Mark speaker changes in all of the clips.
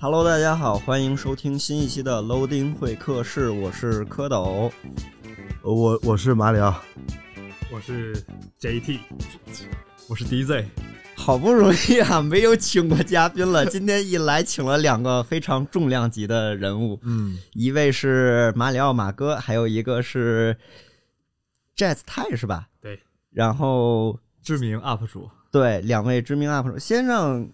Speaker 1: Hello，大家好，欢迎收听新一期的 Loading 会客室，我是蝌蚪。
Speaker 2: 我我是马里奥，
Speaker 3: 我是 JT，我是 DZ，
Speaker 1: 好不容易啊，没有请过嘉宾了，今天一来请了两个非常重量级的人物，
Speaker 2: 嗯，
Speaker 1: 一位是马里奥马哥，还有一个是 Jazz 泰是吧？
Speaker 3: 对。
Speaker 1: 然后
Speaker 3: 知名 UP 主。
Speaker 1: 对两位知名 UP 主，先让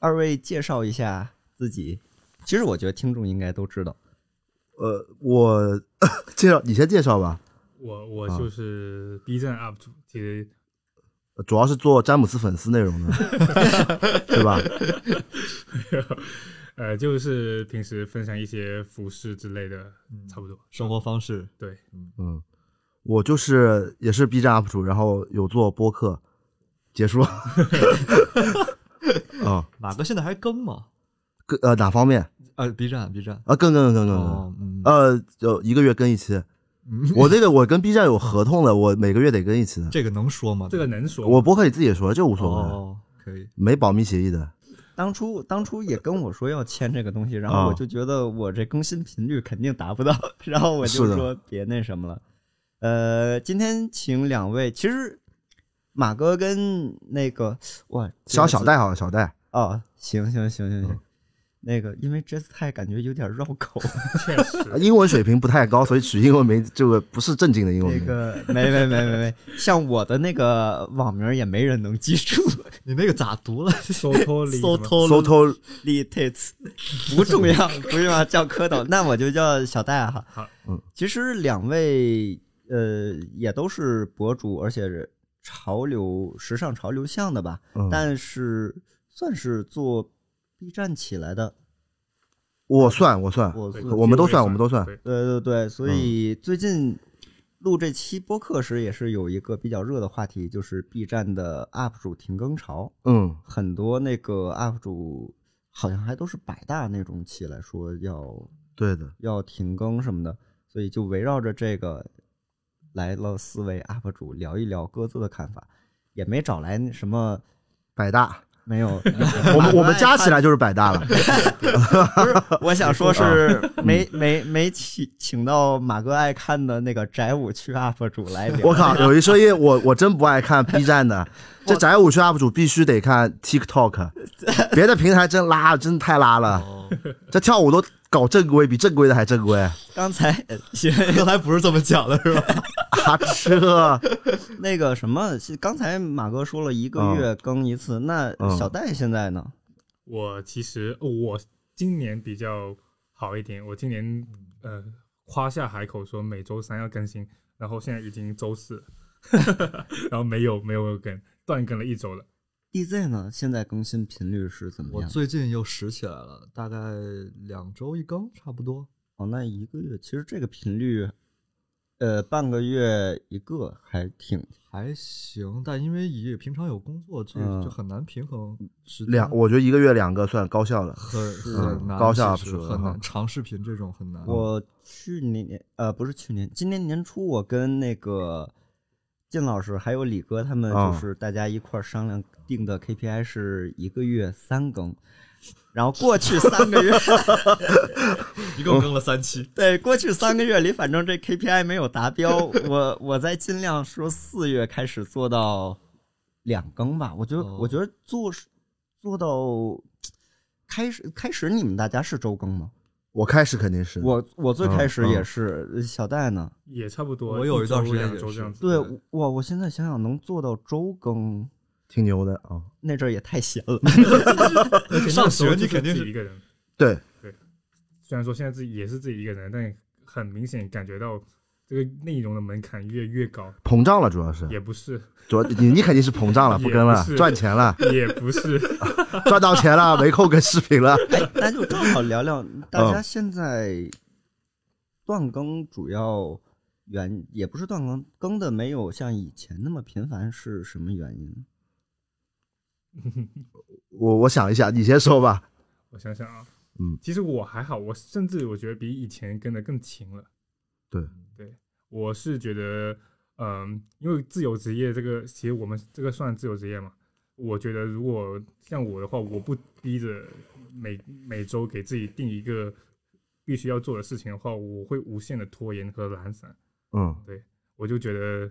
Speaker 1: 二位介绍一下自己。其实我觉得听众应该都知道，
Speaker 2: 呃，我 介绍你先介绍吧，
Speaker 3: 我我
Speaker 2: 啊
Speaker 3: 就是 B 站 UP 主，其实
Speaker 2: 呃主要是做詹姆斯粉丝内容的， 对吧？
Speaker 3: 呃就是平时分享一些服饰之类的，差不多。
Speaker 4: 生活方式，
Speaker 3: 对，
Speaker 2: 嗯，我就是也是 B 站 UP 主，然后有做播客，结 束。啊、
Speaker 4: 马哥现在还更吗？
Speaker 2: 更呃哪方面
Speaker 4: 呃，B 站，B 站。
Speaker 2: 啊？更更更更更，
Speaker 4: 哦，嗯，
Speaker 2: 呃，有一个月更一期。我这个我跟 B 站有合同的，我每个月得更一期的。
Speaker 4: 这个能说吗？
Speaker 3: 这个能说吗
Speaker 2: 我播客里自己说，这无所谓，
Speaker 4: 哦，可以。
Speaker 2: 没保密协议的。
Speaker 1: 当初当初也跟我说要签这个东西，然
Speaker 4: 啊
Speaker 1: 后我就觉得我这更新频率肯定达不到， 然后我就是
Speaker 2: 的
Speaker 1: 说别那什么了。呃，今天请两位，其实马哥跟那个哇，这
Speaker 2: 小
Speaker 1: 个
Speaker 2: 小
Speaker 1: 字
Speaker 2: 戴好了，小戴，
Speaker 1: 哦，行行行行行，
Speaker 2: 嗯
Speaker 1: 那个因为这次太感觉有点绕 口，
Speaker 3: 确 实，
Speaker 2: 英文水平不太高，所以取英文名这个不是正经的英文
Speaker 1: 那
Speaker 2: 名。
Speaker 1: 个没没没没没，像我的那个网名也没人能记住
Speaker 4: 你那个咋读了？
Speaker 3: 收 托里
Speaker 1: ，so t o l
Speaker 2: Soto
Speaker 1: l i t i t 不重要，不重要，叫蝌蚪，那我就叫小戴哈。
Speaker 3: 好，
Speaker 2: 嗯，
Speaker 1: 其实两位呃也都是博主，而且是潮流、时尚潮流向的吧，
Speaker 2: 嗯
Speaker 1: 但是算是做 B 站起来的，
Speaker 2: 我算我算，
Speaker 1: 我
Speaker 3: 对
Speaker 1: 做
Speaker 2: 啊我们都算
Speaker 3: 对
Speaker 2: 我们都算
Speaker 3: 对，
Speaker 1: 对对对，所以最近录这期播客时，也是有一个比较热的话题，就是 B 站的 UP 主停更潮，
Speaker 2: 嗯，
Speaker 1: 很多那个 UP 主好像还都是百大那种起来说要
Speaker 2: 对的，
Speaker 1: 要停更什么的，所以就围绕着这个来了四位 UP 主聊一聊各自的看法，也没找来那什么
Speaker 2: 百大，
Speaker 1: 没 有，
Speaker 2: 我 们我们加起来就是百大了。
Speaker 1: 不是，我想说是没没没请请到马哥爱看的那个宅舞区 UP 主来聊。
Speaker 2: 我靠，有一说一，我我真不爱看 B 站的，这宅舞区 UP 主必须得看 TikTok，别的平台真拉，真太拉了，
Speaker 4: 哦，
Speaker 2: 这跳舞都搞正规，比正规的还正规
Speaker 1: 刚才 呃行，
Speaker 4: 刚才不是这么讲的，是吧？
Speaker 2: 啊！这
Speaker 1: 那个什么，是刚才马哥说了一个月更一次，那
Speaker 2: 嗯
Speaker 1: 小戴现在呢？
Speaker 3: 我其实我今年比较好一点，我今年呃夸下海口说每周三要更新，然后现在已经周四了， 然后没有没有更断更了一周了。
Speaker 1: DZ 呢？现在更新频率是怎么
Speaker 4: 我
Speaker 1: 样？
Speaker 4: 最近又拾起来了，大概两周一更，差不多。
Speaker 1: 哦，那一个月其实这个频率，呃，半个月一个还挺
Speaker 4: 还行，但因为也平常有工作，这
Speaker 1: 嗯
Speaker 4: 就很难平衡时间。
Speaker 2: 两，我觉得一个月两个算高效了。
Speaker 4: 很
Speaker 2: 嗯
Speaker 4: 很难，
Speaker 2: 高效
Speaker 4: 其
Speaker 2: UP
Speaker 4: 实
Speaker 2: 主
Speaker 4: 很
Speaker 2: 哈
Speaker 4: 难。长视频这种很难。
Speaker 1: 我去年呃不是去年，今年年初我跟那个靳老师还有李哥他们
Speaker 2: 啊
Speaker 1: 就是大家一块儿商量定的 KPI 是一个月三更，然后过去三个月
Speaker 4: 一共更了三期，
Speaker 1: 对过去三个月里，反正这 KPI 没有达标，我我在尽量说四月开始做到两更吧，我觉得、我
Speaker 4: 哦
Speaker 1: 觉得做是做到。开始开始，你们大家是周更吗？
Speaker 2: 我开始肯定是
Speaker 1: 我我最开始
Speaker 2: 嗯
Speaker 1: 也是，呃小戴呢？
Speaker 3: 也差不多，
Speaker 4: 我有一段
Speaker 3: 周
Speaker 4: 时间
Speaker 3: 两
Speaker 4: 也
Speaker 3: 周
Speaker 4: 是
Speaker 3: 这样子。
Speaker 1: 对
Speaker 4: 对
Speaker 1: 我，我我现在想想能做到周更，
Speaker 2: 挺牛的啊。
Speaker 1: 那阵儿也太闲了。
Speaker 3: 而且那
Speaker 4: 上
Speaker 3: 时候就
Speaker 4: 学你肯定
Speaker 3: 自己
Speaker 4: 是
Speaker 3: 一个人，
Speaker 2: 对，
Speaker 3: 虽然说现在自己也是自己一个人，但很明显感觉到这个内容的门槛越越高，
Speaker 2: 膨胀了主要是，
Speaker 3: 也不是，
Speaker 2: 主要你你肯定是膨胀了，不跟
Speaker 3: 也
Speaker 2: 了
Speaker 3: 不，是
Speaker 2: 赚钱了，
Speaker 3: 也不是，
Speaker 2: 赚到钱了，没空跟视频了。
Speaker 1: 哎那就正好聊聊大家现在断更主要原也不是断更，更的没有像以前那么频繁，是什么原因？
Speaker 2: 我我想一下，你先说吧。
Speaker 3: 我想想啊，
Speaker 2: 嗯，
Speaker 3: 其实我还好，我甚至我觉得比以前跟的更勤了。嗯
Speaker 2: 对
Speaker 3: 对，我呃是觉得，嗯，因为自由职业这个，其实我们这个算自由职业嘛，我觉得如果像我的话，我不逼着每每周给自己定一个必须要做的事情的话，我会无限的拖延和懒散。
Speaker 2: 嗯
Speaker 3: 我就觉得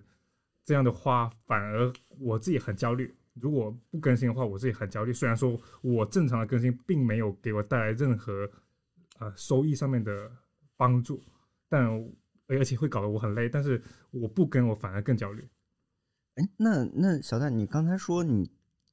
Speaker 3: 这样的话，反而我自己很焦虑。如果不更新的话，我自己很焦虑。虽然说我正常的更新并没有给我带来任何呃收益上面的帮助，但而且会搞得我很累。但是我不跟我反而更焦虑。
Speaker 1: 哎，那那小戴，你刚才说你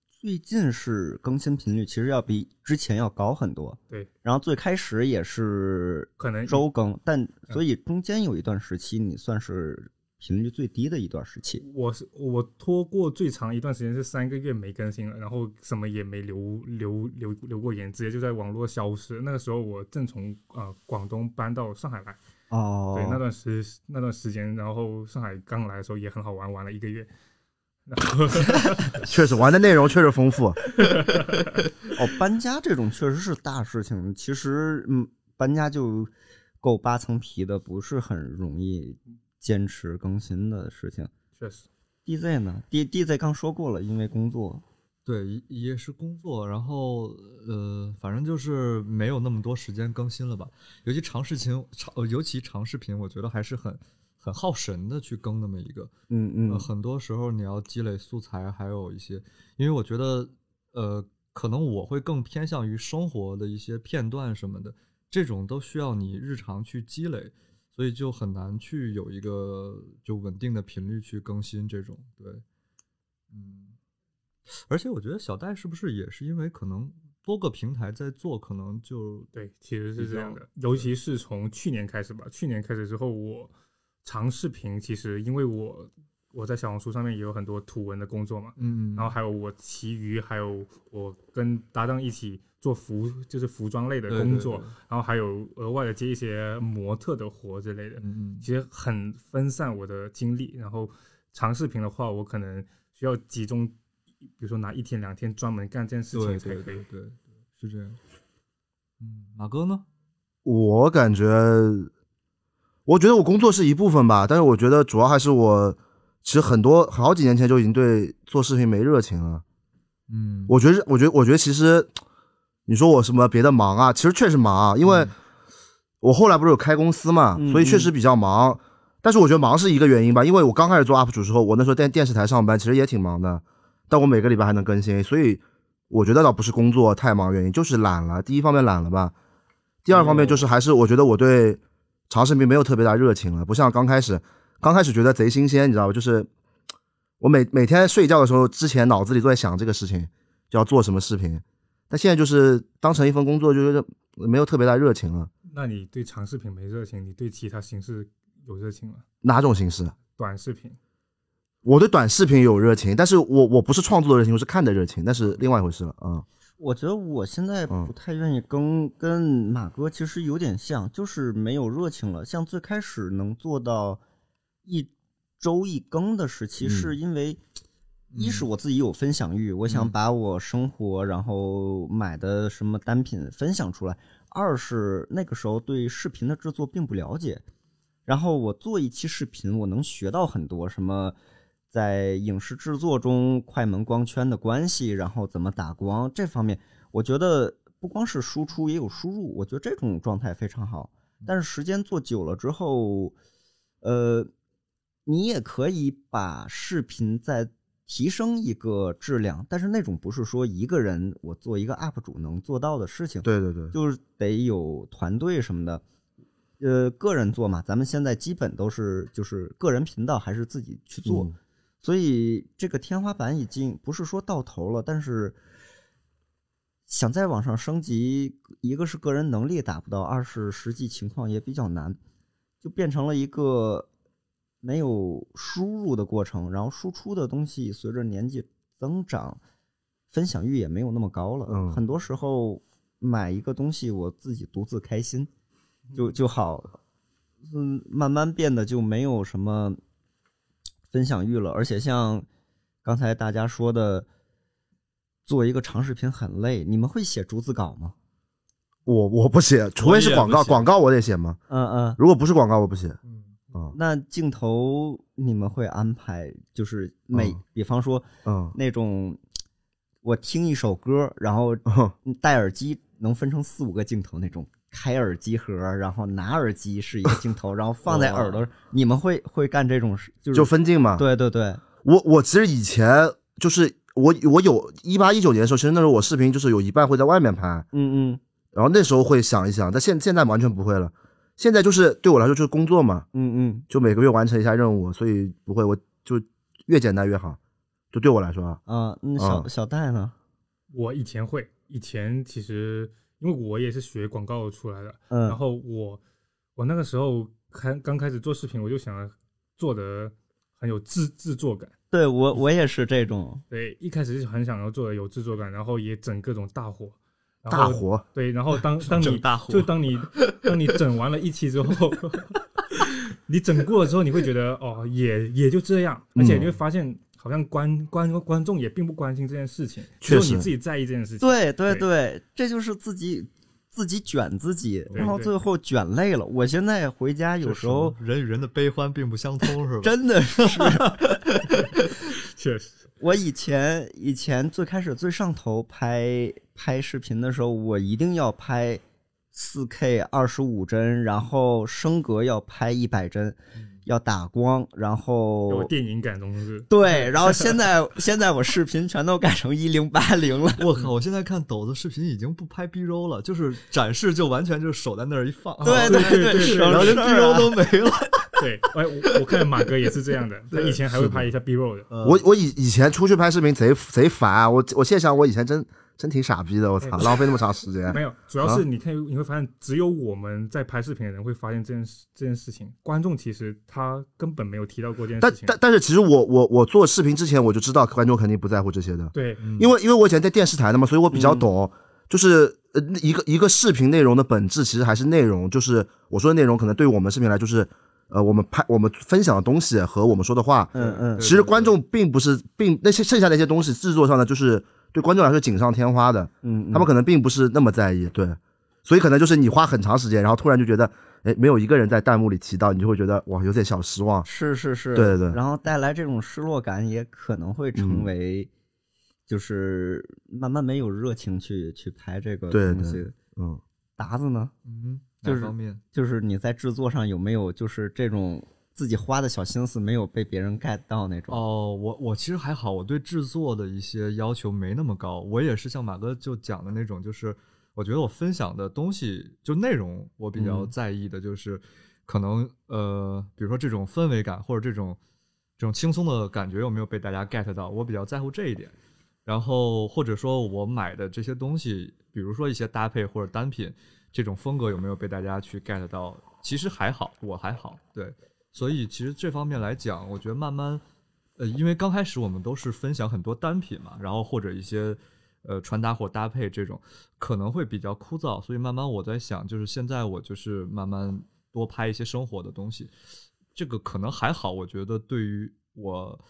Speaker 1: 最近是更新频率其实要比之前要高很多，
Speaker 3: 对。嗯
Speaker 1: 然后最开始也是
Speaker 3: 可能
Speaker 1: 周更，但所以中间有一段时期你算是频率最低的一段时期。
Speaker 3: 我是我拖过最长一段时间是三个月没更新了，然后什么也没留留留留过言，直接就在网络消失。那个时候我正从呃广东搬到上海来，
Speaker 1: 哦
Speaker 3: 对那段时那段时间，然后上海刚来的时候也很好玩，玩了一个月。然后
Speaker 2: 确实玩的内容确实丰富。
Speaker 1: 哦，搬家这种确实是大事情，其实嗯，搬家就够扒层皮的，不是很容易坚持更新的事情。
Speaker 3: 确实，
Speaker 1: DZ 呢？D DZ 刚说过了，因为工作，
Speaker 4: 对，一也是工作，然后呃，反正就是没有那么多时间更新了吧。尤其长视频，长呃尤其长视频，我觉得还是很很耗神的去更那么一个。
Speaker 1: 嗯
Speaker 4: 呃，
Speaker 1: 嗯，
Speaker 4: 很多时候你要积累素材，还有一些，因为我觉得，呃，可能我会更偏向于生活的一些片段什么的，这种都需要你日常去积累，所以就很难去有一个就稳定的频率去更新这种。对，嗯，而且我觉得小戴是不是也是因为可能多个平台在做，可能就
Speaker 3: 对，其实是
Speaker 4: 比
Speaker 3: 这样
Speaker 4: 较
Speaker 3: 的，尤其是从去年开始吧。去年开始之后，我长视频其实因为我我在小红书上面也有很多图文的工作嘛，
Speaker 4: 嗯，
Speaker 3: 然后还有我其余还有我跟搭档一起做服就是服装类的工作，
Speaker 4: 嗯对对
Speaker 3: 然后还有额外的接一些模特的活之类的，
Speaker 4: 嗯嗯
Speaker 3: 其实很分散我的精力。然后长视频的话，我可能需要集中，比如说拿一天两天专门干这件事情
Speaker 4: 对
Speaker 3: 才可以。
Speaker 4: 对对对，是这样。嗯，马哥呢？
Speaker 2: 我感觉，我觉得我工作是一部分吧，但是我觉得主要还是我，其实很多好几年前就已经对做视频没热情了。
Speaker 4: 嗯，
Speaker 2: 我觉得，我觉得，我觉得，其实你说我什么别的忙啊，其实确实忙啊，因为我后来不是有开公司嘛，
Speaker 1: 嗯
Speaker 2: 所以确实比较忙。但是我觉得忙是一个原因吧，因为我刚开始做 UP 主时候，我那时候在电视台上班，其实也挺忙的，但我每个礼拜还能更新，所以我觉得倒不是工作太忙原因，就是懒了。第一方面懒了吧，第二方面
Speaker 1: 哦
Speaker 2: 就是还是我觉得我对长视频没有特别大热情了，不像刚开始，刚开始觉得贼新鲜，你知道吧？就是我每每天睡觉的时候之前脑子里都在想这个事情，就要做什么视频，但现在就是当成一份工作，就觉得没有特别大热情了。
Speaker 3: 那你对长视频没热情，你对其他形式有热情吗？
Speaker 2: 哪种形式？
Speaker 3: 短视频，
Speaker 2: 我对短视频有热情，但是我我不是创作的热情，我是看的热情，那是另外一回事了啊、嗯
Speaker 1: 我觉得我现在
Speaker 2: 嗯
Speaker 1: 不太愿意更，跟马哥其实有点像，就是没有热情了。像最开始能做到一周一更的时期，
Speaker 2: 嗯
Speaker 1: 是因为一是我自己有分享欲，我想把我生活然后买的什么单品分享出来；二是那个时候对视频的制作并不了解，然后我做一期视频，我能学到很多什么，在影视制作中快门光圈的关系，然后怎么打光这方面，我觉得不光是输出也有输入，我觉得这种状态非常好。但是时间做久了之后，呃，你也可以把视频再提升一个质量，但是那种不是说一个人我做一个 UP 主能做到的事情。
Speaker 2: 对对对，
Speaker 1: 就是得有团队什么的。呃，个人做嘛，咱们现在基本都是就是个人频道还是自己去做，
Speaker 2: 嗯
Speaker 1: 所以这个天花板已经不是说到头了，但是想再往上升级，一个是个人能力达不到，二是实际情况也比较难，就变成了一个没有输入的过程，然后输出的东西随着年纪增长，分享欲也没有那么高了。
Speaker 2: 嗯
Speaker 1: 很多时候买一个东西，我自己独自开心就就好了。嗯，慢慢变得就没有什么分享欲了，而且像刚才大家说的，做一个长视频很累。你们会写逐字稿吗？
Speaker 2: 我我不写，除非是广
Speaker 4: 我也
Speaker 2: 告，
Speaker 4: 不写
Speaker 2: 广告我得写吗？
Speaker 1: 嗯嗯，
Speaker 2: 如果不是广告，我不写。
Speaker 4: 嗯
Speaker 2: 嗯
Speaker 1: 那镜头你们会安排，就是每，
Speaker 2: 嗯
Speaker 1: 比方说
Speaker 2: 嗯
Speaker 1: 那种我听一首歌，然后嗯戴耳机能分成四五个镜头那种，开耳机盒，然后拿耳机是一个镜头，然后放在耳朵，你们会会干这种事，就是
Speaker 2: 就分啊镜嘛。，
Speaker 1: 对对对，
Speaker 2: 我我其实以前就是我我有一八一九年的时候，其实那时候我视频就是有一半会在外面拍，
Speaker 1: 嗯嗯
Speaker 2: 然后那时候会想一想，但现现在完全不会了。现在就是对我来说就是工作嘛，
Speaker 1: 嗯嗯
Speaker 2: 就每个月完成一下任务，所以不会，我就越简单越好。就对我来说啊，
Speaker 1: 啊，那小
Speaker 2: 啊
Speaker 1: 小戴呢？
Speaker 3: 我以前会，以前其实因为我也是学广告出来的，然
Speaker 1: 嗯
Speaker 3: 后我我那个时候开刚开始做视频，我就想做的很有制制作感。
Speaker 1: 对我我也是这种，
Speaker 3: 对，一开始是很想要做的有制作感，然后也整各种大火，然
Speaker 2: 大
Speaker 3: 后
Speaker 2: 活
Speaker 3: 对，然后当当
Speaker 1: 整
Speaker 3: 你
Speaker 1: 大火
Speaker 3: 就当你当你整完了一期之后， 你整过了之后，你会觉得哦，也也就这样，而且你会发现好像观观观众也并不关心这件事情，只
Speaker 2: 确
Speaker 3: 有
Speaker 2: 实
Speaker 3: 你自己在意这件事情。
Speaker 1: 对对
Speaker 3: 对
Speaker 1: 对，这就是自己自己卷自己，
Speaker 3: 对
Speaker 1: 然后
Speaker 3: 对
Speaker 1: 最后卷累了。我现在回家有时候
Speaker 4: 人与人的悲欢并不相通，是吧？
Speaker 1: 真的是，
Speaker 3: 确实，
Speaker 1: 我以前以前最开始最上头拍拍视频的时候，我一定要拍四 K 二十五帧，然后升格要拍一百帧，要打光，然
Speaker 3: 嗯有
Speaker 1: 后。
Speaker 3: 电影感，总是
Speaker 1: 对，然后现在现在我视频全都改成一零八零了，
Speaker 4: 我靠！我现在看抖子视频已经不拍 B roll 了，就是展示就完全就是手在那儿一放，啊
Speaker 1: 对
Speaker 3: 哦对对
Speaker 1: 对
Speaker 3: 对对
Speaker 4: 然
Speaker 1: 省
Speaker 4: 后连
Speaker 1: 事
Speaker 4: B
Speaker 1: 儿
Speaker 4: roll
Speaker 1: 啊
Speaker 4: 都没了。
Speaker 3: 对。哎，我我看马哥也是这样的，他以前还会拍一下 B roll 的。
Speaker 4: 嗯
Speaker 2: 我我以以前出去拍视频贼贼烦，啊我我现在想我以前真真挺傻逼的，我操，浪费那么长时间
Speaker 3: 哎没。有，主要是你看，你会发现，只有我们在拍视频的人会发现这件事这件事情。观众其实他根本没有提到过这件
Speaker 2: 但
Speaker 3: 事情。
Speaker 2: 但但是其实我我我做视频之前我就知道观众肯定不在乎这些的，
Speaker 3: 对，
Speaker 2: 因为因为我以前在电视台的嘛，所以我比
Speaker 3: 嗯
Speaker 2: 较懂，就是呃一个一个视频内容的本质其实还是内容，就是我说的内容可能对于我们视频来就是，呃，我们拍我们分享的东西和我们说的话，
Speaker 1: 嗯嗯，
Speaker 2: 其实观众并不是并那些剩下那些东西制作上呢，就是对观众来说锦上添花的，
Speaker 1: 嗯嗯
Speaker 2: 他们可能并不是那么在意，对，所以可能就是你花很长时间，然后突然就觉得，哎，没有一个人在弹幕里提到，你就会觉得哇，有点小失望。
Speaker 1: 是是是，
Speaker 2: 对对对嗯
Speaker 1: 然后带来这种失落感，也可能会成为，就是慢慢没有热情去去拍这个
Speaker 2: 对
Speaker 1: 东西。
Speaker 2: 对嗯，
Speaker 1: 达子呢，
Speaker 4: 嗯，
Speaker 1: 就
Speaker 4: 哪
Speaker 1: 是
Speaker 4: 方面？
Speaker 1: 就是你在制作上有没有就是这种自己花的小心思没有被别人 get 到那种？
Speaker 4: 哦，我我其实还好，我对制作的一些要求没那么高。我也是像马哥就讲的那种，就是我觉得我分享的东西就内容，我比较
Speaker 1: 嗯
Speaker 4: 在意的就是、可能呃，比如说这种氛围感或者这种这种轻松的感觉有没有被大家 get 到，我比较在乎这一点。然后或者说我买的这些东西，比如说一些搭配或者单品，这种风格有没有被大家去 get 到？其实还好，我还好，对。所以其实这方面来讲，我觉得慢慢，呃，因为刚开始我们都是分享很多单品嘛，然后或者一些呃穿搭或搭配这种，可能会比较枯燥，所以慢慢我在想，就是现在我就是慢慢多拍一些生活的东西，这个可能还好，我觉得对于我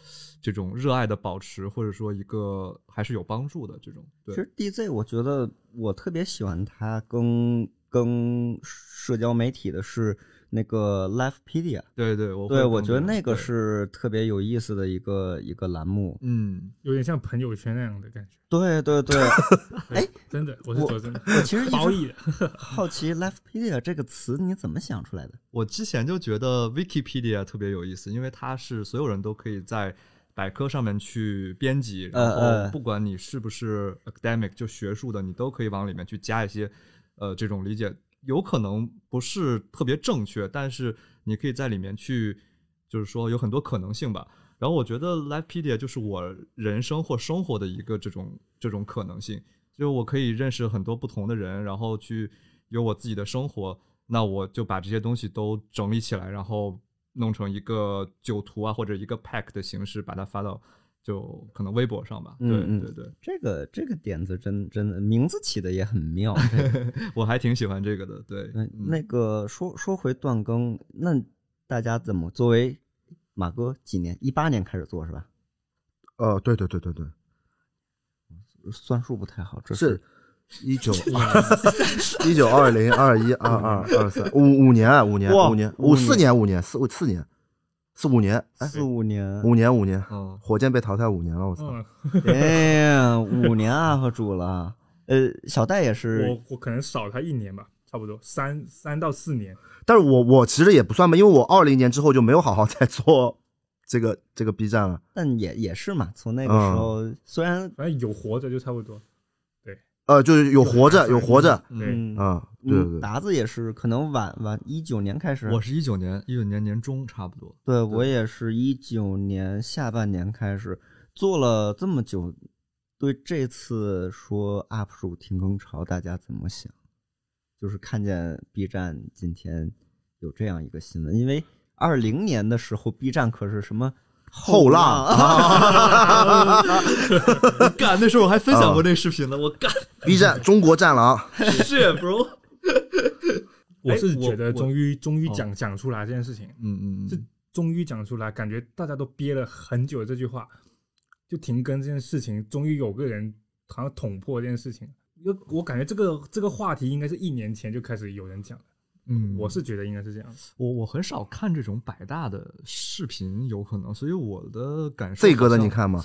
Speaker 4: 这种热爱的保持，或者说一个还是有帮助的这种。
Speaker 1: 其
Speaker 4: 对，
Speaker 1: 实 DZ 我觉得我特别喜欢他跟跟社交媒体的是那个 Lifepedia，
Speaker 4: 对对，我会
Speaker 1: 对我
Speaker 4: 更
Speaker 1: 觉得
Speaker 4: 这样
Speaker 1: 那个
Speaker 4: 对
Speaker 1: 是特别有意思的一个一个栏目。
Speaker 4: 嗯，
Speaker 3: 有点像朋友圈那样的感觉。
Speaker 1: 对对 对，
Speaker 3: 对，真的，我是
Speaker 1: 我
Speaker 3: 说真的，
Speaker 1: 我其实一
Speaker 3: 褒
Speaker 1: 直
Speaker 3: 义的。
Speaker 1: 好奇 “lifepedia” 这个词你怎么想出来的？
Speaker 4: 我之前就觉得 Wikipedia 特别有意思，因为它是所有人都可以在百科上面去编辑，
Speaker 1: 呃
Speaker 4: 然
Speaker 1: 呃
Speaker 4: 后不管你是不是 academic 就学术的，你都可以往里面去加一些呃这种理解，有可能不是特别正确，但是你可以在里面去，就是说有很多可能性吧。然后我觉得 Lifepedia 就是我人生或生活的一个这种这种可能性，就是我可以认识很多不同的人，然后去有我自己的生活。那我就把这些东西都整理起来，然后弄成一个九图啊，或者一个 pack 的形式，把它发到就可能微博上吧。对
Speaker 1: 嗯嗯
Speaker 4: 对对，
Speaker 1: 这个这个点子真真的名字起的也很妙。这个
Speaker 4: 我还挺喜欢这个的。对，
Speaker 1: 嗯，
Speaker 4: 嗯
Speaker 1: 那个说说回断更，那大家怎么作为马哥几年？一八年开始做是吧？
Speaker 2: 呃，对对对对对，
Speaker 1: 算数不太好，这
Speaker 2: 是一九一九二零二一二二二三五五年啊，五年
Speaker 1: 哇
Speaker 2: 五年
Speaker 1: 五
Speaker 2: 五
Speaker 1: 年
Speaker 2: 四年五年四五四年四五年，哎，
Speaker 1: 四五年，
Speaker 2: 五年五年，
Speaker 4: 嗯，
Speaker 2: 火箭被淘汰五年了，我操！
Speaker 3: 嗯，
Speaker 1: 哎呀，五年 UP 主了。呃，小戴也是，
Speaker 3: 我我可能少他一年吧，差不多三三到四年。
Speaker 2: 但是我我其实也不算吧，因为我二零年之后就没有好好再做这个这个 B 站了。
Speaker 1: 但也也是嘛，从那个时候、虽然
Speaker 3: 反正有活着就差不多。
Speaker 2: 呃，就是有活着，有活着，
Speaker 3: 对，
Speaker 1: 嗯
Speaker 2: 嗯，对对
Speaker 1: 嗯
Speaker 2: 对，
Speaker 1: 达子也是，可能晚晚一九年开始，
Speaker 4: 我是一九年，一九年年中差不多。
Speaker 1: 对我也是一九年下半年开始做了这么久，对这次说 UP 主停更潮，大家怎么想？就是看见 B 站今天有这样一个新闻，因为二零年的时候，B 站可是什么
Speaker 2: 后 浪啊
Speaker 4: 干，那时候我还分享过这视频呢。我干，
Speaker 2: ，B 站中国战狼，
Speaker 4: 是 bro。
Speaker 3: 我是
Speaker 4: 我
Speaker 3: 觉得
Speaker 4: 我
Speaker 3: 终于终于
Speaker 4: 哦
Speaker 3: 讲讲出来这件事情，
Speaker 4: 嗯嗯
Speaker 3: 这
Speaker 4: 嗯，
Speaker 3: 终于讲出来，感觉大家都憋了很久这句话，就停更这件事情，终于有个人好像捅破这件事情。因为我感觉这个这个话题应该是一年前就开始有人讲了，
Speaker 4: 嗯，
Speaker 3: 我是觉得应该是这样。
Speaker 4: 我我很少看这种百大的视频，有可能，所以我的感受好像。
Speaker 2: 这哥的你看吗？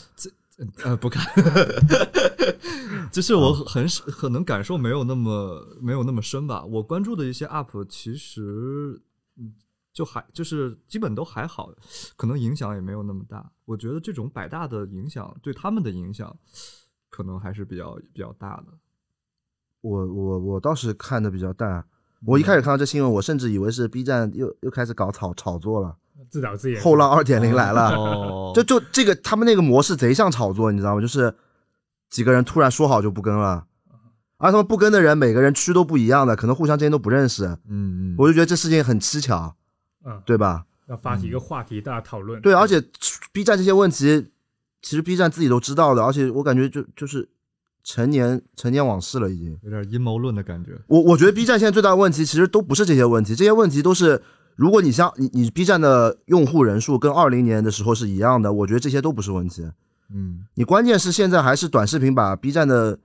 Speaker 4: 呃，不看， 就是我很少可能感受没有那么没有那么深吧。我关注的一些 UP 其实嗯就还就是基本都还好，可能影响也没有那么大。我觉得这种百大的影响对他们的影响可能还是比较比较大的。
Speaker 2: 我我我倒是看的比较淡。啊我一开始看到这新闻，我甚至以为是 B 站又又开始搞炒炒作了，
Speaker 3: 自导自演
Speaker 2: 后浪二啊点零来了。
Speaker 4: 哦，
Speaker 2: 就就这个他们那个模式贼像炒作，你知道吗？就是几个人突然说好就不跟了，而他们不跟的人每个人区都不一样的，可能互相之间都不认识。
Speaker 4: 嗯嗯，
Speaker 2: 我就觉得这事情很蹊跷，
Speaker 3: 嗯，
Speaker 2: 对吧？
Speaker 3: 要发起一个话题大家讨论。
Speaker 2: 对，而且 B 站这些问题，其实 B 站自己都知道的，而且我感觉就就是陈年陈年往事了已经。
Speaker 4: 有点阴谋论的感觉。
Speaker 2: 我我觉得 B 站现在最大的问题其实都不是这些问题，这些问题都是如果你像你你 B 站的用户人数跟二零年的时候是一样的，我觉得这些都不是问题。
Speaker 4: 嗯
Speaker 2: 你关键是现在还是短视频把 B 站的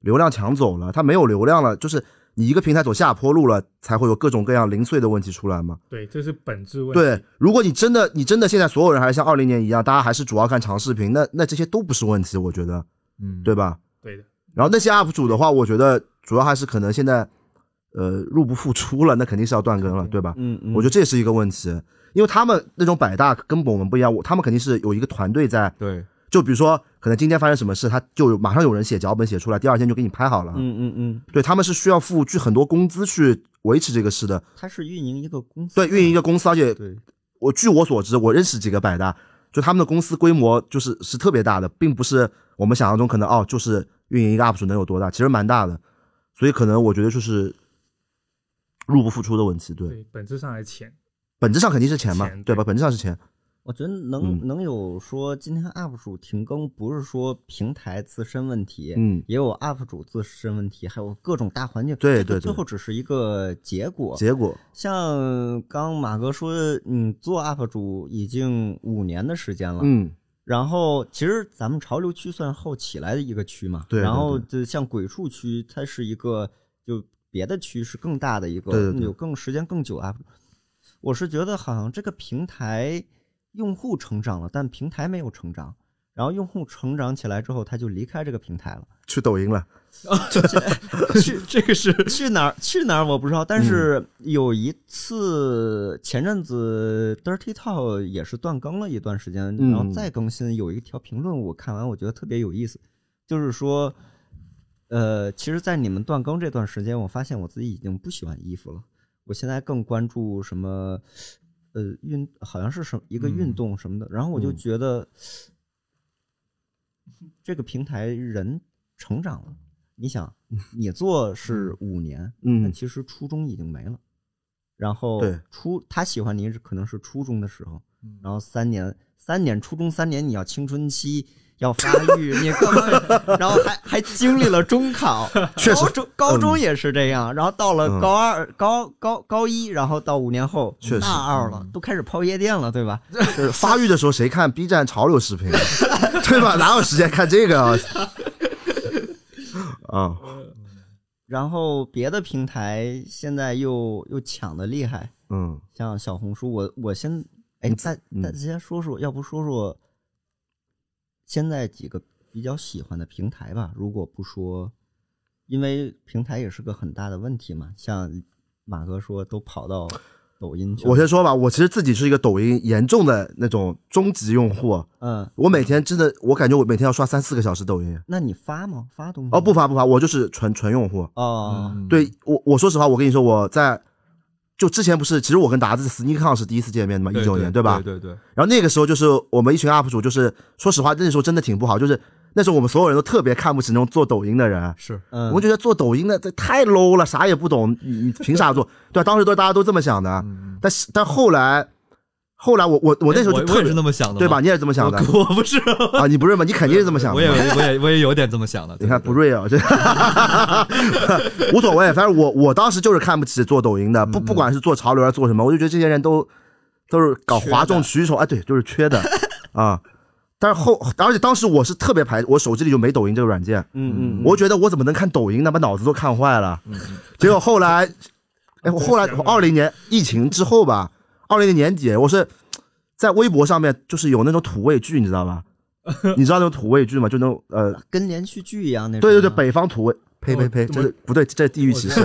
Speaker 2: 流量抢走了，它没有流量了，就是你一个平台走下坡路了，才会有各种各样零碎的问题出来嘛。
Speaker 3: 对，这是本质问题。
Speaker 2: 对，如果你真的你真的现在所有人还是像二零年一样，大家还是主要看长视频，那那这些都不是问题，我觉得，
Speaker 4: 嗯，
Speaker 2: 对吧？
Speaker 3: 对的，
Speaker 2: 然后那些 UP 主的话，我觉得主要还是可能现在，呃，入不敷出了，那肯定是要断更了，对吧？
Speaker 1: 嗯嗯，
Speaker 2: 我觉得这也是一个问题，因为他们那种百大跟我们不一样，我他们肯定是有一个团队在，
Speaker 4: 对，
Speaker 2: 就比如说，可能今天发生什么事，他就有马上有人写脚本写出来，第二天就给你拍好了。
Speaker 1: 嗯嗯嗯，
Speaker 2: 对，他们是需要付去很多工资去维持这个事的。
Speaker 1: 他是运营一个公司，
Speaker 2: 对，运营一个公司，而且
Speaker 1: 对，
Speaker 2: 我据我所知，我认识几个百大，就他们的公司规模就是是特别大的，并不是我们想象中可能哦，就是运营一个 UP 主能有多大，其实蛮大的。所以可能我觉得就是入不敷出的问题，对，
Speaker 3: 对，本质上还钱。
Speaker 2: 本质上肯定是钱嘛，
Speaker 3: 钱
Speaker 2: 对吧？
Speaker 3: 对
Speaker 2: 本质上是钱，
Speaker 1: 我觉得
Speaker 2: 嗯
Speaker 1: 能、能有说今天 UP 主停更，不是说平台自身问题，
Speaker 2: 嗯，
Speaker 1: 也有 UP 主自身问题，还有各种大环境，
Speaker 2: 对
Speaker 1: 这个
Speaker 2: 对对
Speaker 1: 最后只是一个结果。
Speaker 2: 结果
Speaker 1: 像刚马哥说，你做 UP 主已经五年的时间了，
Speaker 2: 嗯，
Speaker 1: 然后其实咱们潮流区算后起来的一个区嘛，
Speaker 2: 对对
Speaker 1: 然后就像鬼畜区，它是一个就别的区是更大的一个，
Speaker 2: 对对对
Speaker 1: 有更时间更久啊。我是觉得好像这个平台用户成长了，但平台没有成长。然后用户成长起来之后，他就离开这个平台了，
Speaker 2: 去抖 音了，
Speaker 4: 去这个是
Speaker 1: 去哪儿去哪儿我不知道。但是有一次前阵子 Dirty Talk 也是断更了一段时间，
Speaker 2: 嗯
Speaker 1: 然后再更新，有一条评论我看完我觉得特别有意思，就是说，呃，其实，在你们断更这段时间，我发现我自己已经不喜欢衣服了，我现在更关注什么，呃，运好像是什么一个运动什么的，然后我就觉得、这个平台人成长了。你想，你做是五年，但
Speaker 2: 嗯，
Speaker 1: 其实初中已经没了。然后
Speaker 2: 对
Speaker 1: 初他喜欢你是可能是初中的时候
Speaker 4: 嗯，
Speaker 1: 然后三年三年初中三年你要青春期要发育，你干嘛？然后还还经历了中 考，
Speaker 2: 确实
Speaker 1: 高中高中也是这样，然后到了
Speaker 2: 嗯
Speaker 1: 高二、高高高一，然后到五年后
Speaker 2: 确实
Speaker 1: 大二了，都开始泡夜店了，对吧？
Speaker 2: 就是发育的时候谁看 B 站潮流视频， 对吧？哪有时间看这个啊？ 啊，
Speaker 1: 然后别的平台现在又又抢的厉害，
Speaker 2: 嗯，
Speaker 1: 像小红书，我我现哎，大
Speaker 2: 嗯
Speaker 1: 大家说说，要不说说现在几个比较喜欢的平台吧？如果不说，因为平台也是个很大的问题嘛。像马哥说，都跑到抖音去了。
Speaker 2: 我先说吧，我其实自己是一个抖音严重的那种终极用户，啊
Speaker 1: 嗯，
Speaker 2: 我每天真的，我感觉我每天要刷三四个小时抖音。
Speaker 1: 那你发吗？发东西
Speaker 2: 哦，不发不发，我就是纯纯用户。
Speaker 1: 哦，
Speaker 4: 嗯，
Speaker 2: 对我，我说实话，我跟你说，我在就之前不是，其实我跟达子 sneakon 是第一次见面的嘛，一
Speaker 4: 对
Speaker 2: 九年对吧？
Speaker 4: 对对对，
Speaker 2: 然后那个时候就是我们一群 UP 主，就是说实话，那时候真的挺不好，就是那时候我们所有人都特别看不起那种做抖音的人，
Speaker 4: 是
Speaker 1: 嗯，
Speaker 2: 我们觉得做抖音的这太 low 了，啥也不懂，你你凭啥做？对、啊，当时都大家都这么想的，
Speaker 4: 嗯，
Speaker 2: 但是但后来后来我我我那时候就
Speaker 4: 哎我我
Speaker 2: 特
Speaker 4: 也
Speaker 2: 别
Speaker 4: 是那么想的，
Speaker 2: 对吧？？你也是这么想的
Speaker 4: 我我不是，
Speaker 2: 啊？你不是吗？你肯定是这么想的
Speaker 4: 我
Speaker 2: 嘛。
Speaker 4: 也我也我也有点这么想的。
Speaker 2: 你看
Speaker 4: 对
Speaker 2: 不，瑞啊，这无所谓，反正我我当时就是看不起做抖音的，不不管是做潮流还是做什么，我就觉得这些人都都是搞哗众取宠，哎，对，就是缺的啊。但是后，而且当时我是特别排，我手机里就没抖音这个软件，
Speaker 1: 嗯嗯，
Speaker 2: 我觉得我怎么能看抖音呢？把脑子都看坏了。结果后来，哎，我后来
Speaker 3: 我
Speaker 2: 二零年疫情之后吧，二零年年底，我是在微博上面就是有那种土味剧，你知道吧？你知道那种土味剧吗？就那种呃，
Speaker 1: 跟连续剧一样那种。
Speaker 2: 对对对，北方土味，嗯哦呸呸
Speaker 3: 我
Speaker 2: 呸，
Speaker 3: 我
Speaker 2: 这是不对，这是地域歧视，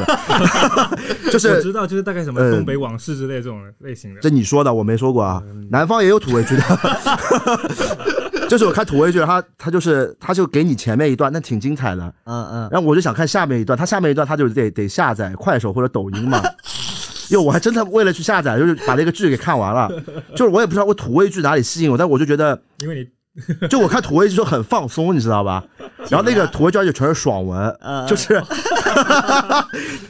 Speaker 2: 就
Speaker 3: 我
Speaker 2: 是
Speaker 3: 知道，就是大概什么
Speaker 1: 嗯
Speaker 2: 呃
Speaker 3: 东北往事之类这种类型的
Speaker 2: 这。你说的，我没说过啊
Speaker 3: 嗯，
Speaker 2: 南方也有土味剧 的，就是我看土味剧，他他就是他就给你前面一段，那挺精彩的，
Speaker 1: 嗯，嗯嗯，
Speaker 2: 然后我就想看下面一段，他下面一段他就得得下载快手或者抖 音嘛。哟，我还真的为了去下载，就是把那个剧给看完了。就是我也不知道我土味剧哪里吸引我，但我就觉得，
Speaker 3: 因为你
Speaker 2: 就我看土味剧就很放松，你知道吧？然后那个土味剧而且全是爽文，
Speaker 1: 嗯
Speaker 2: 就是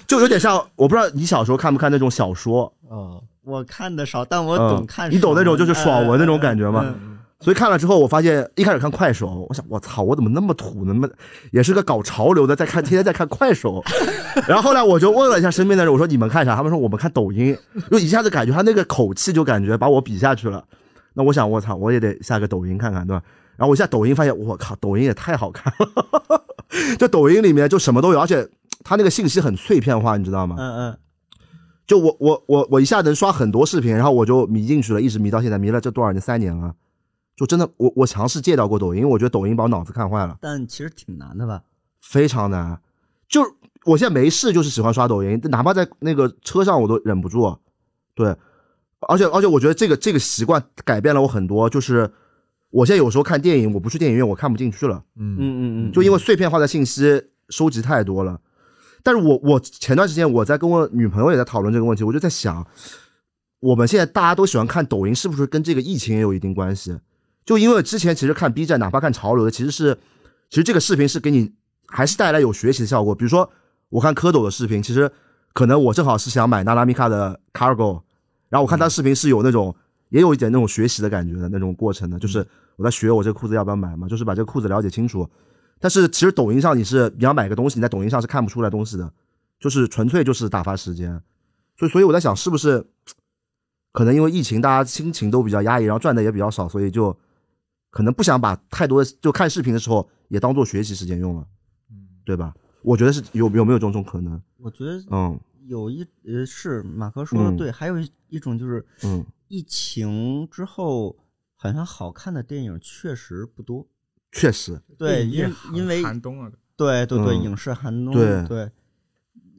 Speaker 2: 就有点像，我不知道你小时候看不看那种小说，
Speaker 4: 嗯，
Speaker 1: 我看的少，嗯但我懂
Speaker 2: 嗯
Speaker 1: 看爽文、，
Speaker 2: 你懂那种就是爽文那种感
Speaker 1: 觉
Speaker 2: 觉吗？
Speaker 1: 嗯
Speaker 2: 所以看了之后，我发现一开始看快手，我想我操，我怎么那么土呢？那么也是个搞潮流的，在看天天在看快手。 然后后来我就问了一下身边的人，我说你们看啥？他们说我们看抖音。就一下子感觉他那个口气就感觉把我比下去了。那我想我操，我也得下个抖音看看，对吧？然后我下抖音发现，我靠，抖音也太好看了。 就抖音里面就什么都有，而且它那个信息很碎片化，你知道吗？
Speaker 1: 嗯嗯
Speaker 2: 就我我我我一下能刷很多视频，然后我就迷进去了，一直迷到现在，迷了这多少年？三年了。就真的，我我尝试戒掉过抖音，我觉得抖音把我脑子看坏了，
Speaker 1: 但其实挺难的吧？
Speaker 2: 非常难。就是我现在没事就是喜欢刷抖音，哪怕在那个车上我都忍不住。啊对，而且而且我觉得这个这个习惯改变了我很多，就是我现在有时候看电影，我不去电影院我看不进去了。
Speaker 4: 嗯
Speaker 1: 嗯嗯嗯，
Speaker 2: 就因为碎片化的信息收集太多了。但是我我前段时间我在跟我女朋友也在讨论这个问题，我就在想，我们现在大家都喜欢看抖音，是不是跟这个疫情也有一定关系？就因为之前其实看 B 站，哪怕看潮流的，其实是其实这个视频是给你还是带来有学习的效果。比如说我看蝌蚪的视频，其实可能我正好是想买娜拉米卡的 Cargo，然后我看他视频是有那种也有一点那种学习的感觉的那种过程的，就是我在学我这个裤子要不要买嘛，就是把这个裤子了解清楚。但是其实抖音上你是你要买个东西，你在抖音上是看不出来东西的，就是纯粹就是打发时间。所以所以我在想，是不是可能因为疫情，大家心情都比较压抑，然后赚的也比较少，所以就可能不想把太多的就看视频的时候也当做学习时间用了，对吧？我觉得是有有没有这种可能？
Speaker 1: 我觉得
Speaker 2: 嗯
Speaker 1: 有一呃是马哥说的
Speaker 2: 嗯
Speaker 1: 对，还有一一种就是
Speaker 2: 嗯，
Speaker 1: 疫情之后，好像好看的电影确实不多。
Speaker 2: 确实，
Speaker 1: 对，
Speaker 3: 夜
Speaker 1: 因
Speaker 3: 寒
Speaker 1: 因为
Speaker 3: 寒冬啊，
Speaker 1: 对对对，
Speaker 2: 嗯
Speaker 1: 影视寒冬，
Speaker 2: 对
Speaker 1: 对。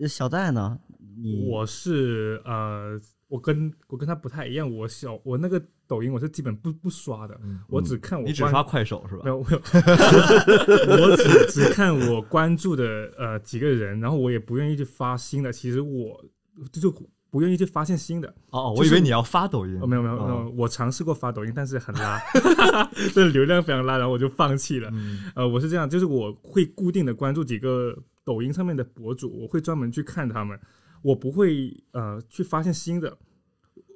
Speaker 1: 呃小戴呢？你
Speaker 3: 我是呃，我跟我跟他不太一样，我小我那个抖音我是基本不不刷的，
Speaker 4: 嗯
Speaker 3: 我只看我
Speaker 4: 你只
Speaker 3: 关
Speaker 4: 刷快手是吧
Speaker 3: 没？有没 有，我只只看我关注的呃几个人，然后我也不愿意去发新的。其实我就就不愿意去发现新的。
Speaker 4: 哦，
Speaker 3: 就
Speaker 4: 我
Speaker 3: 是
Speaker 4: 以为你要发抖音
Speaker 3: 哦，，没有没有没有，我尝试过发抖音，但是很拉， 这流量非常拉，然后我就放弃了。
Speaker 4: 嗯
Speaker 3: 呃，我是这样，就是我会固定的关注几个抖音上面的博主，我会专门去看他们，我不会呃去发现新的。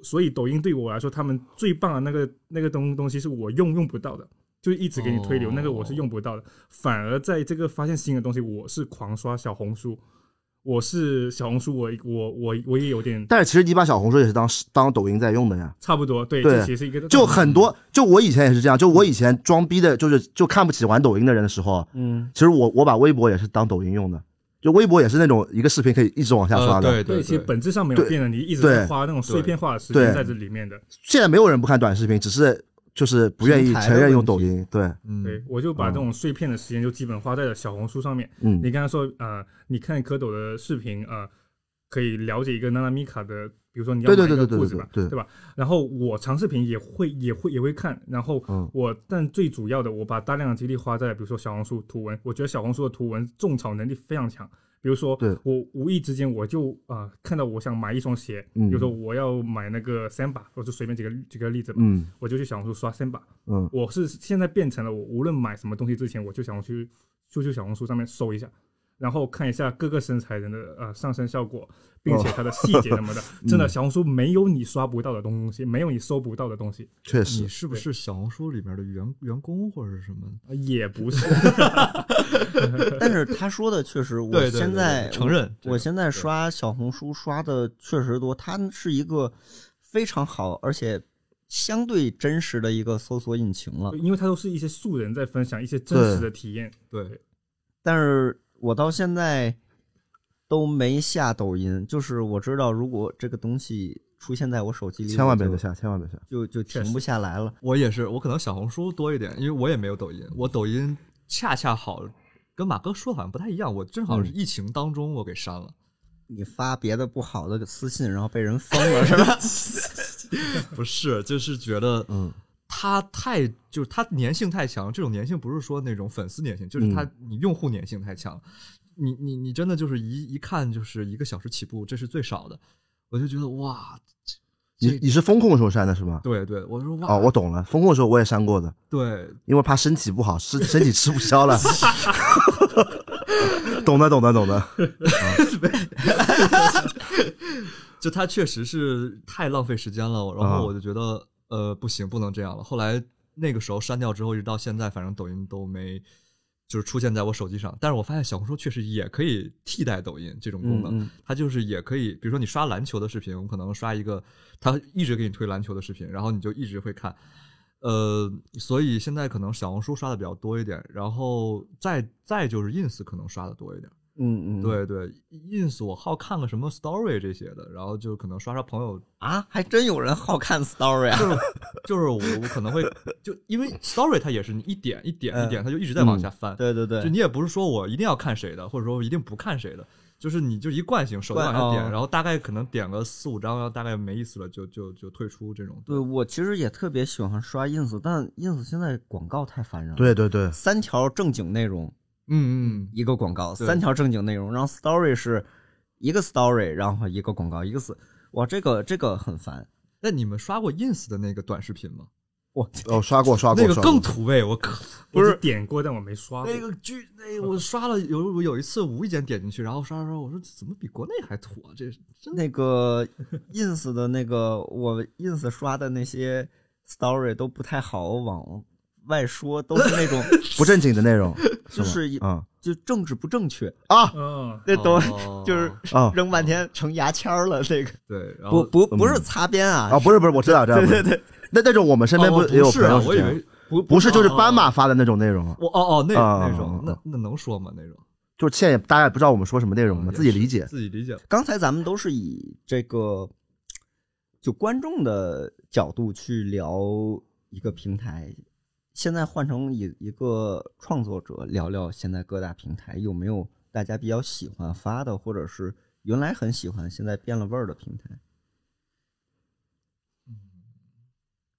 Speaker 3: 所以抖音对我来说，他们最棒的那个那个东东西是我用用不到的，就一直给你推流，那个我是用不到的。反而在这个发现新的东西，我是狂刷小红书，我是小红书我，我我我也有点
Speaker 2: 但是其实你把小红书也是当当抖音在用的呀。
Speaker 3: 差不多，对，
Speaker 2: 对
Speaker 3: 这其实是一个
Speaker 2: 就很多，就我以前也是这样，就我以前装逼的，就是就看不起玩抖音的人的时候，
Speaker 1: 嗯
Speaker 2: 其实我我把微博也是当抖音用的，就微博也是那种一个视频可以一直往下刷
Speaker 4: 呃，
Speaker 2: 的。
Speaker 4: 对
Speaker 3: 对，其实
Speaker 4: 对，
Speaker 3: 本质上没有变的，你一直在
Speaker 2: 对
Speaker 3: 花那种碎片化的时
Speaker 2: 对
Speaker 3: 间在这里面的。
Speaker 2: 现在没有人不看短视频，只是就是不愿意
Speaker 1: 平台的
Speaker 2: 承认用
Speaker 1: 问题
Speaker 2: 抖音。对，
Speaker 4: 嗯
Speaker 3: 对，我就把
Speaker 2: 哦
Speaker 3: 这种碎片的时间就基本花在了小红书上面。
Speaker 2: 嗯
Speaker 3: 你刚才说，呃，你看蝌蚪的视频，呃，可以了解一个娜娜米卡的，比如说你要
Speaker 2: 对对
Speaker 3: 买一
Speaker 2: 对
Speaker 3: 个
Speaker 2: 对对
Speaker 3: 裤
Speaker 2: 对
Speaker 3: 子吧，
Speaker 2: 对对
Speaker 3: 吧？然后我长视频也会也会也会看，然后
Speaker 2: 嗯
Speaker 3: 我、但最主要的，我把大量的精力花在比如说小红书图文，我觉得小红书的图文种草能力非常强。比如说
Speaker 2: 对，
Speaker 3: 我无意之间我就啊、呃看到我想买一双鞋，
Speaker 2: 嗯
Speaker 3: 比如说我要买那个 Samba，我就随便举个举个例子吧，
Speaker 2: 嗯
Speaker 3: 我就去小红书刷 Samba，
Speaker 2: 嗯
Speaker 3: 我是现在变成了我无论买什么东西之前，我就想去就去小红书上面搜一下，然后看一下各个身材人的呃上身效果，并且它的细节什么的。 真的，小红书没有你刷不到的东西，没有你搜不到的东西，
Speaker 2: 确
Speaker 4: 你
Speaker 2: 实，
Speaker 4: 是不是小红书里面的员员工或者是什么？
Speaker 3: 呃也不是。
Speaker 1: 但是他说的确 实，我
Speaker 4: 对对对
Speaker 1: 现在
Speaker 4: 对承认这
Speaker 1: 我
Speaker 4: 个
Speaker 1: 现在刷小红书刷的确实多，它是一个非常好而且相对真实的一个搜索引擎了。
Speaker 3: 因为它都是一些素人在分享一些真实的体验，
Speaker 4: 对，
Speaker 1: 但是我到现在都没下抖音，就是我知道如果这个东西出现在我手机里，
Speaker 2: 千万别
Speaker 1: 我就
Speaker 2: 下，千万别下。
Speaker 1: 就就停不下来了。
Speaker 4: 我也是，我可能小红书多一点，因为我也没有抖音，我抖音恰恰好跟马哥说的好像不太一样，我正
Speaker 2: 嗯
Speaker 4: 好是疫情当中我给删了，
Speaker 1: 你发别的不好的私信，然后被人封了是吧？
Speaker 4: 不是，就是觉得
Speaker 2: 嗯，
Speaker 4: 它太就是它粘性太强，这种粘性不是说那种粉丝粘性，
Speaker 2: 嗯
Speaker 4: 就是它你用户粘性太强，你你你真的就是一一看就是一个小时起步，这是最少的，我就觉得哇，
Speaker 2: 你你是风控的时候删的是吗？
Speaker 4: 对对，我说哇，
Speaker 2: 哦，我懂了，风控的时候我也删过的，
Speaker 4: 对
Speaker 2: 因为怕身体不好，身身体吃不消了。懂的，懂的，懂的。
Speaker 4: 就他确实是太浪费时间了，然
Speaker 2: 啊
Speaker 4: 后我就觉得、呃不行，不能这样了。后来那个时候删掉之后，一直到现在，反正抖音都没就是出现在我手机上。但是我发现小红书确实也可以替代抖音这种功能，
Speaker 1: 嗯嗯
Speaker 4: 它就是也可以，比如说你刷篮球的视频，我可能刷一个，它一直给你推篮球的视频，然后你就一直会看。呃，所以现在可能小红书刷的比较多一点，然后再再就是 ins 可能刷的多一点。
Speaker 1: 嗯嗯，
Speaker 4: 对对，ins 我好看个什么 story 这些的，然后就可能刷刷朋友，
Speaker 1: 啊，还真有人好看 story 啊
Speaker 4: 就！是就是我我可能会就因为 story 它也是你一点一点一点，它就一直在往下翻，
Speaker 1: 嗯对对对，
Speaker 4: 就你也不是说我一定要看谁的，或者说我一定不看谁的，就是你就一惯性手机
Speaker 1: 惯
Speaker 4: 往下点，
Speaker 1: 哦
Speaker 4: 然后大概可能点个四五张，然后大概没意思了就就就退出这种。
Speaker 1: 对我其实也特别喜欢刷 ins，但 ins 现在广告太烦人了。，
Speaker 2: 对对对，
Speaker 1: 三条正经内容
Speaker 4: 嗯嗯，
Speaker 1: 一个广告，
Speaker 4: 对
Speaker 1: 三条正经内容，然后 story 是一个 story，然后一个广告，一个 s 哇，这个这个很烦。
Speaker 4: 那你们刷过 ins 的那个短视频吗？
Speaker 1: 我
Speaker 2: 哦，刷过，刷过，
Speaker 4: 那个
Speaker 2: 刷过
Speaker 4: 更土味，我靠！
Speaker 3: 不是点过，但我没刷过。
Speaker 4: 那个剧，那我刷了有我有一次无意间点进去，然后刷刷刷，我说这怎么比国内还土啊？这是真的
Speaker 1: 那个 ins 的那个我 ins 刷的那些 story 都不太好往外说，都是那种
Speaker 2: 不正经的内 容，
Speaker 1: 就是是
Speaker 2: 吗
Speaker 1: 就政治不正确
Speaker 2: 啊
Speaker 3: 嗯，
Speaker 1: 那都
Speaker 4: 哦
Speaker 1: 就是
Speaker 2: 啊啊
Speaker 1: 扔半天成牙签儿了。这个
Speaker 4: 对，然
Speaker 1: 不
Speaker 4: 后
Speaker 1: 不不是擦边啊，
Speaker 2: 啊！不是不是，我知道，知道。对对对，那那种我们身边
Speaker 4: 哦
Speaker 2: 不也有
Speaker 4: 不
Speaker 2: 朋
Speaker 4: 是啊
Speaker 2: 友
Speaker 4: 我以
Speaker 2: 这样
Speaker 4: 为不
Speaker 2: 不是就是
Speaker 4: 哦
Speaker 2: 斑马发的那种内容，
Speaker 4: 我哦哦那
Speaker 2: 啊
Speaker 4: 那种
Speaker 2: 啊
Speaker 4: 那那能说吗？那种
Speaker 2: 就是现在大家也不知道我们说什么内容
Speaker 4: 嗯
Speaker 2: 嘛，
Speaker 4: 也
Speaker 2: 自己
Speaker 4: 是
Speaker 2: 理解。
Speaker 4: 自己理解吧。
Speaker 1: 刚才咱们都是以这个就观众的角度去聊一个平台，现在换成以一个创作者聊聊现在各大平台有没有大家比较喜欢发的，或者是原来很喜欢现在变了味儿的平台。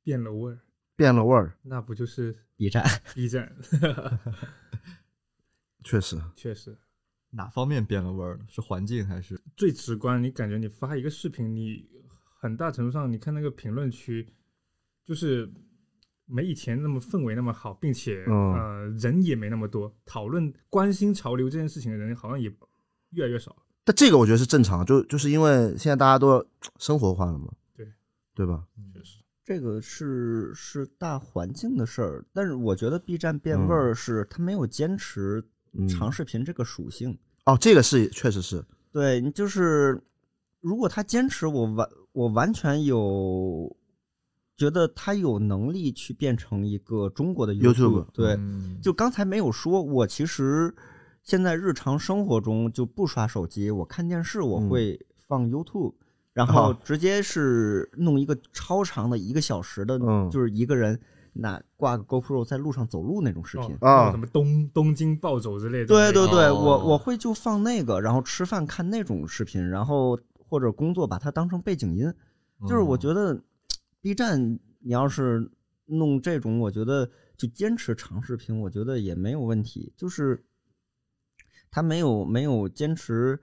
Speaker 3: 变了味儿，
Speaker 2: 变了味儿，
Speaker 3: 那不就是
Speaker 1: B 站
Speaker 3: B 站？
Speaker 2: 确实。
Speaker 3: 确实，
Speaker 4: 哪方面变了味儿了？是环境还是
Speaker 3: 最直观，你感觉你发一个视频，你很大程度上，你看那个评论区，就是没以前那么氛围那么好，并且、
Speaker 2: 嗯
Speaker 3: 呃人也没那么多，讨论关心潮流这件事情的人好像也越来越少。
Speaker 2: 但这个我觉得是正常，就就是因为现在大家都生活化了嘛，
Speaker 3: 对
Speaker 2: 对吧？
Speaker 3: 嗯确实，
Speaker 1: 这个是是大环境的事儿，但是我觉得 B 站变味儿是它没有坚持
Speaker 2: 嗯
Speaker 1: 长视频这个属性。
Speaker 2: 哦，这个是确实是，
Speaker 1: 对你就是，如果他坚持，我完我完全有觉得他有能力去变成一个中国的
Speaker 2: YouTube
Speaker 1: YouTube 对，
Speaker 4: 嗯
Speaker 1: 就刚才没有说，我其实现在日常生活中就不刷手机，我看电视我
Speaker 2: 嗯
Speaker 1: 会放 YouTube，、然后
Speaker 2: 啊
Speaker 1: 直接是弄一个超长的一个小时的，
Speaker 2: 嗯
Speaker 1: 就是一个人拿挂个 GoPro 在路上走路那种视频。啊
Speaker 3: 哦那种什么东东京暴走之类的，
Speaker 1: 对对对，
Speaker 4: 哦
Speaker 1: 我我会就放那个，然后吃饭看那种视频，然后或者工作把它当成背景音。就是
Speaker 4: 嗯
Speaker 1: 我觉得 B 站，你要是弄这种，我觉得就坚持长视频，我觉得也没有问题。就是他没有没有坚持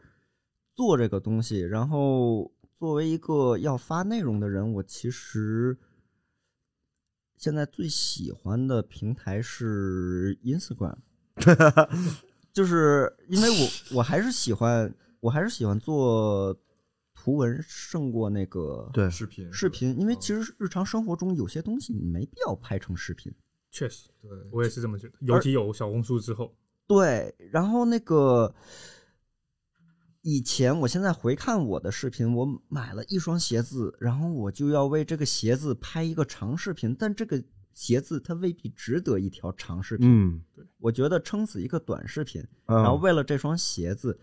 Speaker 1: 做这个东西，然后作为一个要发内容的人，我其实现在最喜欢的平台是 Instagram，就是因为我我还是喜欢我还是喜欢做图文胜过那个
Speaker 2: 对
Speaker 4: 嗯视频嗯
Speaker 1: 视频，因为其
Speaker 4: 实
Speaker 1: 实日常生活中有些东西你没必要拍成视频。
Speaker 3: 确实，
Speaker 4: 对
Speaker 3: 我也是这么觉得。尤其有小红书之后，
Speaker 1: 对，然后那个以前，我现在回看我的视频，我买了一双鞋子，然后我就要为这个鞋子拍一个长视频，但这个鞋子它未必值得一条长视频。
Speaker 2: 嗯，
Speaker 1: 我觉得撑死一个短视频，
Speaker 2: 然
Speaker 1: 然后为了这双鞋子，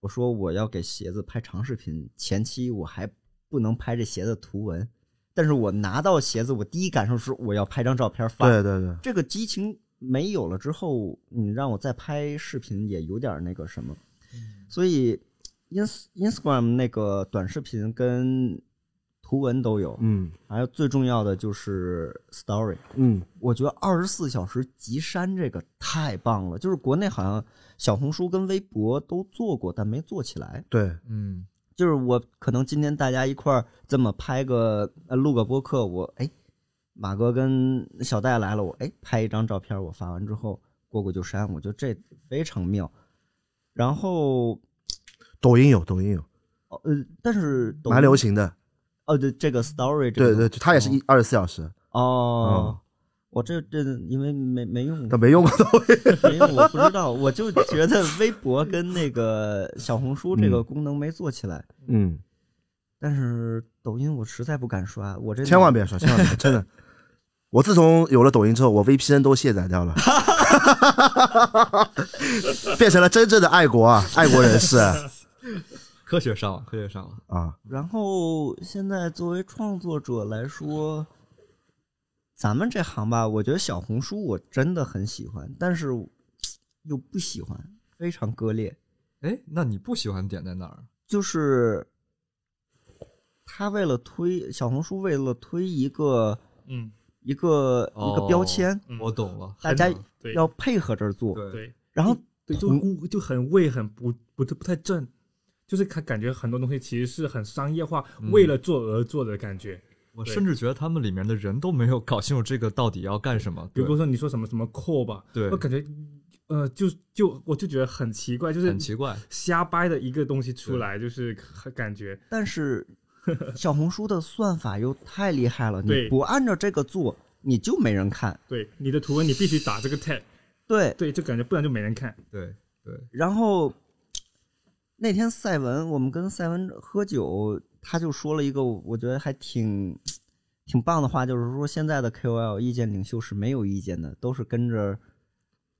Speaker 1: 我说我要给鞋子拍长视频，前期我还不能拍这鞋子图文，但是我拿到鞋子，我第一感受是我要拍张照片发。
Speaker 2: 对对对，
Speaker 1: 这个激情没有了之后，你让我再拍视频也有点那个什么，所以 ins Instagram 那个短视频跟图文都有，
Speaker 2: 嗯
Speaker 1: 还有最重要的就是 Story。
Speaker 2: 嗯，
Speaker 1: 我觉得二十四小时极删这个太棒了，就是国内好像小红书跟微博都做过，但没做起来。
Speaker 2: 对，
Speaker 4: 嗯
Speaker 1: 就是我可能今天大家一块儿这么拍个呃录个播客，我哎，马哥跟小戴来了，我哎拍一张照片，我发完之后过过就删，我觉得这非常妙。然后
Speaker 2: 抖音有，抖音有，
Speaker 1: 哦呃，但是抖音
Speaker 2: 蛮流行的，
Speaker 1: 哦，对这个 story 这
Speaker 2: 对
Speaker 1: 个
Speaker 2: 对，嗯它也是一二十四小时，
Speaker 1: 哦。我这这因为没没用
Speaker 2: 但没用过 抖音。
Speaker 1: 没有，我不知道，我就觉得微博跟那个小红书这个功能没做起来，
Speaker 2: 嗯，
Speaker 1: 但是抖音我实在不敢刷，我这
Speaker 2: 千万别刷，千万别刷，真的。我自从有了抖音之后，我 VPN 都卸载掉了， 变成了真正的爱国啊，爱国人士啊
Speaker 4: 科学上了，科学上了，
Speaker 2: 啊。
Speaker 1: 然后现在作为创作者来说，咱们这行吧，我觉得小红书我真的很喜欢，但是又不喜欢，非常割裂。
Speaker 4: 哎，那你不喜欢点在哪儿？
Speaker 1: 就是他为了推小红书，为了推一个
Speaker 3: 嗯，
Speaker 1: 一个、一个标签，
Speaker 3: 嗯
Speaker 4: 我懂了，
Speaker 1: 大家
Speaker 4: 哦很懂
Speaker 3: 对
Speaker 1: 要配合着做。
Speaker 4: 对
Speaker 3: 对
Speaker 1: 然后
Speaker 3: 对，就故就很味很不不不太正，就是感感觉很多东西其实是很商业化，
Speaker 4: 嗯
Speaker 3: 为了做而做的感觉。
Speaker 4: 我
Speaker 3: 对
Speaker 4: 甚至觉得他们里面的人都没有搞清楚这个到底要干什么。
Speaker 3: 比如
Speaker 4: 对
Speaker 3: 说你说什么什么 core 吧，
Speaker 4: 对
Speaker 3: 我感觉呃，就就我就觉得很奇怪，就是
Speaker 4: 很奇怪，
Speaker 3: 瞎掰的一个东西出来，就是很感觉
Speaker 1: 但是小红书的算法又太厉害了，你
Speaker 3: 对
Speaker 1: 不按照这个做，你就没人看。
Speaker 3: 对你的图文你必须打这个 tag，
Speaker 1: 对，
Speaker 3: 对，就感觉不然就没人看。
Speaker 4: 对对，
Speaker 1: 然后那天赛文，我们跟赛文喝酒，他就说了一个我觉得还挺挺棒的话，就是说现在的 KOL 意见领袖是没有意见的，都是跟着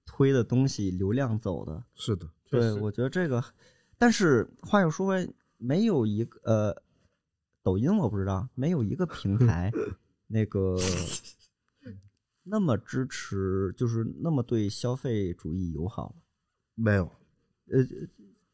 Speaker 1: 推的东西流量走的。
Speaker 2: 是的，
Speaker 3: 确
Speaker 1: 对，
Speaker 3: 实
Speaker 1: 我觉得这个，但是话又说回来，没有一个呃，抖音我不知道，没有一个平台那个那么支持，就是那么对消费主义友好。
Speaker 2: 没有，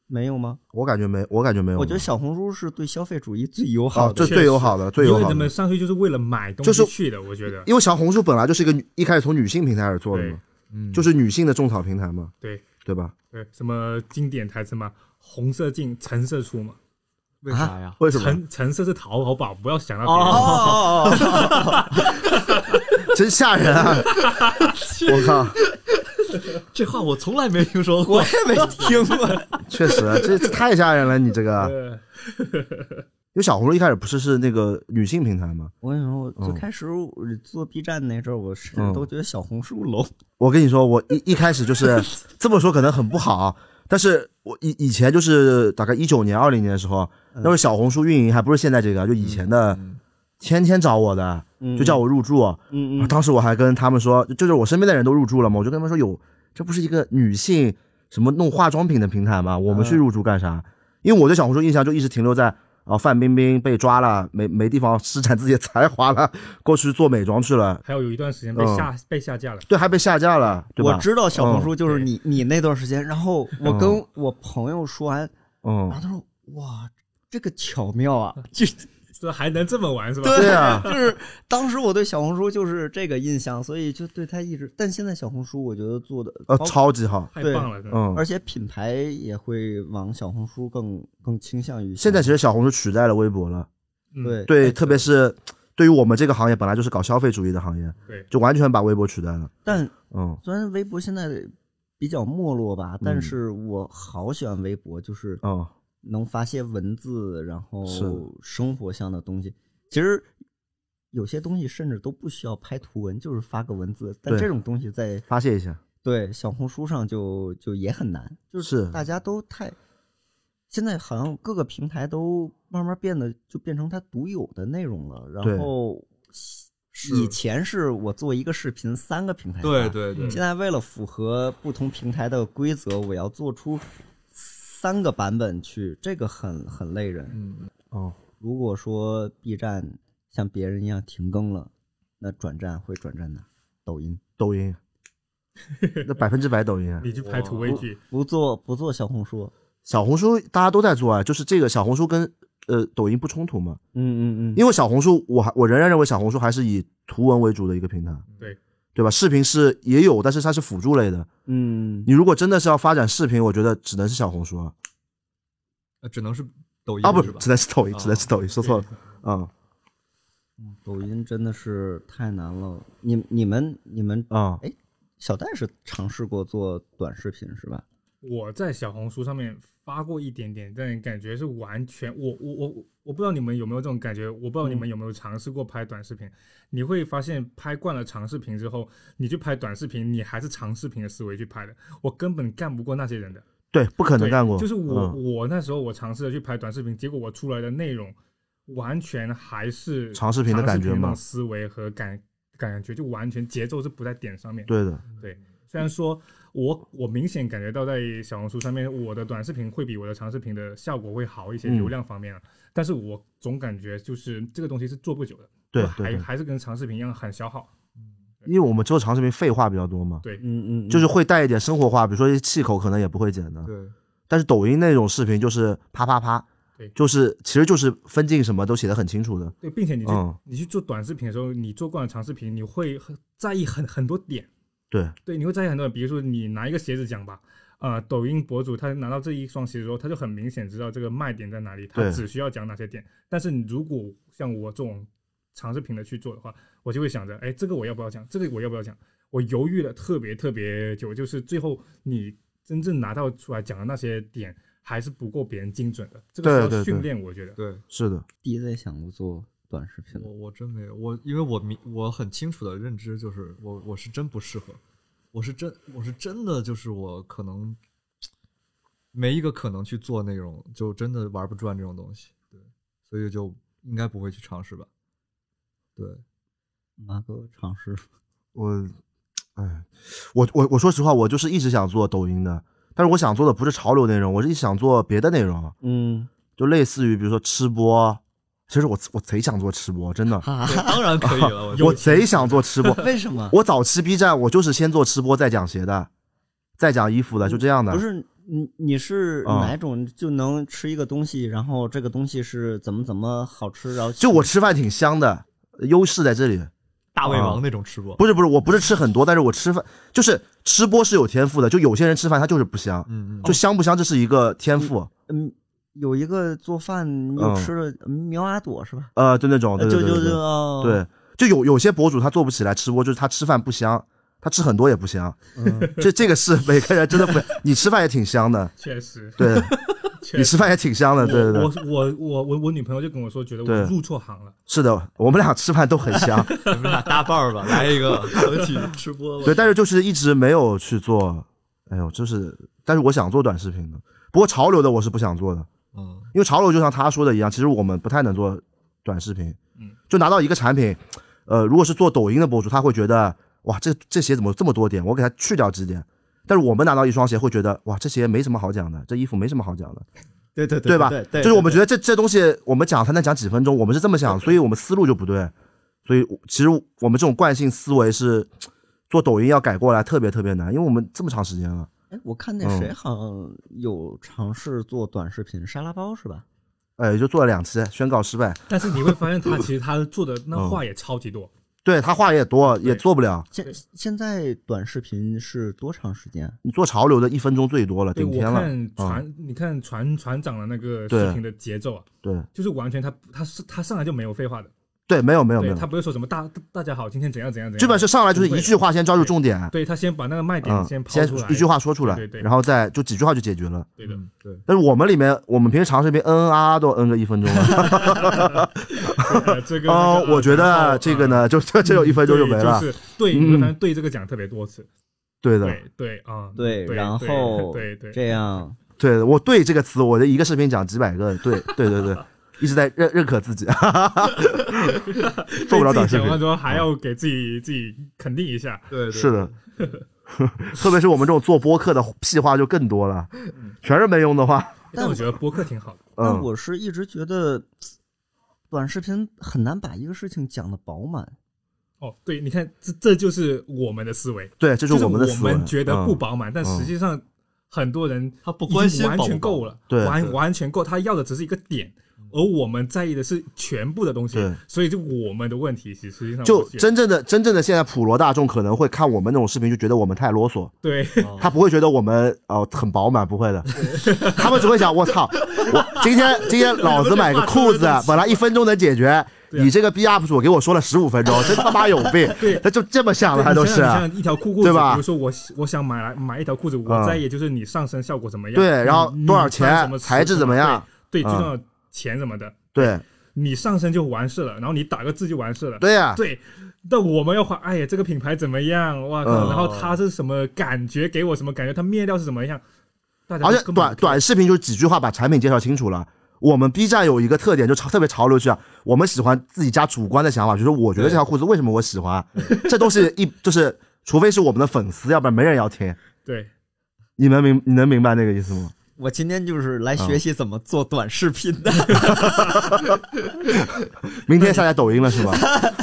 Speaker 1: 没有吗？
Speaker 2: 我感觉没，我感觉没有呢。
Speaker 1: 我觉得小红书是对消费主义最友
Speaker 2: 啊，
Speaker 1: 好的。
Speaker 2: 最最友好的，最
Speaker 3: 因
Speaker 2: 友
Speaker 3: 为
Speaker 2: 好
Speaker 3: 他们
Speaker 2: 的。
Speaker 3: 上去就是为了买东
Speaker 2: 就是
Speaker 3: 西去的，我觉得
Speaker 2: 因为小红书本来就是一个女一开始从女性平台而做的嘛，
Speaker 4: 嗯，
Speaker 2: 就是女性的种草平台嘛，
Speaker 3: 对
Speaker 2: 对吧？
Speaker 3: 对什么经典台词嘛，红色进，橙色出嘛，
Speaker 4: 为啥呀？
Speaker 2: 为什么？
Speaker 3: 橙橙色是淘宝宝，不要想 到别人。
Speaker 1: 哦哦哦！
Speaker 2: 真吓人啊！我靠，
Speaker 4: 这话我从来没听说过，
Speaker 1: 也没听过。
Speaker 2: 确实，啊这这太吓人了，你这个。啊
Speaker 3: 呃
Speaker 2: 因为小红书一开始不是是那个女性平台嘛，
Speaker 1: 我跟你说，我最开始我做 B 站那阵儿，我甚
Speaker 2: 嗯
Speaker 1: 至都觉得小红书 low。
Speaker 2: 我跟你说，我一一开始就是 这么说，可能很不好啊，但是我以以前就是大概一九年、二零年的时候，
Speaker 1: 嗯
Speaker 2: 那时候小红书运营还不是现在这个，啊就以前的，天天找我的，
Speaker 1: 嗯
Speaker 2: 就叫我入驻。
Speaker 1: 嗯
Speaker 2: 啊
Speaker 1: 嗯，
Speaker 2: 当时我还跟他们说，就是我身边的人都入驻了嘛，我就跟他们说有，这不是一个女性什么弄化妆品的平台嘛，我们
Speaker 1: 嗯
Speaker 2: 去入驻干啥？因为我对小红书印象就一直停留在啊，范冰冰被抓了，没没地方施展自己的才华了，过去做美妆去了，
Speaker 3: 还有有一段时间被
Speaker 2: 嗯
Speaker 3: 下被下架了，
Speaker 2: 对，还被下架了，对吧？
Speaker 1: 我知道小红
Speaker 2: 嗯
Speaker 1: 书就是
Speaker 3: 对
Speaker 1: 你你那段时间，然后我跟我朋友说完，
Speaker 2: 嗯
Speaker 1: 然后，他说哇，这个巧妙啊， 就
Speaker 3: 这还能这么玩是吧？
Speaker 1: 对
Speaker 2: 对啊，
Speaker 1: 就是当时我对小红书就是这个印象，所以就对他一直。但现在小红书我觉得做的包
Speaker 2: 呃，
Speaker 1: 括
Speaker 2: 超级好，
Speaker 3: 太
Speaker 1: 对
Speaker 3: 棒了，真的
Speaker 2: 嗯
Speaker 1: 而。且品牌也会往小红书更更倾向于
Speaker 2: 现在其实小红书取代了微博了，
Speaker 3: 嗯
Speaker 1: 对
Speaker 2: 对，特别是对于我们这个行业，本来就是搞消费主义的行业，
Speaker 3: 对
Speaker 2: 就完全把微博取代了，
Speaker 1: 但
Speaker 2: 嗯，
Speaker 1: 虽然微博现在比较没落吧，但
Speaker 2: 嗯
Speaker 1: 是我好喜欢微博，就是
Speaker 2: 哦，
Speaker 1: 能发些文字，然后
Speaker 2: 是
Speaker 1: 生活上的东西。其实有些东西甚至都不需要拍图文，就是发个文字。但
Speaker 2: 对
Speaker 1: 这种东西在
Speaker 2: 发泄一下，
Speaker 1: 对小红书上就就也很难，就是
Speaker 2: 是
Speaker 1: 大家都太。现在好像各个平台都慢慢变得就变成它独有的内容了，
Speaker 2: 对
Speaker 1: 然后以前是我做一个视频三个平台发，
Speaker 4: 对对对
Speaker 3: 嗯
Speaker 1: 现在为了符合不同平台的规则，我要做出三个版本去，这个很很累人。
Speaker 4: 嗯，
Speaker 2: 哦，
Speaker 1: 如果说 B 站像别人一样停更了，那转战会转战哪？抖音
Speaker 2: 抖音，那百分之百抖音啊，
Speaker 3: 你去拍土
Speaker 1: 哦
Speaker 3: 味剧，
Speaker 1: 不做不做小红书，
Speaker 2: 小红书大家都在做啊，就是这个小红书跟呃抖音不冲突嘛，
Speaker 1: 嗯嗯嗯，
Speaker 2: 因为小红书我还我仍然认为小红书还是以图文为主的一个平台，
Speaker 3: 对
Speaker 2: 对吧？视频是也有，但是它是辅助类的。
Speaker 1: 嗯
Speaker 2: 你如果真的是要发展视频，我觉得只能是小红书啊，
Speaker 4: 呃只能是抖音
Speaker 2: 啊不，
Speaker 4: 是吧
Speaker 2: 只？能是抖音，
Speaker 4: 啊
Speaker 2: 只能是抖音，说错了，嗯
Speaker 1: 抖音真的是太难了。你你们你们
Speaker 2: 啊
Speaker 1: 哎小戴是尝试过做短视频是吧？
Speaker 3: 我在小红书上面发过一点点，但感觉是完全我我我我我不知道你们有没有这种感觉，我不知道你们有没有尝试过拍短视频。你会发现拍惯了长视频之后，你去拍短视频，你还是长视频的思维去拍的，我根本干不过那些人的。
Speaker 2: 对，不可能
Speaker 3: 对
Speaker 2: 干过，
Speaker 3: 就是我、
Speaker 2: 嗯
Speaker 3: 我那时候我尝试着去拍短视频，结果我出来的内容完全还是
Speaker 2: 长视频的感觉
Speaker 3: 长视频
Speaker 2: 吗
Speaker 3: 那种思维和感感觉就完全节奏是不在点上面。
Speaker 2: 对的，
Speaker 3: 虽然说我我明显感觉到在小红书上面，我的短视频会比我的长视频的效果会好一些，
Speaker 2: 嗯
Speaker 3: 流量方面啊，但是我总感觉就是这个东西是做不久的，
Speaker 2: 对
Speaker 3: 就
Speaker 2: 对
Speaker 3: 还
Speaker 2: 对，
Speaker 3: 还是跟长视频一样很消耗。
Speaker 2: 因为我们做长视频废话比较多嘛，
Speaker 3: 对，
Speaker 1: 嗯嗯，
Speaker 2: 就是会带一点生活化，比如说一些气口可能也不会剪的，
Speaker 4: 对，
Speaker 2: 但是抖音那种视频就是啪啪啪
Speaker 3: 对，
Speaker 2: 就是其实就是分镜什么都写的很清楚的，
Speaker 3: 对，并且你去、
Speaker 2: 嗯
Speaker 3: 你去做短视频的时候，你做惯了长视频，你会很在意很很多点，
Speaker 2: 对，
Speaker 3: 对，你会在意很多点，比如说你拿一个鞋子讲吧。啊、抖音博主他拿到这一双鞋之后，他就很明显知道这个卖点在哪里，他
Speaker 2: 对
Speaker 3: 只需要讲哪些点。但是你如果像我这种长视频的去做的话，我就会想着，哎，这个我要不要讲？这个我要不要讲？我犹豫了特别特别久，就是最后你真正拿到出来讲的那些点，还是不够别人精准的。这个需
Speaker 2: 对
Speaker 3: 要
Speaker 2: 对对
Speaker 3: 训练，我觉得。
Speaker 4: 对
Speaker 2: 是的，
Speaker 1: DZ 想过做短视频吗，
Speaker 4: 我我真没有我，因为我明我很清楚的认知就是我我是真不适合，我是真我是真的就是我可能没一个可能去做那种就真的玩不转这种东西，对，所以就应该不会去尝试吧，对，
Speaker 2: 嗯
Speaker 1: 马哥尝试
Speaker 2: 我，哎，我我我说实话，我就是一直想做抖音的，但是我想做的不是潮流内容，我是一直想做别的内容，啊
Speaker 1: 嗯，
Speaker 2: 就类似于比如说吃播，啊其实我我贼想做吃播，真的，
Speaker 1: 哈
Speaker 4: 对
Speaker 1: 哈，，
Speaker 4: 当然可以了，我觉
Speaker 2: 我
Speaker 4: 得
Speaker 2: 贼想做吃播
Speaker 1: 为什么？
Speaker 2: 我早期 B 站我就是先做吃播，再讲鞋的，再讲衣服的，就这样的，
Speaker 1: 不是你你是
Speaker 2: 啊
Speaker 1: 哪种就能吃一个东西，然后这个东西是怎么怎么好吃，然后
Speaker 2: 就我吃饭挺香的，优势在这里。
Speaker 4: 大胃王那种吃播，
Speaker 2: 不是不是，我不是吃很多，但是我吃饭就是吃播是有天赋的，就有些人吃饭他就是不香，
Speaker 4: 嗯嗯，
Speaker 2: 就香不香这是一个天赋，
Speaker 1: 嗯有一个做饭又吃了苗阿朵是吧？
Speaker 2: 呃，就那种，嗯对
Speaker 1: 呃就
Speaker 2: 对对
Speaker 1: 就
Speaker 2: 对
Speaker 1: 就
Speaker 2: 对
Speaker 1: 哦
Speaker 2: 对，就有有些博主他做不起来吃播，就是他吃饭不香，他吃很多也不香，
Speaker 1: 嗯
Speaker 2: 这这个是每个人真的不，你吃饭也挺 香的，
Speaker 3: 确实，
Speaker 2: 对
Speaker 3: 确
Speaker 2: 你
Speaker 3: 实。
Speaker 2: 吃饭也挺香的，对对对，
Speaker 3: 我我我我我女朋友就跟我说，觉得
Speaker 2: 对
Speaker 3: 我入错行了。
Speaker 2: 是的，我们俩吃饭都很香，
Speaker 4: 你们俩搭伴儿吧，来一个合体吃播 吧，
Speaker 2: 对，但是就是一直没有去做，哎呦，就是，但是我想做短视频的，不过潮流的我是不想做的。
Speaker 4: 嗯
Speaker 2: 因为潮流就像他说的一样，其实我们不太能做短视频。
Speaker 3: 嗯，
Speaker 2: 就拿到一个产品，呃，如果是做抖音的博主，他会觉得哇，这这鞋怎么这么多点？我给它去掉几点。但是我们拿到一双鞋，会觉得哇，这鞋没什么好讲的，这衣服没什么好讲的，
Speaker 1: 对对
Speaker 2: 对吧？
Speaker 1: 对，
Speaker 2: 就是我们觉
Speaker 1: 得
Speaker 2: 得这这东西我们讲才能讲几分钟，我们是这么想，所以我们思路就不对。所以我其实我们这种惯性思维是做抖音要改过来特别特别难，因为我们这么长时间了。
Speaker 1: 哎，我看那
Speaker 2: 嗯
Speaker 1: 谁好像有尝试做短视频沙拉包是吧？
Speaker 2: 呃，也就做了两期，宣告失败。
Speaker 3: 但是你会发 现他其实他做的
Speaker 2: 嗯
Speaker 3: 那话也超级多，
Speaker 2: 对他话也多，也做不了。
Speaker 1: 现现在短视频是多长时间？
Speaker 2: 你做潮流的一分钟最多了，
Speaker 3: 对
Speaker 2: 顶
Speaker 3: 我
Speaker 2: 天了。
Speaker 3: 看
Speaker 2: 嗯，
Speaker 3: 船，你看船船长的那个
Speaker 2: 对
Speaker 3: 视频的节奏啊，
Speaker 2: 对
Speaker 3: 就是完全他他是他上来就没有废话的，
Speaker 2: 对，没有没有没
Speaker 3: 对
Speaker 2: 有
Speaker 3: 他，不是说什么大大家好，今天怎样怎样怎样，
Speaker 2: 基本是上来就是一句话先抓住
Speaker 3: 对
Speaker 2: 重点，
Speaker 3: 对他先把那个卖点
Speaker 2: 嗯，
Speaker 3: 先抛
Speaker 2: 先
Speaker 3: 出来，
Speaker 2: 一句，话说出来
Speaker 3: 对对，对
Speaker 2: 然后再就几句话就解决了。
Speaker 3: 对的，
Speaker 4: 嗯对，
Speaker 2: 但是我们里面，我们平时长视频嗯嗯啊啊都嗯个一分钟了。
Speaker 3: 对哎 这个啊
Speaker 2: 哦，
Speaker 3: 那个
Speaker 2: 我觉得这个，呢，就这这有一分钟就没了。
Speaker 3: 嗯对就是对，
Speaker 2: 嗯
Speaker 3: 你会发现对这个讲特别多次，
Speaker 2: 对的，
Speaker 3: 对对啊，
Speaker 1: 对，然
Speaker 3: 对
Speaker 1: 后
Speaker 3: 对对，
Speaker 1: 这样
Speaker 2: 对的，我对这个词，我的一个视频讲几百个，对对对对，一直在认认可自己，啊做不了短视
Speaker 3: 对自己讲
Speaker 2: 频，
Speaker 3: 完
Speaker 2: 嗯
Speaker 3: 之后还要给自己自己肯定一下，
Speaker 4: 对
Speaker 2: 是的。 特别是我们这种做播客的屁话就更多了，
Speaker 3: 嗯
Speaker 2: 全是没用的话。
Speaker 3: 但我觉得播客挺好的，
Speaker 1: 但
Speaker 2: 嗯，
Speaker 1: 我是一直觉得，短视频很难把一个事情讲的饱满。
Speaker 3: 哦，对，你看这这就是我们的思维，
Speaker 2: 对，这
Speaker 3: 就是
Speaker 2: 我们的思
Speaker 3: 我
Speaker 2: 维。
Speaker 3: 们觉得不
Speaker 2: 嗯
Speaker 3: 饱满，但实际上很多人
Speaker 4: 他不
Speaker 3: 不
Speaker 4: 关心
Speaker 3: 完
Speaker 4: 饱
Speaker 3: 全
Speaker 4: 不饱
Speaker 3: 够了，
Speaker 2: 对
Speaker 3: 完完全够，他要的只是一个点，
Speaker 4: 嗯
Speaker 3: 而我们在意的是全部的东西
Speaker 2: 对，
Speaker 3: 所以就我们的问题，其实实际上
Speaker 2: 就
Speaker 3: 我觉得
Speaker 2: 真正的真正的现在普罗大众可能会看我们那种视频，就觉得我们太啰嗦，
Speaker 3: 对，
Speaker 4: 哦
Speaker 2: 他不会觉得我们呃很饱满，不会 的，他们只会想我操，我今天今天老子买个裤 子，本来一分钟能解决，
Speaker 3: 啊
Speaker 2: 你这个 B UP 主给我说了十五分钟，真他妈有病，他就这么想的，他
Speaker 3: 对
Speaker 2: 都
Speaker 3: 你
Speaker 2: 是啊
Speaker 3: 想，想你想一条裤裤子，
Speaker 2: 对吧
Speaker 3: 比如说我我想买来买一条裤子，我
Speaker 2: 嗯
Speaker 3: 在意就是你上身效果怎么样，
Speaker 2: 对，然后
Speaker 3: 你
Speaker 2: 多少
Speaker 3: 穿什
Speaker 2: 钱
Speaker 3: 么，尺
Speaker 2: 材质怎么样，嗯
Speaker 3: 对，最重要的钱什么的，
Speaker 2: 对
Speaker 3: 你上身就完事了，然后你打个字就完事了，
Speaker 2: 对呀，
Speaker 3: 对，那我们要花，哎呀，这个品牌怎么样？哇靠！
Speaker 2: 嗯
Speaker 3: 然后它是什么感觉？给我什么感觉？它面料是怎么样？大家
Speaker 2: 而且
Speaker 3: 根本
Speaker 2: 短
Speaker 3: 不 care
Speaker 2: 短视频就是几句话把产品介绍清楚了。我们 B 站有一个特点，就潮特别潮流去啊，我们喜欢自己加主观的想法，就是我觉得这条裤子为什么我喜欢，这东西一就是，除非是我们的粉丝，要不然没人要听。
Speaker 3: 对，
Speaker 2: 你们明你能明白那个意思吗？
Speaker 1: 我今天就是来
Speaker 2: 嗯
Speaker 1: 学习怎么做短视频的。
Speaker 2: 明天下载抖音了是吧？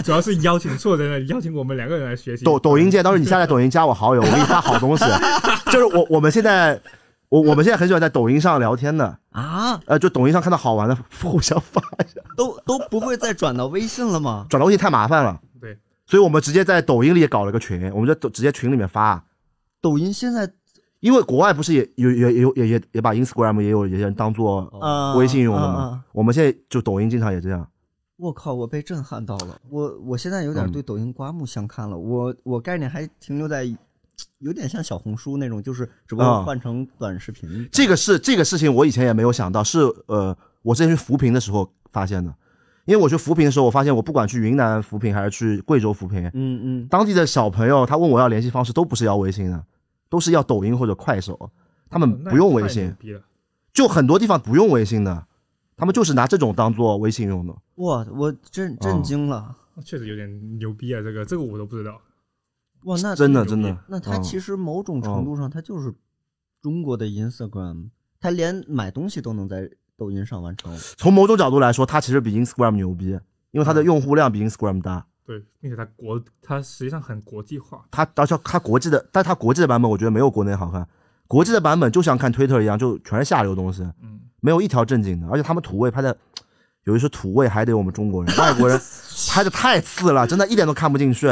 Speaker 3: 主要是邀请错人了，邀请我们两个人来学习。
Speaker 2: 抖抖音界，到时候你下载抖音加我好友，我给你发好东西。就是我我们现在，我我们现在很喜欢在抖音上聊天的，
Speaker 1: 啊，
Speaker 2: 呃，就抖音上看到好玩的互相发一下，
Speaker 1: 都都不会再转到微信了吗？
Speaker 2: 转到微信太麻烦了，
Speaker 3: 对，
Speaker 2: 所以我们直接在抖音里也搞了个群，我们就抖直接群里面发。
Speaker 1: 抖音现在
Speaker 2: 因为国外不是也有也也有也也也把 Instagram 也有一些人当做
Speaker 1: 啊，
Speaker 2: 微信用的
Speaker 1: 啊啊
Speaker 2: 嘛？我们现在就抖音经常也这样。
Speaker 1: 我靠，我被震撼到了，我我现在有点
Speaker 2: 嗯
Speaker 1: 对抖音刮目相看了，我我概念还停留在有点像小红书那种，就是只不
Speaker 2: 啊
Speaker 1: 过换成短视频。
Speaker 2: 这个是这个事情，我以前也没有想到，是呃，我之前去扶贫的时候发现的。因为我去扶贫的时候，我发现我不管去云南扶贫还是去贵州扶贫，
Speaker 1: 嗯嗯，
Speaker 2: 当地的小朋友他问我要联系方式，都不是要微信的，都是要抖音或者快手，他们
Speaker 3: 哦那
Speaker 2: 不用微
Speaker 3: 太牛
Speaker 2: 信，
Speaker 3: 逼了，
Speaker 2: 就很多地方不用微信的，他们就是拿这种当做微信用的。
Speaker 1: 哇，我震
Speaker 2: 啊
Speaker 1: 震惊了，
Speaker 3: 确实有点牛逼啊！这个这个我都不知道。
Speaker 1: 哇，那
Speaker 2: 真的
Speaker 3: 这
Speaker 2: 真
Speaker 3: 么牛逼
Speaker 2: 的，啊
Speaker 1: 那它
Speaker 2: 嗯
Speaker 1: 其实某种程度上，它就是中国的 Instagram，它连买东西都能在抖音上完成。
Speaker 2: 从某种角度来说，它其实比 Instagram 牛逼，因为
Speaker 3: 嗯
Speaker 2: 它的用户量比 Instagram 大。
Speaker 3: 对，并且它国，它实际上很国际化。
Speaker 2: 它而且它啊国际的，但它国际的版本我觉得没有国内好看。国际的版本就像看 Twitter 一样，就全是下流东西，
Speaker 3: 嗯，
Speaker 2: 没有一条正经的。而且他们土味拍的，有一些土味还得我们中国人，外国人拍的太次了，真的一点都看不进去，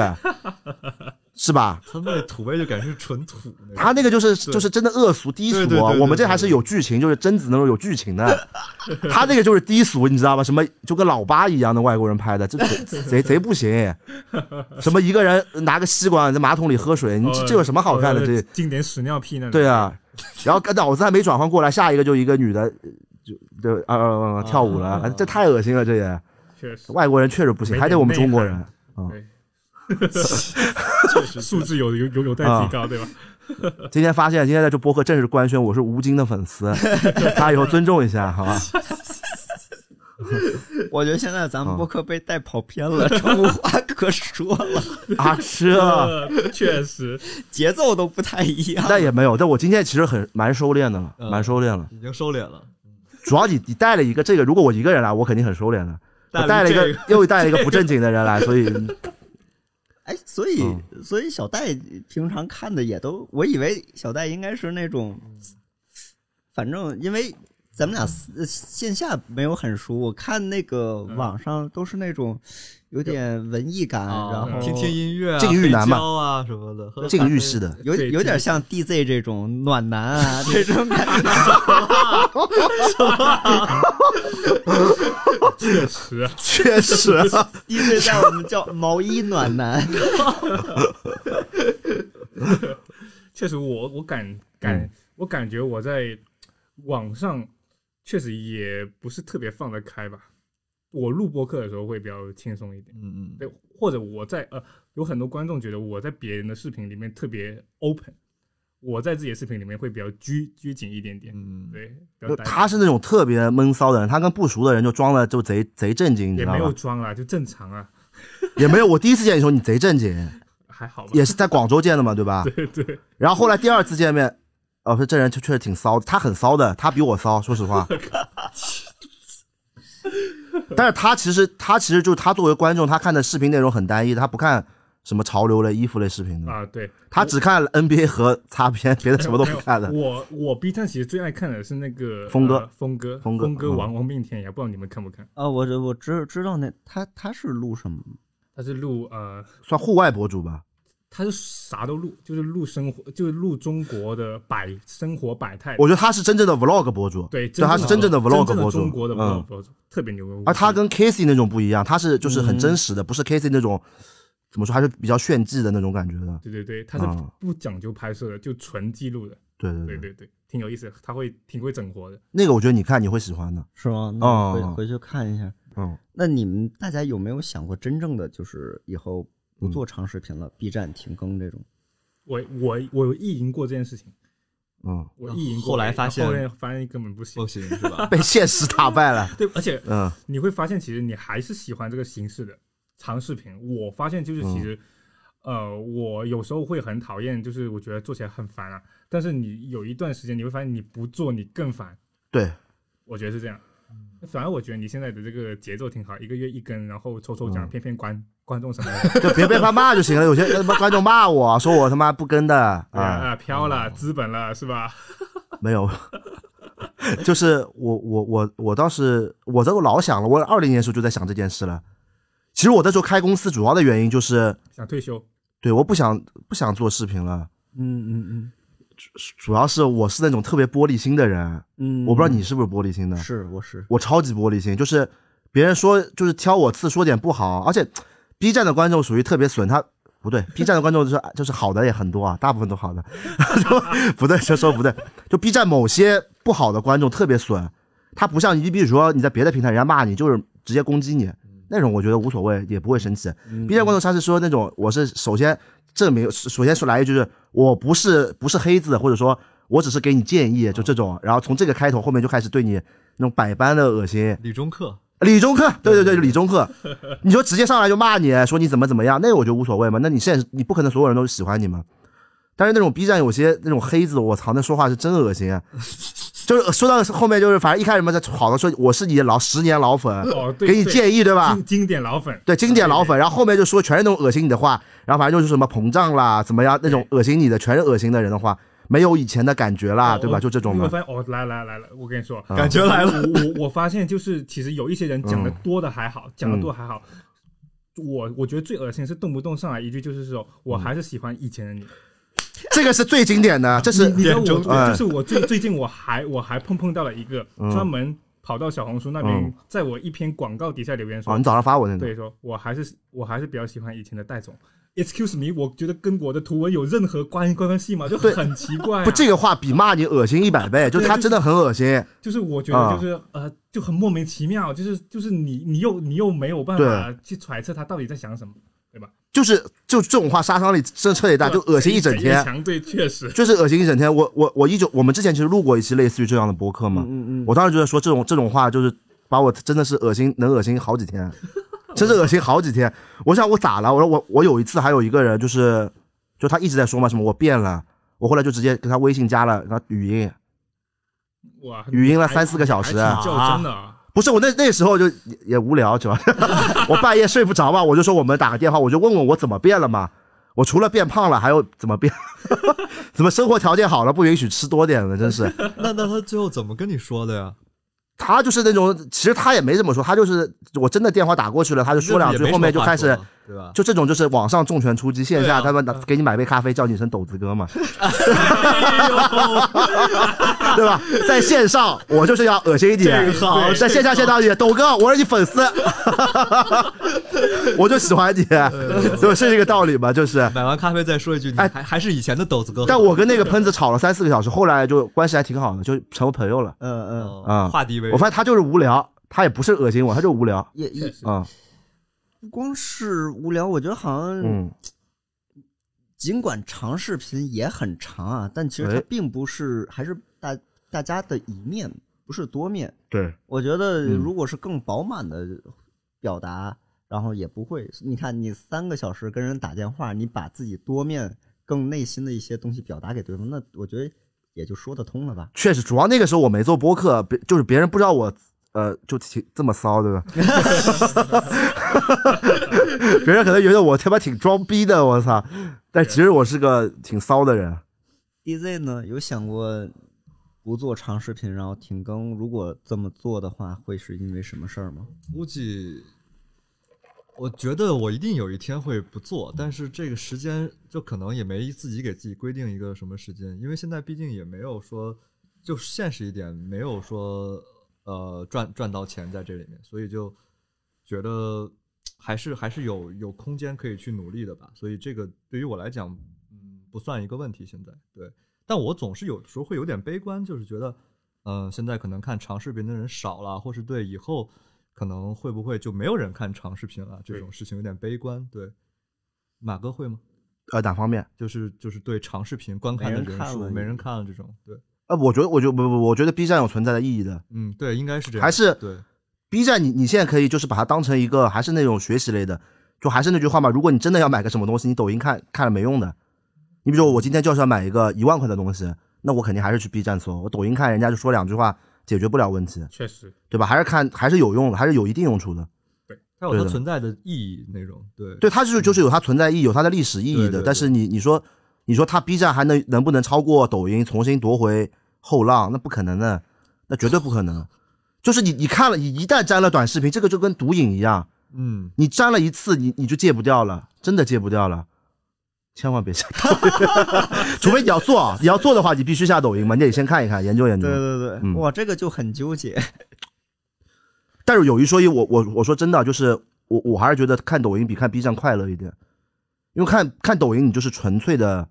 Speaker 2: 是吧？
Speaker 4: 他那土味就感觉是纯土那种。
Speaker 2: 他那个就是就是真的恶俗低俗
Speaker 4: 对对对
Speaker 2: 啊，
Speaker 4: 对
Speaker 2: 我们这
Speaker 4: 对
Speaker 2: 还是有剧情，就是贞子那种有剧情 的，他那个就是低俗，你知道吧？什么就跟老八一样的外国人拍的，这 贼贼贼不行。什么一个人拿个吸管在马桶里喝水， 嗯你这这有什么好看的？这
Speaker 3: 呃经典屎尿屁那种。
Speaker 2: 对啊，然后脑子还没转换过来，下一个就一个女的就就啊啊啊跳舞了，
Speaker 4: 啊
Speaker 2: 这太恶心了，这也
Speaker 3: 确实。
Speaker 2: 外国人确实不行，
Speaker 3: 没
Speaker 2: 还得
Speaker 3: 点
Speaker 2: 我们
Speaker 3: 内
Speaker 2: 中国
Speaker 3: 涵
Speaker 2: 人。
Speaker 3: 对，确 实素质有有有有待
Speaker 2: 啊
Speaker 3: 提高，对吧？
Speaker 2: 今天发现，今天在这播客 正式官宣我是吴京的粉丝，大家以后尊重一下，好吧？
Speaker 1: 我觉得现在咱
Speaker 2: 啊
Speaker 1: 们播客被带跑偏了，真 无话可说了，
Speaker 2: 啊是啊，
Speaker 3: 呃确实，
Speaker 1: 节奏都不太一样。
Speaker 2: 但也没有。但我今天其实很蛮收敛的了，
Speaker 4: 嗯
Speaker 2: 蛮收敛了。
Speaker 4: 已经收敛了。
Speaker 2: 主要你你带了一个这个，如果我一个人来，我肯定很收敛的。我带
Speaker 4: 带
Speaker 2: 了
Speaker 4: 了
Speaker 2: 一
Speaker 4: 一
Speaker 2: 个又带了一个不正经的人来，所以
Speaker 1: 哎，所以所以小戴平常看的也都，我以为小戴应该是那种，反正因为咱们俩私呃线下没有很熟，我看那个网上都是那种有点文艺感，
Speaker 4: 啊
Speaker 1: 然后
Speaker 4: 听听音乐 啊，
Speaker 2: 这个越南嘛
Speaker 4: 黑胶啊什么 的，喝喝
Speaker 2: 禁
Speaker 4: 咖
Speaker 2: 欲
Speaker 4: 啡
Speaker 2: 式的。
Speaker 1: 有
Speaker 3: 对
Speaker 1: 有点
Speaker 3: 这
Speaker 1: 像 DZ 这种暖男啊这种感觉。
Speaker 3: 确实啊，
Speaker 2: 确实啊，
Speaker 1: DZ 在我们叫毛衣暖 男，
Speaker 3: 确实我我感感、
Speaker 2: 嗯
Speaker 3: 我感觉我在网上确实也不是特别放得开吧。我录播客的时候会比较轻松一点，
Speaker 4: 嗯嗯，
Speaker 3: 对，或者我在呃，有很多观众觉得我在别人的视频里面特别 open，我在自己的视频里面会比较拘拘谨一点点，
Speaker 4: 嗯，
Speaker 3: 对，比较呆
Speaker 2: 他是那种特别闷骚的人，他跟不熟的人就装的就贼贼正经，你
Speaker 3: 也
Speaker 2: 知道
Speaker 3: 没有
Speaker 2: 吗？
Speaker 3: 装啦，就正常啊，
Speaker 2: 也没有，我第一次见你的时候你贼正经，
Speaker 3: 还好吧，
Speaker 2: 也是在广州见的嘛，对吧？
Speaker 3: 对对，
Speaker 2: 然后后来第二次见面，哦，这这人确确实挺骚的，他很骚的，他比我骚，说实 话。但是他其实他其实就是他作为观众，他看的视频内容很单一，他不看什么潮流类、衣服类视频的，
Speaker 3: 啊对，
Speaker 2: 他只看 NBA 和擦 边，别的什么都
Speaker 3: 没
Speaker 2: 不
Speaker 3: 有
Speaker 2: 看的。
Speaker 3: 我我 B 站其实最爱看的是那个
Speaker 2: 峰哥
Speaker 3: 呃峰哥，
Speaker 2: 峰哥
Speaker 3: 峰哥
Speaker 2: 嗯
Speaker 3: 亡亡命天涯，不知道你们看不看？
Speaker 1: 啊，我这我知知道那他他是录什么？
Speaker 3: 他是录呃，
Speaker 2: 算户外博主吧，
Speaker 3: 他是啥都录，就是录生活，就是录中国的百生活百态。
Speaker 2: 我觉得他是真正的 vlog 博主，
Speaker 3: 对，
Speaker 2: 就他是真正的 vlog
Speaker 3: 真正
Speaker 2: 博主，
Speaker 3: 的中国的 vlog
Speaker 2: 嗯。
Speaker 3: 博主，特别牛。
Speaker 2: 而他跟 Casey 那种不一样，他是就是
Speaker 3: 嗯
Speaker 2: 很真实的，不是 Casey 那种怎么说，还是比较炫技的那种感觉的。
Speaker 3: 对对对，他是
Speaker 2: 嗯
Speaker 3: 不讲究拍摄的，就纯记录的。
Speaker 2: 对对
Speaker 3: 对对对，挺有意思的，他会挺会整活的。
Speaker 2: 那个我觉得你看你会喜欢的。
Speaker 1: 是吗？那回
Speaker 2: 哦
Speaker 1: 回去看一下。
Speaker 2: 嗯，
Speaker 1: 那你们大家有没有想过，真正的就是以后
Speaker 2: 嗯
Speaker 1: 不做长视频了、b 站停更这种？
Speaker 3: 我我我意淫过这件事情，
Speaker 2: 嗯，
Speaker 3: 我意淫过，
Speaker 4: 后来发现
Speaker 3: 后面发现根本不行
Speaker 4: 不。行是 吧？
Speaker 2: 被现实打败了。
Speaker 3: 对，而且
Speaker 2: 嗯，
Speaker 3: 你会发现，其实你还是喜欢这个形式的长视频。我发现就是其实，
Speaker 2: 嗯
Speaker 3: 呃，我有时候会很讨厌，就是我觉得做起来很烦啊。但是你有一段时间，你会发现你不做你更烦。
Speaker 2: 对，
Speaker 3: 我觉得是这样。反而我觉得你现在的这个节奏挺好，一个月一根，然后抽抽奖，
Speaker 2: 嗯
Speaker 3: 骗骗观观众什么的，
Speaker 2: 就别被他骂就行了。有些他妈观众骂我说我他妈不跟的
Speaker 3: 对
Speaker 2: 啊，
Speaker 3: 啊，飘了，资本了，是吧？
Speaker 2: 没有。 就是我我我我倒是我这个老想了，我二零年的时候就在想这件事了。其实我那时候开公司主要的原因就是，
Speaker 3: 想退休，
Speaker 2: 对我不想不想做视频了，
Speaker 1: 嗯嗯
Speaker 2: 主要是我是那种特别玻璃心的人，
Speaker 1: 嗯
Speaker 2: 我不知道你是不是玻璃心的，
Speaker 1: 是我是
Speaker 2: 我超级玻璃心，就是别人说就是挑我刺，说点不好，而且 B 站的观众属于特别损，他不对，B 站的观众就是就是好的也很多啊，大部分都好的， 不对，这说不对，就 B 站某些不好的观众特别损，他不像你，比如说你在别的平台人家骂你就是直接攻击你那种，我觉得无所谓，也不会生气。B 站观众他是说那种我是首先证明，首先说来一句就是我不是不是黑子，或者说。我只是给你建议，就这种，然后从这个开头，后面就开始对你那种百般的恶心，
Speaker 4: 理中客，
Speaker 2: 李中
Speaker 3: 嗯
Speaker 2: 克，对对对，李中 克，你说直接上来就骂你，说你怎么怎么样，那我就无所谓嘛。那你现实你不可能所有人都喜欢你嘛。但是那种 B 站有些那种黑子，我操，那说话是真恶 心。啊就是说到后面，就是反正一开始嘛，在好的说我是你老十年老粉，
Speaker 3: 哦，对，
Speaker 2: 给你
Speaker 3: 对
Speaker 2: 建议对吧
Speaker 3: 经？经典老粉，
Speaker 2: 对，经典老粉，然后后面就说全是那种恶心你的话，然后反正就是什么膨胀啦，怎么样那种恶心你的，全是恶心的人的话，没有以前的感觉啦，
Speaker 3: 哦
Speaker 2: 啊对吧？就这种
Speaker 3: 你
Speaker 2: 嘛
Speaker 3: 会。发现哦，来来来了，我跟你说，
Speaker 2: 啊
Speaker 4: 感觉来 了。
Speaker 3: 我我我发现就是，其实有一些人
Speaker 2: 嗯
Speaker 3: 讲的多的还好，讲的多还好。我我觉得最恶心是动不动上来一句就是说，
Speaker 2: 嗯
Speaker 3: 我还是喜欢以前的你。
Speaker 2: 这个是最经典的，这是
Speaker 3: 你知道我
Speaker 2: 哎
Speaker 3: 就是我最最近我还我还碰碰到了一个专门跑到小红书那
Speaker 2: 嗯
Speaker 3: 边，在我一篇广告底下留言
Speaker 2: 哦，
Speaker 3: 说
Speaker 2: 你，早上发我那个
Speaker 3: 对，说我还是我还是比较喜欢以前的戴总。Excuse me，我觉得跟我的图文有任何关关系吗？就
Speaker 2: 对
Speaker 3: 很奇怪啊。
Speaker 2: 不，这个话比骂你恶心一百倍，就
Speaker 3: 对
Speaker 2: 他
Speaker 3: 就
Speaker 2: 真的很恶心。
Speaker 3: 就是我觉
Speaker 2: 啊
Speaker 3: 得就是、呃，就很莫名其妙，就是就是你你又你又没有办法去揣测他到底在想什么，
Speaker 2: 就是就这种话杀伤力真彻底大，就恶心一整天，
Speaker 3: 强对，确实
Speaker 2: 就是恶心一整天。我我我一九我们之前其实录过一期类似于这样的播客嘛，
Speaker 1: 嗯嗯嗯，
Speaker 2: 我当时就在说这种这种话就是把我真的是恶心，能恶心好几天，真是恶心好几天。我想我咋了？我说我我有一次还有一个人就是，就他一直在说嘛什么我变了，我后来就直接跟他微信加了，跟他语音，
Speaker 3: 哇，
Speaker 2: 语音了
Speaker 3: 还
Speaker 2: 三四个小时
Speaker 3: 还挺较真的啊，
Speaker 2: 不是我那那时候就也也无聊， 主要是我半夜睡不着嘛，我就说我们打个电话，我就问问我怎么变了嘛。我除了变胖了，还有怎么变？ 怎么生活条件好了不允许吃多点了？真是，
Speaker 4: 那那他最后怎么跟你说的呀？
Speaker 2: 他就是那种，其实他也没怎么说，他就是我真的电话打过去了，他就 说两
Speaker 4: 也没
Speaker 2: 句，
Speaker 4: 什
Speaker 2: 后面
Speaker 4: 么
Speaker 2: 就
Speaker 4: 话
Speaker 2: 开始
Speaker 4: 说了对吧？
Speaker 2: 就这种就是网上重拳出击，线
Speaker 3: 对
Speaker 2: 下
Speaker 3: 啊
Speaker 2: 他们拿给你买杯咖啡，叫你一声斗子哥 嘛，对吧？在线上我就是要恶心一点
Speaker 3: 这个好，
Speaker 2: 在线下见到你，斗哥，我是你粉 丝，我就喜欢你，对吧，是这个道理嘛，就是。
Speaker 4: 买完咖啡再说一句，你
Speaker 2: 哎
Speaker 4: 还还是以前的斗子哥，
Speaker 2: 但我跟那个喷子吵了三四个小时，后来就关系还挺好的，就成为朋友了。
Speaker 1: 嗯嗯，
Speaker 4: 嗯
Speaker 2: 啊
Speaker 4: 化敌为
Speaker 2: 我
Speaker 4: 人
Speaker 2: 发现他就是无聊，他也不是恶心我，他就无聊
Speaker 1: 也也
Speaker 2: 啊、
Speaker 1: 不光是无聊，我觉得好像
Speaker 2: 嗯。
Speaker 1: 尽管长视频也很长啊，但其实它
Speaker 2: 哎
Speaker 1: 并不是，还是大大家的一面，不是多面。
Speaker 2: 对，
Speaker 1: 我觉得
Speaker 2: 嗯
Speaker 1: 如果是更饱满的表达，然后也不会。你看，你三个小时跟人打电话，你把自己多面、更内心的一些东西表达给对方，那我觉得也就说得通了吧。
Speaker 2: 确实，主要那个时候我没做播客，别就是别人不知道我，呃，就挺这么骚，对吧？ 别人可能觉得我他妈挺装逼的，我操！但其实我是个挺骚的人。
Speaker 1: DZ 呢，有想过不做长视频，然后停更？如果这么做的话，会是因为什么事儿吗？
Speaker 4: 估计，我觉得我一定有一天会不做，但是这个时间就可能也没自己给自己规定一个什么时间，因为现在毕竟也没有说，就现实一点，没有说呃赚赚到钱在这里面，所以就觉得还是还是有有空间可以去努力的吧，所以这个对于我来讲，嗯，不算一个问题。现在对，但我总是有时候会有点悲观，就是觉得。嗯，现在可能看长视频的人少了，或是对以后可能会不会就没有人看长视频了？这
Speaker 3: 对
Speaker 4: 种事情有点悲观。对，马哥会吗？
Speaker 2: 呃，哪方面？
Speaker 4: 就是就是对长视频观看的
Speaker 1: 没人看
Speaker 4: 人数
Speaker 1: 了
Speaker 4: 没人看了这种，对，
Speaker 2: 呃，我觉得，我觉得不不，我觉得 B 站有存在的意义的。
Speaker 4: 嗯，对，应该是这样，
Speaker 2: 还是
Speaker 4: 对，
Speaker 2: B 站你，你现在可以就是把它当成一个，还是那种学习类的，就还是那句话嘛。如果你真的要买个什么东西，你抖音看看了没用的。你比如说，我今天就是要买一个一万块的东西，那我肯定还是去 B 站搜。我抖音看人家就说两句话，解决不了问题。
Speaker 3: 确实，
Speaker 2: 对吧？还是看还是有用的，还是有一定用处的。
Speaker 4: 它有
Speaker 2: 对
Speaker 4: 它
Speaker 2: 的
Speaker 4: 存在的意义那种，对，
Speaker 2: 对，它就是就是有它存在意义，有它的历史意义
Speaker 4: 对
Speaker 2: 的。
Speaker 4: 对对
Speaker 2: 但是你你说你说它 B 站还能能不能超过抖音，重新夺回后浪？那不可能的，那绝对不可能。就是你你看了，你一旦沾了短视频，这个就跟毒瘾一样，
Speaker 4: 嗯，
Speaker 2: 你沾了一次，你你就戒不掉了，真的戒不掉了。千万别下 抖音，除非你要做，啊！你要做的话，你必须下抖音嘛，你得先看一看，研究研究。
Speaker 1: 对对对，
Speaker 2: 嗯
Speaker 1: 哇，这个就很纠结。
Speaker 2: 但是有一说一，我我我说真的，啊就是我我还是觉得看抖音比看 B 站快乐一点，因为看看抖音你就是纯粹的、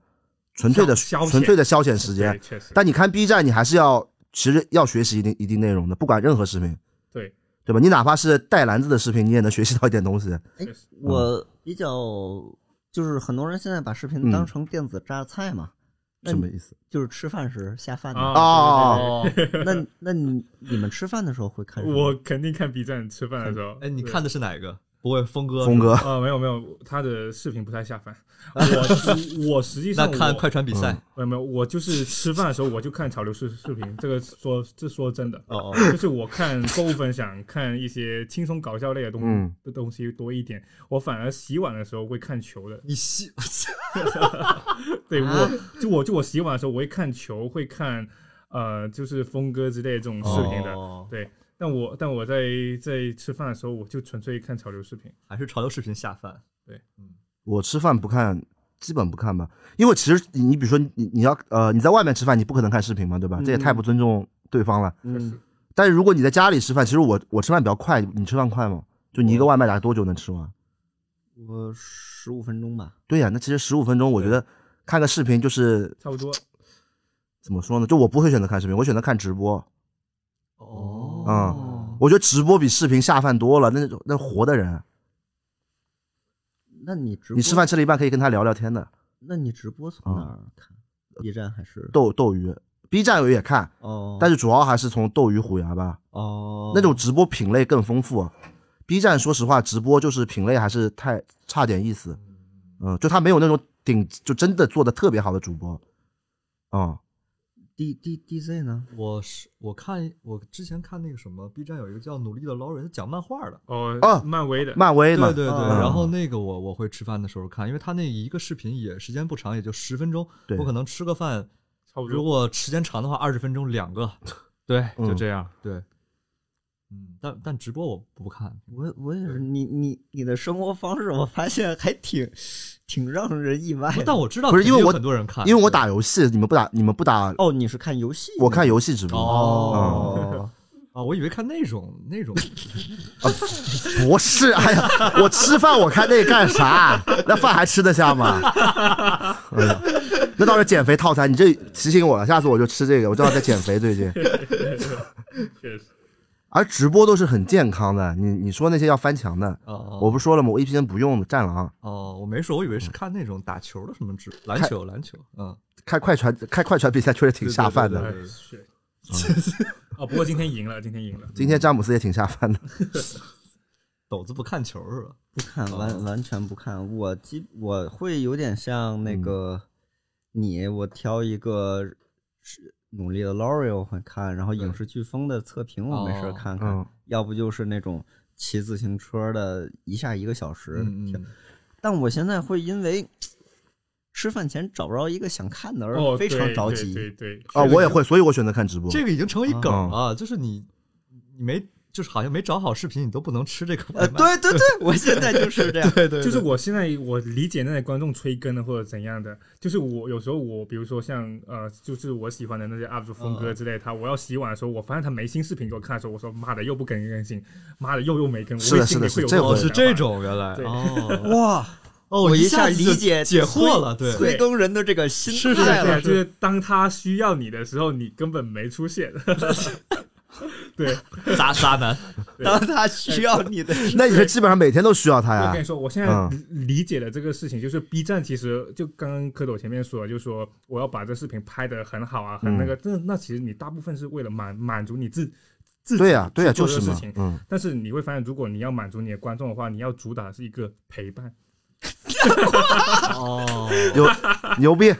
Speaker 2: 纯粹的、
Speaker 3: 消消遣
Speaker 2: 纯粹的消遣时
Speaker 3: 对，
Speaker 2: 间，
Speaker 3: 确实，
Speaker 2: 但你看 B 站你还是要其实要学习一定一定内容的，不管任何视频，
Speaker 3: 对，
Speaker 2: 对吧？你哪怕是带篮子的视频，你也能学习到一点东西。
Speaker 1: 哎
Speaker 3: 确实，
Speaker 1: 我比较就是很多人现在把视频当成电子榨菜嘛，那
Speaker 2: 什么
Speaker 1: 你
Speaker 2: 意思？
Speaker 1: 就是吃饭时下饭的。
Speaker 3: 啊
Speaker 2: 哦
Speaker 4: 哦，
Speaker 1: 那那你你们吃饭的时候会看什么？
Speaker 3: 我肯定看 B 站吃饭的时候，
Speaker 4: 哎，你
Speaker 3: 对
Speaker 4: 看的是哪一个？不会，峰哥，
Speaker 2: 峰，哥，
Speaker 3: 啊，没有没有，他的视频不太下饭。 我我实际
Speaker 4: 那
Speaker 3: 上
Speaker 4: 看
Speaker 3: 我
Speaker 4: 快船比
Speaker 2: 嗯
Speaker 4: 赛，
Speaker 3: 没有没有，我就是吃饭的时候我就看潮流视视频，这个说这说真的，
Speaker 4: 哦哦，
Speaker 3: 就是我看购物分享，看一些轻松搞笑类的东
Speaker 2: 嗯
Speaker 3: 的东西多一点。我反而洗碗的时候会看球的，
Speaker 4: 你吸，
Speaker 3: 对
Speaker 1: 啊
Speaker 3: 我就我就我洗碗的时候我会看球，会看呃就是峰哥之类的这种视频的。
Speaker 4: 哦
Speaker 3: 对，但我但我在在吃饭的时候我就纯粹看潮流视频。
Speaker 4: 还是潮流视频下饭，
Speaker 2: 我吃饭不看，基本不看吧，因为其实你你比如说你你要呃你在外面吃饭，你不可能看视频嘛，对吧？这
Speaker 3: 嗯
Speaker 2: 也太不尊重对方了。
Speaker 1: 嗯，
Speaker 2: 但是如果你在家里吃饭，其实我我吃饭比较快，你吃饭快吗？就你一个外卖打多久能吃完？
Speaker 1: 我十五分钟吧。
Speaker 2: 对呀、那其实十五分钟，我觉得看个视频就是
Speaker 3: 差不多，
Speaker 2: 怎么说呢？就我不会选择看视频，我选择看直播。
Speaker 4: 哦
Speaker 2: 嗯，我觉得直播比视频下饭多了，那那活的人，啊
Speaker 1: 那你直播
Speaker 2: 你吃啊饭？吃了一半可以跟他聊聊天的。
Speaker 1: 那你直播从哪儿看？B 站还是
Speaker 2: 斗斗鱼， B 站我也看，
Speaker 1: 哦，
Speaker 2: 但是主要还是从斗鱼、虎牙吧，
Speaker 1: 哦
Speaker 2: 那种直播品类更丰富。B 啊站说实话，直播就是品类还是太差点意思，嗯，就他没有那种顶，就真的做的特别好的主播，嗯，
Speaker 1: D D D Z 呢？
Speaker 4: 我是我看我之前看那个什么 B 站有一个叫努力的劳人，他讲漫画的。
Speaker 3: 哦，
Speaker 2: 啊
Speaker 3: 漫威的，
Speaker 2: 漫威
Speaker 4: 对
Speaker 2: 嘛，嗯
Speaker 4: 对对，
Speaker 1: 啊
Speaker 4: 然后那个我我会吃饭的时候看，因为他那一个视频也时间不长，也就十分钟
Speaker 2: 对，
Speaker 4: 我可能吃个饭，
Speaker 3: 差不多。
Speaker 4: 如果时间长的话二十分钟 两个，对，就
Speaker 2: 嗯
Speaker 4: 这样，对，嗯，但但直播我不看，
Speaker 1: 我我也是，你你你的生活方式，我发现还挺挺让人意外的。
Speaker 4: 但我知道
Speaker 2: 不是
Speaker 4: 肯定
Speaker 2: 因为
Speaker 4: 有
Speaker 2: 我
Speaker 4: 很多人看，
Speaker 2: 因为我
Speaker 4: 对
Speaker 2: 打游戏，你们不打，你们不打，
Speaker 1: 哦，你是看游戏？
Speaker 2: 我看游戏直播，嗯
Speaker 1: 哦，
Speaker 4: 啊，我以为看那种那 种
Speaker 2: 不是，哎呀，我吃饭我看那干啥？那饭还吃得下吗？ 哎呀，那倒是减肥套餐，你这提醒我了，下次我就吃这个。我正好在减肥最近，
Speaker 3: 确实，
Speaker 2: 而直播都是很健康的。你你说那些要翻墙的，
Speaker 4: 哦，
Speaker 2: 我不是说了吗？我一篇不用战狼，
Speaker 4: 哦，我没说，我以为是看那种打球的什么直篮
Speaker 2: 看
Speaker 4: 球篮球，嗯，
Speaker 2: 开快船开快船比赛确实挺下饭
Speaker 4: 对
Speaker 2: 的。
Speaker 3: 哎是。 哦，不过今天赢了，今天赢了。
Speaker 2: 今天詹姆斯也挺下饭 的，
Speaker 4: 斗子不看球是吧？
Speaker 1: 不看，
Speaker 4: 哦
Speaker 1: 完完全不看。我基我会有点像那
Speaker 2: 嗯
Speaker 1: 个你，我挑一个是努力的 Lori 我会看，然后影视剧风的测评我没事儿
Speaker 4: 哦
Speaker 1: 看看，
Speaker 2: 嗯，
Speaker 1: 要不就是那种骑自行车的一下一个小时。
Speaker 4: 嗯
Speaker 1: 挺
Speaker 4: 嗯，
Speaker 1: 但我现在会因为吃饭前找不着一个想看的而
Speaker 3: 哦，
Speaker 1: 非常着
Speaker 3: 对对
Speaker 1: 急。
Speaker 3: 对对
Speaker 2: 啊，我也会，所以我选择看直播。
Speaker 4: 这个已经成为一梗
Speaker 2: 嗯
Speaker 4: 了，就是你你没就是好像没找好视频，你都不能吃这个
Speaker 1: 呃，
Speaker 4: 外卖。
Speaker 1: 对对对，我现在就是这样。
Speaker 4: 对对
Speaker 3: 就是我现在我理解那些观众催更的或者怎样的，就是我有时候我比如说像呃，就是我喜欢的那些 UP 主峰
Speaker 2: 嗯
Speaker 3: 哥之类，他我要洗碗的时候，我发现他没新视频给我看的时候，我说妈的又不更更新，妈的又又没更，我
Speaker 2: 是的
Speaker 3: 内心里
Speaker 2: 是的
Speaker 3: 会有
Speaker 2: 是的
Speaker 3: 种
Speaker 4: 哦
Speaker 2: 这
Speaker 3: 想法
Speaker 4: 是这，种原来
Speaker 3: 对
Speaker 4: 哦
Speaker 1: 哇，
Speaker 4: 哦，
Speaker 1: 我
Speaker 4: 一
Speaker 1: 下
Speaker 4: 就
Speaker 1: 理解
Speaker 4: 解
Speaker 1: 催
Speaker 4: 惑了，对
Speaker 1: 催更人的这个心
Speaker 3: 是是
Speaker 1: 态了
Speaker 3: 是，。就是当他需要你的时候，你根本没 出现。 对，
Speaker 4: 渣渣男，
Speaker 1: 当他需要你的时候，
Speaker 2: 那你是基本上每天都需要它
Speaker 3: 我
Speaker 2: 呀
Speaker 3: 跟你？说，我现在
Speaker 2: 嗯
Speaker 3: 理理解了这个事情，就是 B 站其实就刚刚蝌蚪前面说了，就说我要把这视频拍的很好啊，
Speaker 2: 嗯
Speaker 3: 很那个，那那其实你大部分是为了满满足你自自己
Speaker 2: 对呀，对呀，
Speaker 3: 去做
Speaker 2: 就
Speaker 3: 这
Speaker 2: 是
Speaker 3: 个事
Speaker 2: 嘛
Speaker 3: 情，。
Speaker 2: 嗯，
Speaker 3: 但是你会发现，如果你要满足你的观众的话，你要主打是一个陪伴，
Speaker 4: 哦，
Speaker 2: 有牛逼，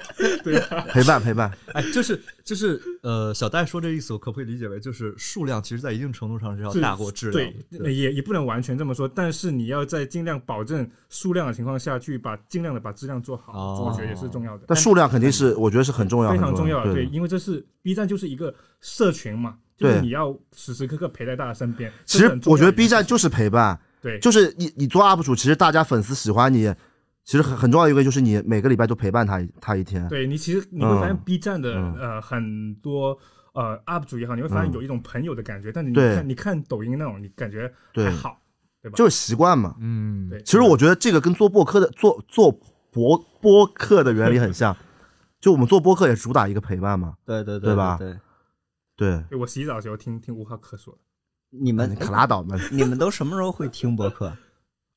Speaker 3: 对啊，
Speaker 2: 陪伴陪 伴，
Speaker 4: 哎，就是就是呃，小戴说这意思，我可不可以理解为就是数量其实在一定程度上是要
Speaker 3: 是
Speaker 4: 大过质量
Speaker 3: 对
Speaker 4: 的？，
Speaker 3: 也也不能完全这么说，但是你要在尽量保证数量的情况下去把尽量的把质量做好，
Speaker 4: 哦
Speaker 3: 我觉得也是重要的。
Speaker 2: 但数量肯定是，我觉得是很重要，
Speaker 3: 非常
Speaker 2: 很
Speaker 3: 重要的，
Speaker 2: 哦对
Speaker 3: 对，
Speaker 2: 的。
Speaker 3: 因为这是 B 站就是一个社群嘛，就是
Speaker 2: 对
Speaker 3: 你要时时刻刻陪在大家身边。
Speaker 2: 其
Speaker 3: 这是
Speaker 2: 实
Speaker 3: 很重
Speaker 2: 我
Speaker 3: 要
Speaker 2: 觉
Speaker 3: 的
Speaker 2: 得
Speaker 3: 一件
Speaker 2: B 站
Speaker 3: 事
Speaker 2: 就是陪伴，
Speaker 3: 对，
Speaker 2: 就是你你做 UP 主，其实大家粉丝喜欢你，其实很很重要一个就是你每个礼拜都陪伴他一他一天。
Speaker 3: 对你其实你会发现
Speaker 2: 嗯
Speaker 3: B 站的、
Speaker 2: 嗯
Speaker 3: 呃很多呃 UP 主也好，你会发现
Speaker 2: 嗯
Speaker 3: 有一种朋友的感觉，但是你
Speaker 2: 对
Speaker 3: 看你看抖音那种，你感觉
Speaker 2: 对
Speaker 3: 还好。
Speaker 2: 就是习惯嘛。
Speaker 4: 嗯，
Speaker 3: 对，
Speaker 2: 其实我觉得这个跟做播客的做做播播客的原理很像，就我们做播客也主打一个陪伴嘛。
Speaker 1: 对对
Speaker 2: 对吧
Speaker 1: 对，
Speaker 2: 对，
Speaker 3: 对我洗澡的时候听听无话可说的，
Speaker 1: 你
Speaker 2: 你
Speaker 1: 们
Speaker 2: 可拉倒吧。
Speaker 1: 你们都什么时候会听播客？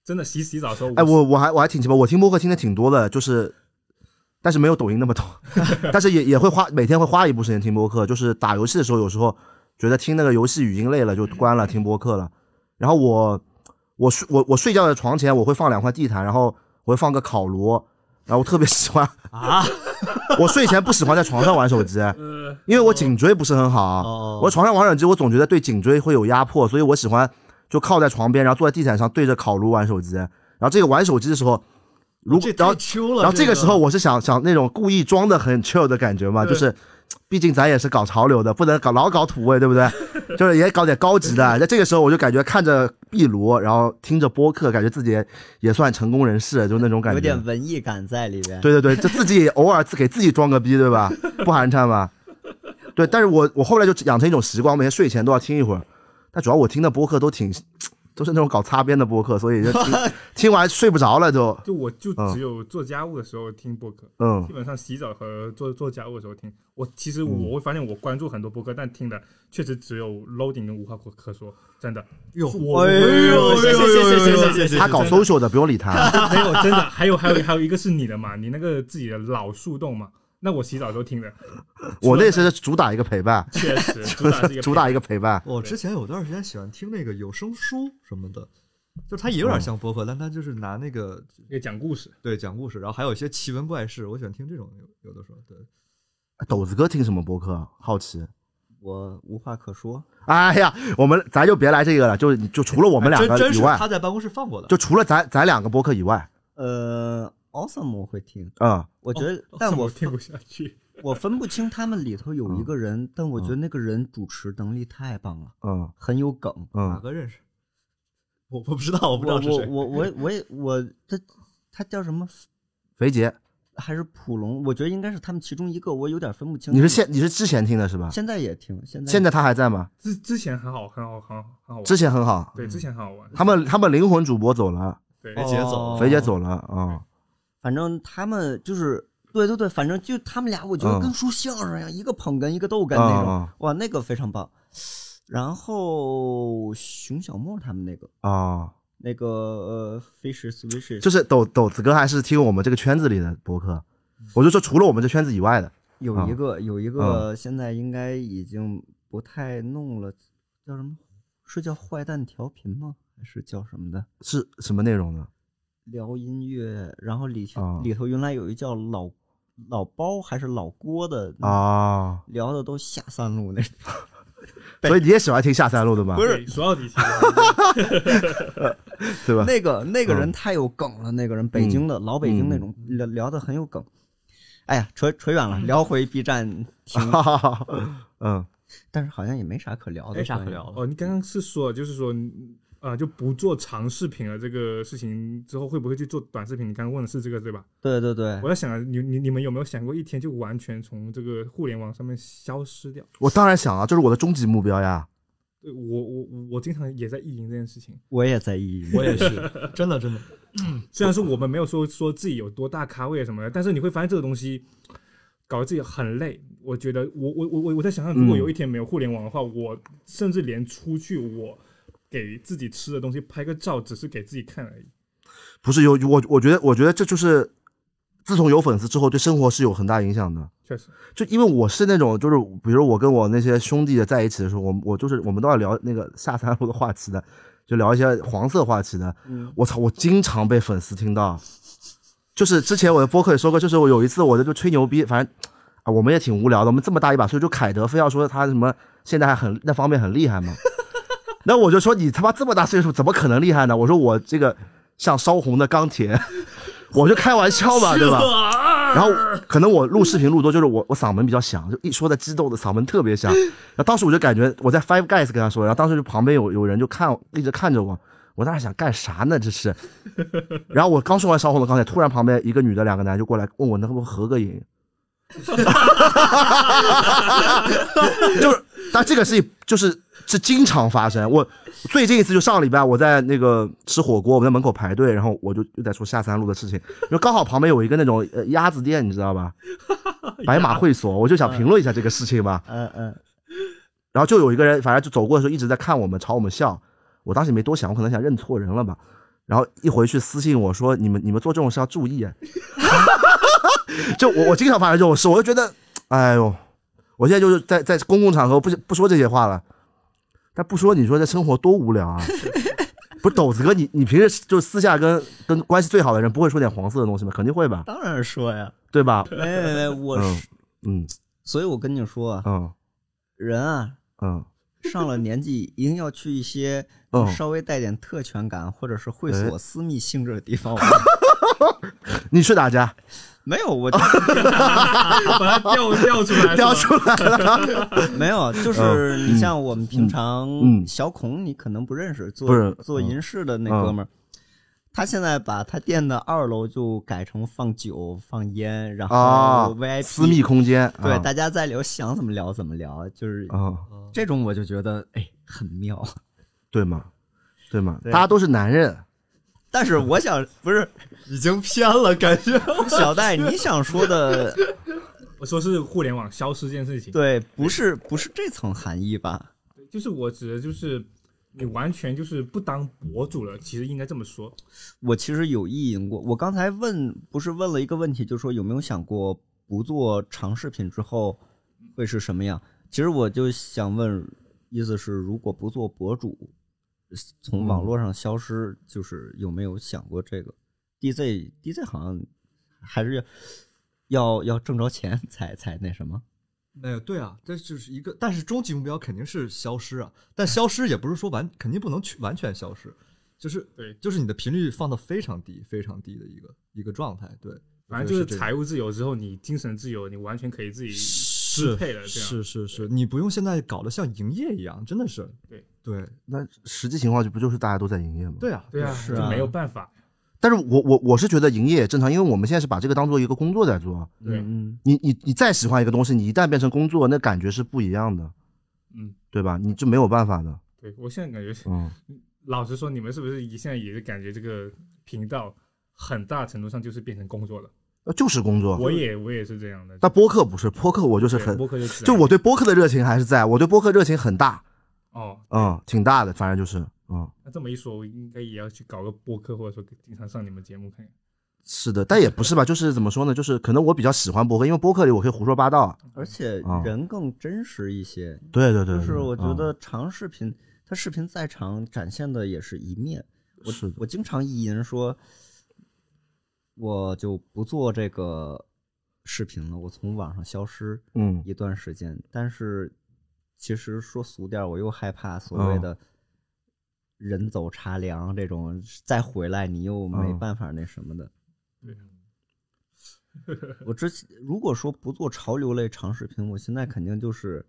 Speaker 3: 真的洗洗澡的时候，
Speaker 2: 哎，我我还我还挺奇葩，我听播客听的挺多的，就是，但是没有抖音那么多，但是也也会花每天会花一部时间听播客，就是打游戏的时候，有时候觉得听那个游戏语音累了就关了听播客了。然后我我睡我我睡觉的床前我会放两块地毯，然后我会放个烤炉，然后我特别喜欢，
Speaker 4: 啊，嗯
Speaker 2: 我睡前不喜欢在床上玩手机，
Speaker 3: 呃，
Speaker 2: 因为我颈椎不是很好，
Speaker 4: 哦
Speaker 2: 我床上玩手机我总觉得对颈椎会有压迫，所以我喜欢就靠在床边，然后坐在地毯上对着烤炉玩手机。然后这个玩手机的时候，如
Speaker 4: 哦这
Speaker 2: 然
Speaker 4: 太
Speaker 2: 后
Speaker 4: 秋了。
Speaker 2: 然后这
Speaker 4: 个
Speaker 2: 个时候我是想想那种故意装的很 chill 的感觉嘛，
Speaker 3: 对
Speaker 2: 就是毕竟咱也是搞潮流的，不能搞老搞土味，对不对？就是也搞点高级的。在这个时候我就感觉看着壁炉，然后听着播客，感觉自己也也算成功人士，就那种感
Speaker 1: 有
Speaker 2: 觉。
Speaker 1: 点文艺感在里边。
Speaker 2: 对对对，就自己偶尔自给自己装个逼，对吧？不寒碜吧？对，但是我我后来就养成一种习惯，我每天睡前都要听一会儿。但主要我听的播客都挺，都是那种搞擦边的播客，所以就听听完睡不着了就，
Speaker 3: 就我就
Speaker 2: 嗯
Speaker 3: 只有做家务的时候听播客，
Speaker 2: 嗯
Speaker 3: 基，本上洗澡和做做家务的时候听。我其实我会发现我关注很多播客，但听的确实只有 loading 跟无话可可说，真的。
Speaker 4: 哟，
Speaker 3: 我
Speaker 1: 哎呦
Speaker 3: 谢谢谢谢谢谢谢谢，
Speaker 2: 他搞 social 的不用理他。
Speaker 3: 没有，真的，还有还有还有一个是你的嘛，你那个自己的老树洞嘛，那我洗澡都听的，
Speaker 2: 我那是主打一个陪伴，
Speaker 3: 确实主
Speaker 2: 就
Speaker 3: 打这
Speaker 2: 是
Speaker 3: 个
Speaker 2: 主打一个陪伴。
Speaker 4: 我
Speaker 3: 对
Speaker 4: 之前有段时间喜欢听那个有声书什么的，就是它也有点像播客，但它就是拿那个
Speaker 3: 一个讲故事，
Speaker 4: 对讲故事，然后还有一些奇闻怪事，我喜欢听这种有有的时候。对，
Speaker 2: 斗子哥听什么播客？啊好奇。
Speaker 1: 我无话可说。
Speaker 2: 哎呀，我们咱就别来这个了，就是就除了我
Speaker 4: 我
Speaker 2: 们两
Speaker 4: 哎真
Speaker 2: 个
Speaker 4: 真
Speaker 2: 以
Speaker 4: 是
Speaker 2: 外
Speaker 4: 他，在办公室放过的，
Speaker 2: 就除了咱咱两个播客以外，
Speaker 1: 呃，Awesome 我会听，
Speaker 2: 嗯，
Speaker 1: 我觉得，
Speaker 3: 这
Speaker 1: 但
Speaker 3: 我
Speaker 1: 我
Speaker 3: 听
Speaker 1: 分
Speaker 3: 不下去。
Speaker 1: 我分不清他们里头
Speaker 2: 嗯
Speaker 1: 有一个人，但我觉得那个人主持能力太棒了，
Speaker 2: 嗯
Speaker 1: 很有梗。
Speaker 4: 哪
Speaker 2: 嗯，
Speaker 4: 个认识？我我不知道，我不知
Speaker 1: 我
Speaker 4: 道是
Speaker 1: 我
Speaker 4: 谁。
Speaker 1: 我我我也我他他叫什么？
Speaker 2: 肥杰，
Speaker 1: 还是普龙？我觉得应该是他们其中一个，我有点分不清。
Speaker 2: 你是现你是之前听的是吧？
Speaker 1: 现在也听，现在
Speaker 2: 现在他还在吗？
Speaker 3: 之之前很好，很好，很好，很好玩。
Speaker 2: 之前很好，
Speaker 3: 对之前很好玩。
Speaker 2: 他们他们灵魂主播走了，
Speaker 3: 对
Speaker 4: 肥姐走
Speaker 1: 哦
Speaker 4: 了，
Speaker 2: 肥姐走了啊，
Speaker 1: 反正他们就是对对对，反正就他们俩，我觉得
Speaker 2: 嗯
Speaker 1: 跟说相声一样，一个捧哏，一个逗哏那种，
Speaker 2: 嗯嗯
Speaker 1: 哇，那个非常棒。然后熊小莫他们那个
Speaker 2: 啊，
Speaker 1: 那个呃，Fishes Wishes
Speaker 2: 就是斗斗子哥还是听我们这个圈子里的播客，我就说除了我们这圈子以外的，
Speaker 1: 有一个、有
Speaker 2: 嗯
Speaker 1: 一个现在应该已经不太弄了，叫什么？是叫坏蛋调频吗？还是叫什么的？
Speaker 2: 是什么内容呢？
Speaker 1: 聊音乐，然后里、
Speaker 2: 啊
Speaker 1: 里头原来有一叫老老包还是老郭的，
Speaker 2: 啊，
Speaker 1: 聊的都下三路那种。
Speaker 2: 所以你也喜欢听下三路的吗？
Speaker 3: 对主要底其实 还是
Speaker 2: 对吧？
Speaker 1: 那个那个
Speaker 2: 嗯
Speaker 1: 人太有梗了，那个人北京的、老北京那种聊聊的很有梗。哎呀，扯扯远
Speaker 4: 嗯
Speaker 1: 了，聊回 B 站听，
Speaker 2: 嗯
Speaker 1: 但是好像也没啥可聊的，
Speaker 4: 没啥哎可聊了。
Speaker 3: 哦，你刚刚是说，就是说，啊、就不做长视频了。这个事情之后会不会去做短视频？你刚刚问的是这个对吧？
Speaker 1: 对对对
Speaker 2: 哎
Speaker 3: 我，在想啊，你你你们有没有想过一天就完全从这个互联网上面消失掉？
Speaker 2: 我当然想啊，这是我的终极目标呀。
Speaker 3: 对我我我我经常也在意淫这件事情，
Speaker 1: 我也在意淫，
Speaker 4: 我也是，真的真的，
Speaker 3: 虽然说我们没有说说自己有多大咖位什么的，但是你会发现这个东西搞得自己很累。我觉得我我我我我在想象，如果有一天没有互联网的话，我甚至连出去我给自己吃的东西拍个照，只是给自己看而已。
Speaker 2: 不是有我，我觉得，我觉得这就是自从有粉丝之后，对生活是有很大影响的。
Speaker 3: 确实，
Speaker 2: 就因为我是那种，就是比如我跟我那些兄弟在一起的时候，我我就是我们都要聊那个下三路的话题的，就聊一些黄色话题的。我操，我经常被粉丝听到，就是之前我的播客也说过，就是我有一次我在就吹牛逼，反正啊我们也挺无聊的，我们这么大一把岁数，就凯德非要说他什么现在还很那方面很厉害嘛。 那我就说你他妈这么大岁数怎么可能厉害呢？我说我这个像烧红的钢铁， 我就开玩笑嘛，对吧？然后可能我录视频录多，就是我我嗓门比较响，就一说的激动的嗓门特别响。然后当时我就感觉我在 Five Guys 跟他说，然后当时就旁边有有人就看一直看着我，我当时想干啥呢这是。然后我刚说完烧红的钢铁，突然旁边一个女的两个男的就过来问我能不能合个影，就是但这个事情就是是经常发生。我最近一次就上礼拜我在那个吃火锅，我在门口排队，然后我就又在说下三路的事情，就刚好旁边有一个那种呃鸭子店，你知道吧？白马会所，我就想评论一下这个事情嘛。
Speaker 1: 嗯嗯，
Speaker 2: 然后就有一个人，反正就走过的时候一直在看我们，朝我们笑。我当时也没多想，我可能想认错人了吧。然后一回去私信我说：“你们你们做这种事要注意。”啊 就我我经常发生这种事，我就觉得，哎呦，我现在就是在在公共场合不不说这些话了。但不说，你说这生活多无聊啊！ 不是斗子哥，你你平时就私下跟跟关系最好的人，不会说点黄色的东西吗？肯定会吧，
Speaker 1: 当然说 呀，
Speaker 2: 对吧？
Speaker 1: 没没没，我
Speaker 2: 嗯
Speaker 1: 是，
Speaker 2: 嗯
Speaker 1: 所以我跟你说啊，
Speaker 2: 嗯
Speaker 1: 人啊，
Speaker 2: 嗯，
Speaker 1: 上了年纪，一定要去一些
Speaker 2: 嗯
Speaker 1: 稍微带点特权感，或者是会
Speaker 2: 哎
Speaker 1: 所私密性质的地方。
Speaker 2: 你是哪家？
Speaker 1: 没有，我
Speaker 3: 把它调调出来，
Speaker 2: 掉出来了。
Speaker 1: 没有，就是你像我们平常
Speaker 2: 嗯嗯嗯
Speaker 1: 小孔，你可能不认识，
Speaker 2: 不是嗯
Speaker 1: 做做银饰的那哥们儿，他现在把他店的二楼就改成放酒、放烟，然
Speaker 2: 啊
Speaker 1: 后 VIP
Speaker 2: 私密，空间，
Speaker 1: 对，
Speaker 2: 啊
Speaker 1: 大家在聊，想怎么聊怎么聊，就是
Speaker 2: 啊，
Speaker 4: 嗯
Speaker 1: 这种我就觉得哎很妙。
Speaker 2: 对吗？对吗？
Speaker 1: 对
Speaker 2: 大家都是男人，
Speaker 1: 但是我想不是
Speaker 4: 已经偏了，感觉
Speaker 1: 小 戴，你想说的
Speaker 3: 我说是互联网消失这件事情，
Speaker 1: 对，不是不是这层含义吧？
Speaker 3: 就是我指的就是你完全就是不当博主了，其实应该这么说。
Speaker 1: 我其实有意淫过。我刚才问，不是问了一个问题，就说有没有想过不做长视频之后会是什么样？其实我就想问，意思是如果不做博主，从
Speaker 2: 嗯
Speaker 1: 网络上消失，就是有没有想过这个？DZ DZ 好像还是要要挣着钱才才那什么。
Speaker 4: 没有，对啊，这就是一个，但是终极目标肯定是消失啊，但消失也不是说完，肯定不能去完全消失，就是
Speaker 3: 对
Speaker 4: 就是你的频率放到非常低、非常低的一个一个状态，对，
Speaker 3: 反
Speaker 4: 我
Speaker 3: 正
Speaker 4: 觉
Speaker 3: 就
Speaker 4: 得
Speaker 3: 是
Speaker 4: 这个
Speaker 3: 财务自由之后，你精神自由，你完全可以自己
Speaker 4: 是
Speaker 3: 支配了，这样
Speaker 4: 是是是，你不用现在搞得像营业一样，真的是，
Speaker 3: 对
Speaker 4: 对
Speaker 2: 那实际情况就不就是大家都在营业吗？
Speaker 4: 对啊，
Speaker 3: 对啊，
Speaker 1: 是
Speaker 3: 就
Speaker 1: 啊
Speaker 3: 没有办法，
Speaker 2: 但是我我我是觉得营业也正常，因为我们现在是把这个当做一个工作在做。
Speaker 3: 对
Speaker 1: 嗯，
Speaker 2: 你你你再喜欢一个东西，你一旦变成工作，那感觉是不一样的，
Speaker 3: 嗯，
Speaker 2: 对吧？你就没有办法的。
Speaker 3: 对我现在感觉是，
Speaker 2: 嗯，
Speaker 3: 老实说，你们是不是一现在也是感觉这个频道很大程度上就是变成工作了？
Speaker 2: 那哦就是工作。
Speaker 3: 我也我也是这样的，
Speaker 2: 但播客不是，播客我就是
Speaker 3: 对
Speaker 2: 很，
Speaker 3: 播客就自然
Speaker 2: 就我对播客的热情还是在，我对播客热情很大，
Speaker 3: 哦，
Speaker 2: 嗯，挺大的，反正就是，嗯，
Speaker 3: 那这么一说，我应该也要去搞个播客，或者说经常上你们节目看看。
Speaker 2: 是的，但也不是吧，就是怎么说呢，就是可能我比较喜欢播客，因为播客里我可以胡说八道。
Speaker 1: 而且
Speaker 2: 啊
Speaker 1: 人更真实一些，
Speaker 2: 对对对，
Speaker 1: 就是
Speaker 2: 对
Speaker 1: 我觉，
Speaker 2: 嗯
Speaker 1: 得长视频，它视频再长，展现的也是一面。我
Speaker 2: 是的
Speaker 1: 我经常意淫说，我就不做这个视频了，我从网上消失
Speaker 2: 嗯，
Speaker 1: 一段时间。但是其实说俗点儿，我又害怕所谓
Speaker 2: 嗯
Speaker 1: 的人走茶凉这种，再回来你又没
Speaker 2: 嗯
Speaker 1: 办法那什么的。
Speaker 3: 对，
Speaker 1: 我之前如果说不做潮流类长视频，我现在肯定就是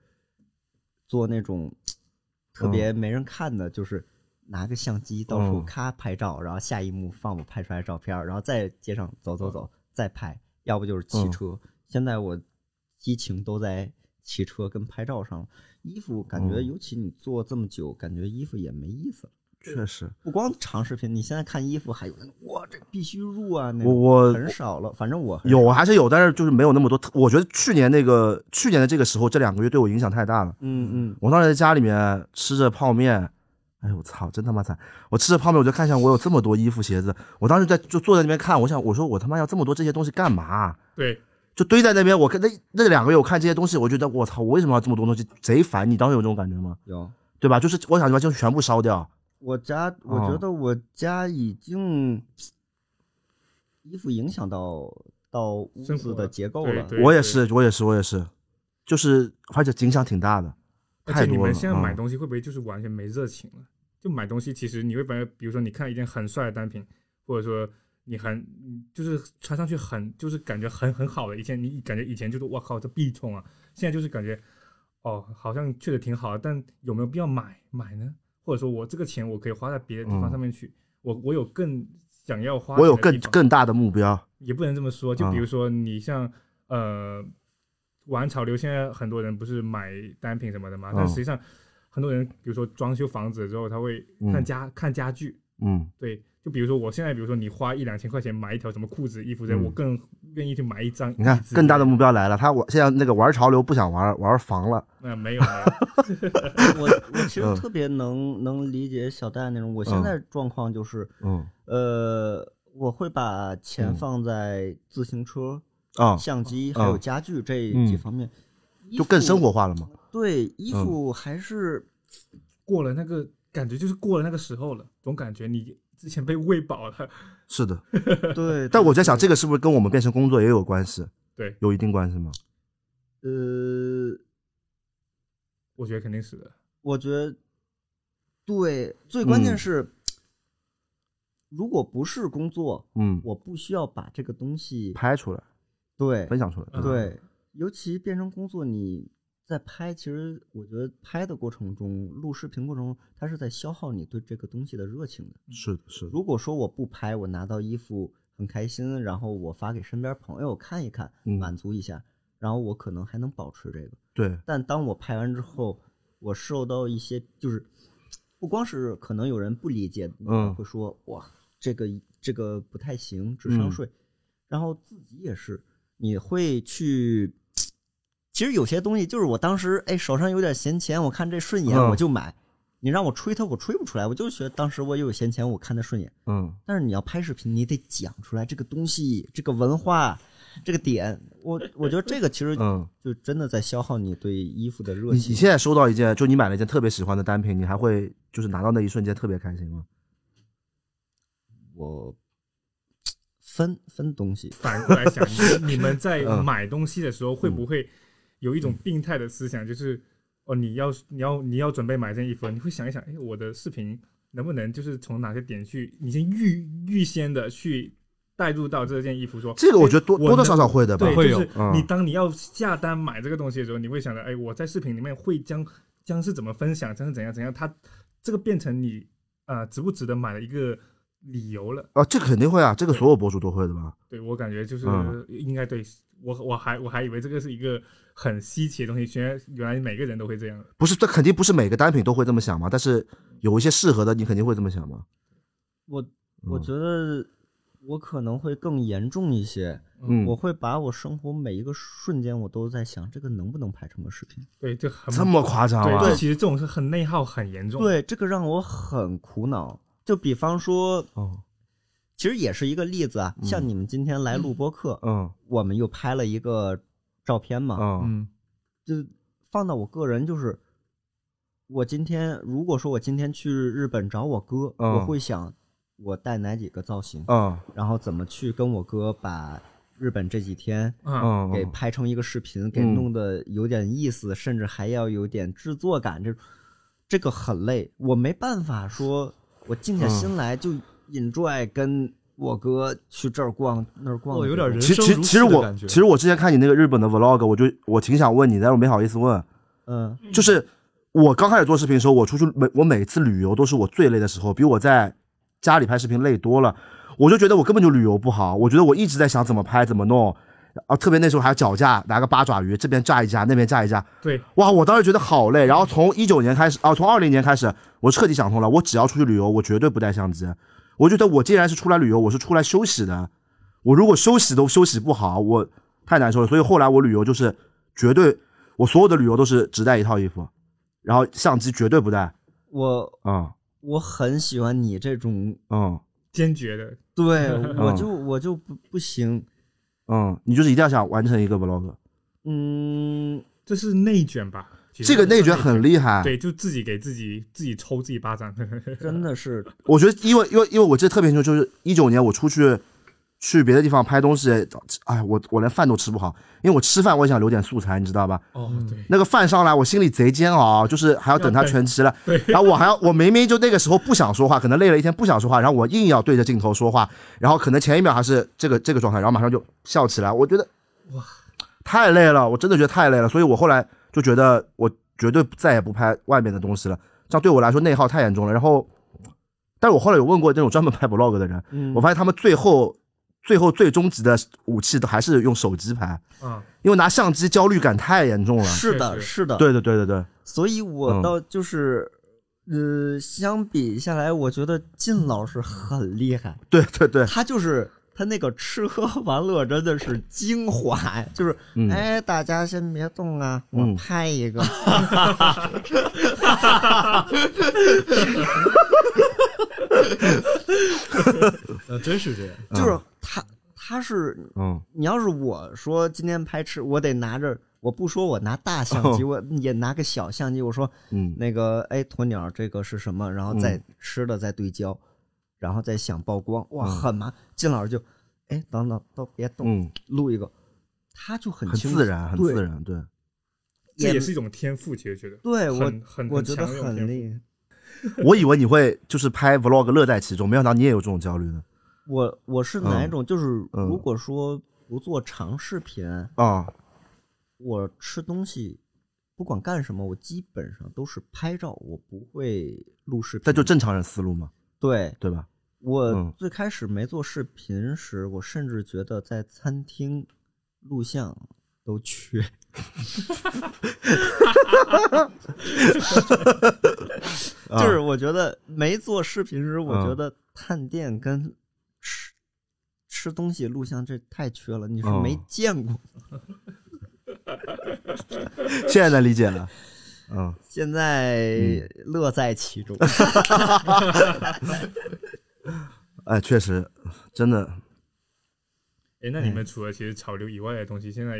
Speaker 1: 做那种
Speaker 2: 嗯
Speaker 1: 特别没人看的，就是拿个相机到处
Speaker 2: 嗯
Speaker 1: 咔拍照，然后下一幕放我拍出来的照片儿，然后在街上走走走再拍，要不就是骑
Speaker 2: 嗯
Speaker 1: 车。现在我激情都在骑车跟拍照上了，衣服感觉
Speaker 2: 嗯
Speaker 1: 尤其你做这么久，感觉衣服也没意思了。
Speaker 2: 确实，
Speaker 1: 不光长视频，你现在看衣服还有那种哇，这必须入啊，那
Speaker 2: 我
Speaker 1: 种
Speaker 2: 我
Speaker 1: 很少了，反正我很
Speaker 2: 有啊
Speaker 1: 少
Speaker 2: 还是有，但是就是没有那么多特。我觉得去年那个去年的这个时候，这两个月对我影响太大了。
Speaker 1: 嗯嗯。
Speaker 2: 我当时在家里面吃着泡面，哎呦我操，真他妈惨！我吃着泡面，我就看向我有这么多衣服鞋子，我当时在就坐在那边看，我想我说我他妈要这么多这些东西干嘛？
Speaker 3: 对，
Speaker 2: 就堆在那边，我看那那两个月我看这些东西，我觉得我操，我为什么要这么多东西？贼烦！你当时有这种感觉吗？
Speaker 1: 有
Speaker 2: 对吧？就是我想把就全部烧掉。
Speaker 1: 我家，我觉
Speaker 2: 哦
Speaker 1: 得我家已经衣服影响到到屋
Speaker 3: 生
Speaker 1: 子
Speaker 3: 活
Speaker 1: 的
Speaker 3: 了
Speaker 1: 结构
Speaker 3: 对
Speaker 1: 了。
Speaker 3: 对
Speaker 2: 我也是，我也是，我也是，就是而且影响挺大的，
Speaker 3: 而
Speaker 2: 太
Speaker 3: 且你
Speaker 2: 多了。
Speaker 3: 们现在
Speaker 2: 嗯
Speaker 3: 买东西会不会就是完全没热情了？就买东西，其实你会发现，比如说你看一件很帅的单品，或者说你很就是穿上去很就是感觉很很好的一件，你感觉以前就是哇靠这必冲啊，现在就是感觉哦好像确实挺好的，但有没有必要买买呢？或者说我这个钱我可以花在别的地方
Speaker 2: 嗯
Speaker 3: 上面去，我我有更想要花钱
Speaker 2: 我
Speaker 3: 的
Speaker 2: 有
Speaker 3: 地方，
Speaker 2: 更更大的目标。
Speaker 3: 也不能这么说，就
Speaker 2: 啊
Speaker 3: 比如说你像、呃玩潮流，现在很多人不是买单品什么的嘛，但
Speaker 2: 嗯
Speaker 3: 实际上很多人比如说装修房子之后，他会
Speaker 2: 嗯
Speaker 3: 看家、看家具，
Speaker 2: 嗯，
Speaker 3: 对，就比如说我现在比如说你花一两千块钱买一条什么裤子、衣服之类，
Speaker 2: 嗯
Speaker 3: 我更愿意去买一张椅子。
Speaker 2: 你看，更大的目
Speaker 3: 标
Speaker 2: 标来了。他我现在那个玩潮流不想玩，玩房了。
Speaker 3: 那、没有没 有，
Speaker 1: 我我其
Speaker 2: 嗯
Speaker 1: 实特别能能理解小戴那种，我现在状况就是，
Speaker 2: 嗯
Speaker 1: 呃，我会把钱
Speaker 2: 嗯
Speaker 1: 放在自行车、
Speaker 2: 啊，
Speaker 1: 相机还有
Speaker 2: 啊
Speaker 1: 家具这
Speaker 2: 嗯
Speaker 1: 几方面，衣
Speaker 2: 就更
Speaker 1: 服
Speaker 2: 生活。嗯化了嘛。
Speaker 1: 对，衣服还是
Speaker 3: 过了那个感觉就是过了那个时候了，总感觉你之前被喂饱了。
Speaker 2: 是的，
Speaker 1: 对，
Speaker 2: 但我在想，这个是不是跟我们变成工作也有关系？
Speaker 3: 对，
Speaker 2: 有一定关系吗？
Speaker 1: 呃，
Speaker 3: 我觉得肯定是的，
Speaker 1: 我觉得对，最关键
Speaker 2: 嗯
Speaker 1: 是，如果不是工作，
Speaker 2: 嗯，
Speaker 1: 我不需要把这个东西
Speaker 2: 拍出来，
Speaker 1: 对
Speaker 2: 分享出来。
Speaker 1: 对，尤其变成工作，你在拍，其实我觉得拍的过程中，录视频过程中，它是在消耗你对这个东西的热情的。
Speaker 2: 是的，是的，
Speaker 1: 如果说我不拍，我拿到衣服很开心，然后我发给身边朋友看一看，
Speaker 2: 嗯
Speaker 1: 满足一下，然后我可能还能保持这个。
Speaker 2: 对，
Speaker 1: 但当我拍完之后，我受到一些就是，不光是可能有人不理解，
Speaker 2: 嗯
Speaker 1: 会说哇，这个这个不太行，智商
Speaker 2: 嗯
Speaker 1: 税。然后自己也是，你会去，其实有些东西就是我当时哎手上有点闲钱，我看这顺眼
Speaker 2: 嗯
Speaker 1: 我就买。你让我吹它，我吹不出来，我就觉得当时我有闲钱，我看它顺眼。
Speaker 2: 嗯，
Speaker 1: 但是你要拍视频，你得讲出来这个东西，这个文化，这个点，我我觉得这个其 实
Speaker 2: 嗯，
Speaker 1: 就真的在消耗你对衣服的热
Speaker 2: 你你
Speaker 1: 情。
Speaker 2: 现在收到一件，就你买了一件特别喜欢的单品，你还会就是拿到那一瞬间特别开心吗？
Speaker 1: 我分分东西，
Speaker 3: 反过来想，你你们在
Speaker 2: 嗯
Speaker 3: 买东西的时候会不会有一种病态的思想，就是哦，你要你要你要准备买这件衣服，你会想一想，哎，我的视频能不能就是从哪些点去，你先预预先的去带入到这件衣服说，
Speaker 2: 这个我
Speaker 3: 诶
Speaker 2: 觉得多
Speaker 3: 我
Speaker 2: 多多
Speaker 3: 能
Speaker 2: 少少会的吧
Speaker 3: 对，，
Speaker 4: 会
Speaker 3: 就是
Speaker 2: 有
Speaker 3: 你
Speaker 2: 嗯
Speaker 3: 当你要下单买这个东西的时候，你会想着，哎，我在视频里面会将将是怎么分享，将是怎样怎样，它这个变成你啊值不值得买的一个理由了。
Speaker 2: 啊，这个肯定会啊，这个所有博主都会的吧？
Speaker 3: 对我感觉就是
Speaker 2: 嗯
Speaker 3: 应该对、我，我还我还以为这个是一个很稀奇的东西，原来原来每个人都会这样。
Speaker 2: 不是，这肯定不是每个单品都会这么想嘛，但是有一些适合的，你肯定会这么想嘛。
Speaker 1: 我我
Speaker 2: 嗯
Speaker 1: 觉得我可能会更严重一些，
Speaker 2: 嗯
Speaker 1: 我会把我生活每一个瞬间，我都在想这个能不能拍成个视频。
Speaker 3: 对，就很
Speaker 2: 这么夸张
Speaker 3: 对，
Speaker 2: 啊
Speaker 3: 这？其实这种是很内耗很严重。，
Speaker 1: 对，这个让我很苦恼。就比方说，
Speaker 2: 哦，
Speaker 1: 其实也是一个例子啊，像你们今天来录播客，
Speaker 2: 嗯
Speaker 1: 我们又拍了一个照片嘛，
Speaker 2: 嗯
Speaker 4: 嗯，
Speaker 1: 就放到我个人就是，我今天如果说我今天去日本找我哥，
Speaker 2: 嗯
Speaker 1: 我会想我带哪几个造型，
Speaker 2: 嗯
Speaker 1: 然后怎么去跟我哥把日本这几天
Speaker 3: 啊，
Speaker 2: 嗯，
Speaker 1: 给拍成一个视频，给
Speaker 2: 嗯
Speaker 1: 弄得有点意思，甚至还要有点制作感，这这个很累，我没办法说，我静
Speaker 2: 嗯
Speaker 1: 下心来就 enjoy 跟我哥去这儿逛那儿逛的
Speaker 4: 我
Speaker 1: 这
Speaker 4: 哦有
Speaker 1: 种，
Speaker 4: 点人
Speaker 2: 其
Speaker 4: 生
Speaker 2: 其
Speaker 4: 如
Speaker 2: 其
Speaker 4: 戏
Speaker 2: 实
Speaker 4: 的
Speaker 2: 我
Speaker 4: 感觉
Speaker 2: 其实我之前看你那个日本的 vlog，我就我挺想问你，但是我没好意思问。
Speaker 1: 嗯
Speaker 2: 就是我刚开始做视频的时候，我出去每我每次旅游都是我最累的时候，比我在家里拍视频累多了。我就觉得我根本就旅游不好，我觉得我一直在想怎么拍怎么弄，啊，特别那时候还脚架，拿个八爪鱼，这边炸一架，那边炸一架，
Speaker 3: 对，
Speaker 2: 哇，我当时觉得好累。然后从一九年开始，啊，从二零年开始，我彻底想通了，我只要出去旅游，我绝对不带相机。我觉得我既然是出来旅游，我是出来休息的。我如果休息都休息不好，我太难受了。所以后来我旅游就是绝对，我所有的旅游都是只带一套衣服，然后相机绝对不带。
Speaker 1: 我
Speaker 2: 嗯
Speaker 1: 我很喜欢你这种，
Speaker 2: 嗯
Speaker 3: 坚决的，
Speaker 1: 对我就我就不不行，
Speaker 2: 嗯，你就是一定要想完成一个 vlog，
Speaker 1: 嗯，
Speaker 3: 这是内卷吧？其实
Speaker 2: 这个内
Speaker 3: 是
Speaker 2: 卷很厉害。
Speaker 3: 对，就自己给自己自己抽自己巴掌。
Speaker 1: 真的 是，
Speaker 2: 我觉得因为因为因为我记得特别清楚，就是一九年我出去去别的地方拍东西，哎，我我连饭都吃不好，因为我吃饭我也想留点素材，你知道吧？
Speaker 3: 哦，对，
Speaker 2: 那个饭上来我心里贼煎熬，就是还要等它全齐了
Speaker 3: 对，
Speaker 2: 然后我还要我明明就那个时候不想说话，可能累了一天不想说话，然后我硬要对着镜头说话，然后可能前一秒还是这个这个状态，然后马上就笑起来，我觉得
Speaker 3: 哇
Speaker 2: 太累了，我真的觉得太累了，所以我后来就觉得我绝对再也不拍外面的东西了，这样对我来说内耗太严重了。然后，但是我后来有问过那种专门拍 vlog 的人，
Speaker 1: 嗯，
Speaker 2: 我发现他们最后最后最终极的武器都还是用手机拍，
Speaker 3: 啊，
Speaker 2: 因为拿相机焦虑感太严重了。
Speaker 1: 是的，
Speaker 3: 确实
Speaker 1: 是的，
Speaker 2: 对对对对对，
Speaker 1: 所以我
Speaker 2: 嗯
Speaker 1: 倒就是，呃，相比下来，我觉得靳老师很厉害，
Speaker 2: 对对对，
Speaker 1: 他就是他那个吃喝玩乐真的是精华呀，就是、
Speaker 2: 嗯
Speaker 1: 哎，大家先别动啊，
Speaker 2: 嗯
Speaker 1: 我拍一个，
Speaker 4: 呃，真是这样。
Speaker 1: 就是他他是
Speaker 2: 嗯，
Speaker 1: 你要是我说今天拍吃，我得拿着。我不说，我拿大相 机，我也拿个小相机。我说，
Speaker 2: 嗯
Speaker 1: 那个，哎，鸵鸟这个是什么？然后再吃的再对焦，然后再想曝光，哇，
Speaker 2: 嗯
Speaker 1: 很麻。靳老师就，哎，等等，都别动，
Speaker 2: 嗯，
Speaker 1: 录一个，他就很
Speaker 2: 很
Speaker 1: 轻
Speaker 2: 自然，很
Speaker 1: 对
Speaker 2: 自然，对，
Speaker 3: 这
Speaker 1: 也
Speaker 3: 也是一种天赋，其实觉得。
Speaker 1: 对我
Speaker 3: 很，很
Speaker 1: 我
Speaker 3: 很
Speaker 1: 觉
Speaker 3: 强
Speaker 1: 得
Speaker 3: 的一种
Speaker 1: 很
Speaker 3: 天赋
Speaker 1: 厉害。
Speaker 2: 我以为你会就是拍 vlog 乐在其中，没想到你也有这种焦虑呢。
Speaker 1: 我我是哪一种？就是
Speaker 2: 嗯
Speaker 1: 如果说不做长视频，
Speaker 2: 啊、
Speaker 1: 我吃东西不管干什么，我基本上都是拍照，我不会录视频。
Speaker 2: 这就正常人思路嘛，
Speaker 1: 对
Speaker 2: 对吧？
Speaker 1: 我
Speaker 2: 嗯
Speaker 1: 最开始没做视频时，我甚至觉得在餐厅录像都缺。
Speaker 2: 啊
Speaker 1: 就是我觉得没做视频时，我
Speaker 2: 嗯
Speaker 1: 觉得探店跟吃吃东西录像这太缺了，你是没
Speaker 2: 嗯
Speaker 1: 见过。
Speaker 2: 现在能理解了。嗯，
Speaker 1: 现在
Speaker 2: 嗯
Speaker 1: 乐在其中。
Speaker 2: 哎，确实，真的，
Speaker 3: 哎，那你们除了其实潮流以外的东西，现在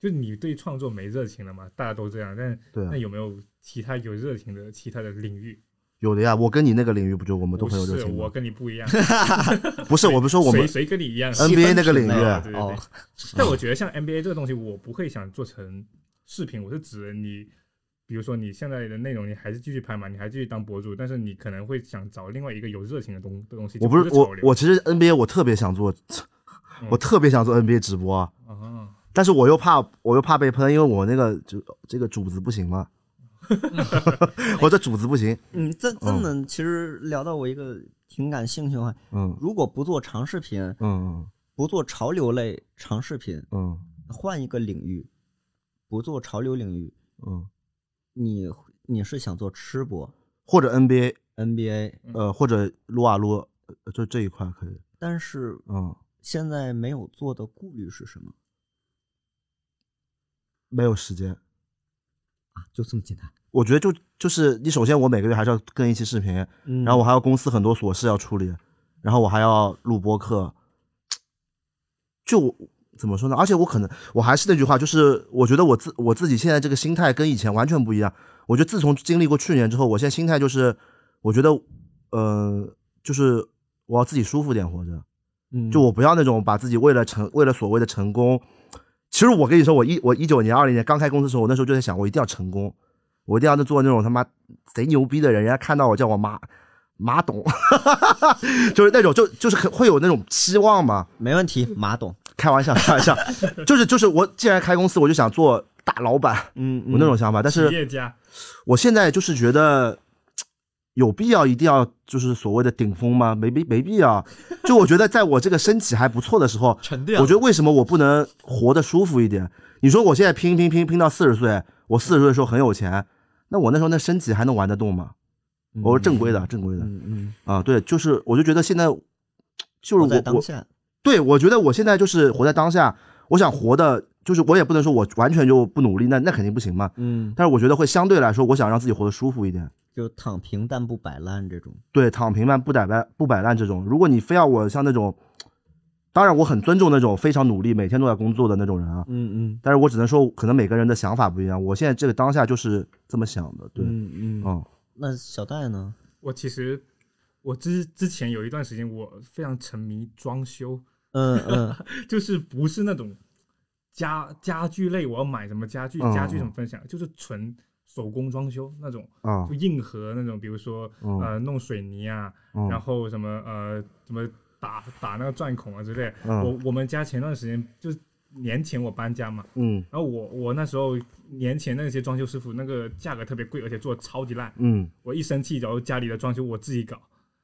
Speaker 3: 就你对创作没热情了嘛？大家都这样，但
Speaker 2: 对啊
Speaker 3: 那，有没有其他有热情的其他的领域？
Speaker 2: 有的呀。我跟你那个领域不就我们都
Speaker 3: 不
Speaker 2: 很有热
Speaker 3: 是，
Speaker 2: 情
Speaker 3: 我
Speaker 2: 吗？
Speaker 3: 跟你不一样。
Speaker 2: 不是，我不是说 我们
Speaker 3: 谁谁跟你一样
Speaker 2: NBA 那个领域啊
Speaker 1: 细分
Speaker 3: 啊
Speaker 1: 品类
Speaker 3: 对对对
Speaker 1: 哦，
Speaker 3: 但我觉得像 NBA 这个东西，我不会想做成视频，我是指你，比如说你现在的内容，你还是继续拍嘛，你还继续当博主，但是你可能会想找另外一个有热情的东的东西。
Speaker 2: 我
Speaker 3: 不
Speaker 2: 不是我
Speaker 3: 潮流
Speaker 2: 我其实 NBA 我特别想做，
Speaker 3: 嗯
Speaker 2: 我特别想做 NBA 直播啊，
Speaker 3: 啊，
Speaker 2: 但是我又怕我又怕被喷，因为我那个就这个主子不行 嘛，我这主子不行，
Speaker 1: 嗯，这这呢，其实聊到我一个挺感兴趣的话，
Speaker 2: 嗯
Speaker 1: 如果不做长视频，
Speaker 2: 嗯
Speaker 1: 不做潮流类长视频，
Speaker 2: 嗯
Speaker 1: 换一个领域，不做潮流领域，
Speaker 2: 嗯，
Speaker 1: 你你是想做吃播
Speaker 2: 或者 NBA
Speaker 1: NBA，
Speaker 2: 呃或者撸啊撸，呃就这一块可以，
Speaker 1: 但是
Speaker 2: 嗯，
Speaker 1: 现在没有做的顾虑是什么
Speaker 2: 没有时间，
Speaker 1: 啊？就这么简单。
Speaker 2: 我觉得就就是你首先我每个月还是要更一期视频，
Speaker 1: 嗯
Speaker 2: 然后我还有公司很多琐事要处理，然后我还要录播客，就我怎么说呢？而且我可能我还是那句话，就是我觉得我自我自己现在这个心态跟以前完全不一样。我觉得自从经历过去年之后，我现在心态就是，我觉得，呃，就是我要自己舒服点活着，
Speaker 1: 嗯
Speaker 2: 就我不要那种把自己为了成为了所谓的成功。其实我跟你说，我一我一九年、二零年刚开公司的时候，我那时候就在想，我一定要成功，我一定要做那种他妈贼牛逼的人，人家看到我叫我妈马董， 就是那种就就是很会有那种期望嘛。
Speaker 1: 没问题，马董，
Speaker 2: 开玩笑，开 玩笑，就是就是我既然开公司，我就想做大老板，
Speaker 1: 嗯，
Speaker 2: 我那种想法。但
Speaker 3: 企
Speaker 2: 是
Speaker 3: 业家，
Speaker 2: 我现在就是觉得有必要一定要就是所谓的顶峰吗？没必没必要。就我觉得在我这个身体还不错的时候，
Speaker 4: 沉
Speaker 1: 啊
Speaker 4: 淀了。
Speaker 2: 我觉得为什么我不能活得舒服一点？你说我现在拼拼拼拼到四十岁，我四十岁的时候很有钱，那我那时候那身体还能玩得动吗？我说正规的，正规的
Speaker 1: 嗯嗯，
Speaker 2: 啊，对，就是我就觉得现在就是
Speaker 1: 活
Speaker 2: 我
Speaker 1: 在
Speaker 2: 我
Speaker 1: 当下，
Speaker 2: 对，我觉得我现在就是活在当下，我想活的，就是我也不能说我完全就不努力，那那肯定不行嘛。
Speaker 1: 嗯，
Speaker 2: 但是我觉得会相对来说，我想让自己活得舒服一点。
Speaker 1: 就躺平但不摆烂这种。
Speaker 2: 对，躺平嘛，不摆烂，不摆烂这种。如果你非要我像那种，当然我很尊重那种非常努力、每天都在工作的那种人啊。
Speaker 1: 嗯嗯
Speaker 2: 但是我只能说，可能每个人的想法不一样。我现在这个当下就是这么想的。对，
Speaker 1: 嗯嗯。
Speaker 2: 嗯
Speaker 1: 那小戴呢？
Speaker 3: 我其实我之之前有一段时间，我非常沉迷装修，
Speaker 1: 嗯嗯
Speaker 3: 就是不是那种家家具类，我要买什么家具，
Speaker 2: 嗯
Speaker 3: 家具怎么分享，就是纯手工装修那种，
Speaker 2: 啊
Speaker 3: 就硬核那种，比如说
Speaker 2: 嗯
Speaker 3: 呃弄水泥啊，
Speaker 2: 嗯
Speaker 3: 然后什么呃什么打打那个钻孔啊之类的。
Speaker 2: 嗯
Speaker 3: 我我们家前段时间就是年前我搬家嘛，
Speaker 2: 嗯
Speaker 3: 然后我我那时候年前那些装修师傅那个价格特别贵，而且做的超级烂，
Speaker 2: 嗯
Speaker 3: 我一生气，然后家里的装修我自己搞，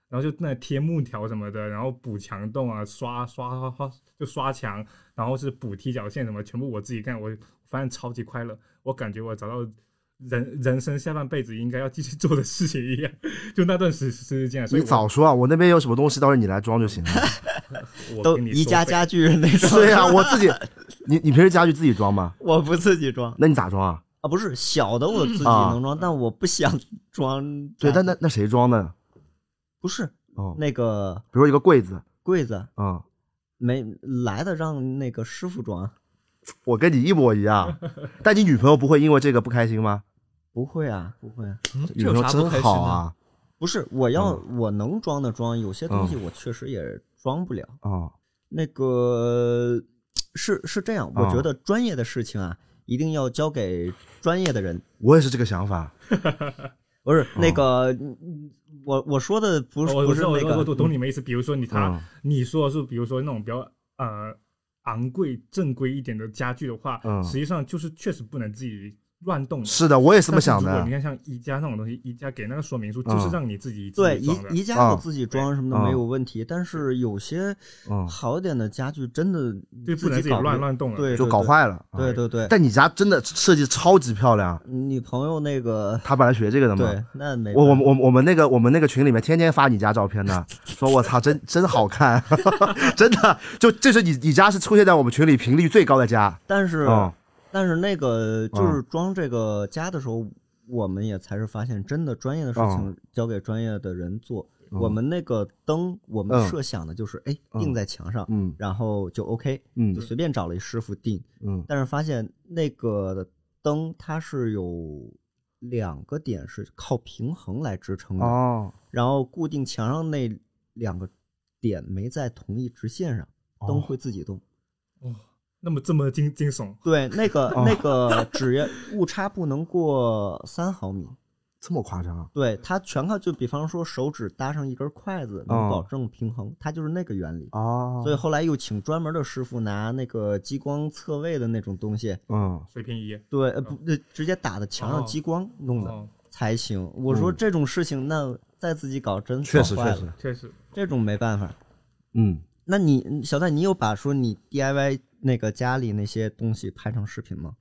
Speaker 3: 然后就那贴木条什么的，然后补墙洞啊，刷刷刷刷就刷墙，然后是补踢脚线什么，全部我自己干，我发现超级快乐，我感觉我找到人人生下半辈子应该要继续做的事情一样， 就那段时时间啊，所以
Speaker 2: 你
Speaker 3: 我
Speaker 2: 早说啊！我那边有什么东西，到时候你来装就行了。
Speaker 3: 我
Speaker 1: 都
Speaker 3: 跟你
Speaker 1: 宜
Speaker 3: 收
Speaker 1: 家
Speaker 3: 费
Speaker 1: 家具那种。
Speaker 2: 对呀、啊我自己，你你平时家具自己装吗？
Speaker 1: 我不自己装
Speaker 2: 那你咋装啊？
Speaker 1: 啊，不是小的我自己
Speaker 2: 啊
Speaker 1: 能装，但我不想装。
Speaker 2: 对，但那那谁装的？
Speaker 1: 不是
Speaker 2: 哦，
Speaker 1: 那个
Speaker 2: 比如说一个柜子，
Speaker 1: 柜子
Speaker 2: 嗯，
Speaker 1: 没来的，让那个师傅装。啊
Speaker 2: 我跟你一模一样。但你女朋友不会因为这个不开心吗？
Speaker 1: 不会啊，不会啊。
Speaker 4: 嗯
Speaker 2: 女
Speaker 4: 这
Speaker 2: 朋友
Speaker 4: 有啥不
Speaker 2: 真
Speaker 4: 开心
Speaker 2: 好
Speaker 4: 的？
Speaker 2: 啊！
Speaker 1: 不是，我要
Speaker 2: 嗯
Speaker 1: 我能装的装，有些东西我确实也装不了。
Speaker 2: 哦，
Speaker 1: 那个是是这样，我
Speaker 2: 啊
Speaker 1: 觉得专业的事情啊，一定要交给专业的人。
Speaker 2: 我也是这个想法。
Speaker 1: 不是那个，嗯我我说的不是
Speaker 3: 哦我
Speaker 1: 不是
Speaker 3: 我
Speaker 1: 那
Speaker 3: 知道我我
Speaker 1: 个，
Speaker 3: 我懂你们意思。比如说你他、
Speaker 2: 嗯
Speaker 3: 你说的是，比如说那种比较呃昂贵、正规一点的家具的话，
Speaker 2: 嗯
Speaker 3: 实际上就是确实不能自己乱动的。
Speaker 2: 是的，我也这么
Speaker 3: 但是
Speaker 2: 想
Speaker 3: 如
Speaker 2: 的啊
Speaker 3: 果你。看像宜家那种东西，宜家给那个说明书就是
Speaker 2: 嗯
Speaker 3: 让你自己自
Speaker 1: 对
Speaker 3: 己装的
Speaker 1: 宜宜家
Speaker 2: 啊
Speaker 1: 我自己装什么的
Speaker 2: 啊
Speaker 1: 没有问题，但是有些
Speaker 2: 嗯，
Speaker 1: 好一点的家具真的
Speaker 3: 对，不能
Speaker 1: 自
Speaker 3: 自己
Speaker 1: 搞不
Speaker 3: 乱
Speaker 1: 了，
Speaker 3: 乱动了。
Speaker 1: 对，
Speaker 2: 就
Speaker 1: 对
Speaker 2: 搞。坏了。
Speaker 1: 对
Speaker 2: 啊
Speaker 1: 对对，
Speaker 2: 但你家真的设计超级漂亮。
Speaker 1: 你朋友那个
Speaker 2: 他本来学这个的嘛。
Speaker 1: 对，那没
Speaker 2: 我我
Speaker 1: 办
Speaker 2: 们
Speaker 1: 法
Speaker 2: 我们我们那个我们那个群里面天天发你家照片呢， 说我操真真好看， 真的就这是你你家是出现在我们群里频率最高的家，
Speaker 1: 但是
Speaker 2: 嗯
Speaker 1: 但是那个就
Speaker 2: 啊
Speaker 1: 是装这个家的时候，我们也才是发现，真的专业的事
Speaker 2: 嗯
Speaker 1: 情交给专业的人做。我们那个灯，我们
Speaker 2: 嗯
Speaker 1: 设想的就是，哎，
Speaker 2: 嗯
Speaker 1: 钉在墙上，
Speaker 2: 嗯
Speaker 1: 然后就 OK，
Speaker 2: 嗯
Speaker 1: 就随便找了一师傅钉。
Speaker 2: 嗯
Speaker 1: 但是发现那个灯它是有两个点是靠平衡来支撑的，
Speaker 2: 哦，
Speaker 1: 然后固定墙上那两个点没在同一直线上，
Speaker 2: 哦
Speaker 1: 灯会自己动。
Speaker 3: 那么这么惊惊悚，
Speaker 1: 对，那个、
Speaker 2: 哦
Speaker 1: 那个只要误差不能过三毫米，
Speaker 2: 这么夸张啊？
Speaker 1: 对它全靠就比方说手指搭上一根筷子能
Speaker 2: 哦
Speaker 1: 保证平衡，它就是那个原理。
Speaker 2: 哦
Speaker 1: 所以后来又请专门的师傅拿那个激光测位的那种东西，
Speaker 2: 嗯
Speaker 3: 水平仪
Speaker 1: 对，
Speaker 2: 哦
Speaker 1: 呃不，呃直接打的墙上
Speaker 3: 哦
Speaker 1: 激光弄的
Speaker 3: 哦，
Speaker 1: 才行。我说这种事情，那再自己搞真
Speaker 2: 嗯确实
Speaker 1: 搞坏
Speaker 2: 确
Speaker 1: 了
Speaker 2: 实，
Speaker 3: 确实，
Speaker 1: 这种没办法。
Speaker 2: 嗯
Speaker 1: 那你小戴，你有把说你 DIY 那个家里那些东西拍成视频吗？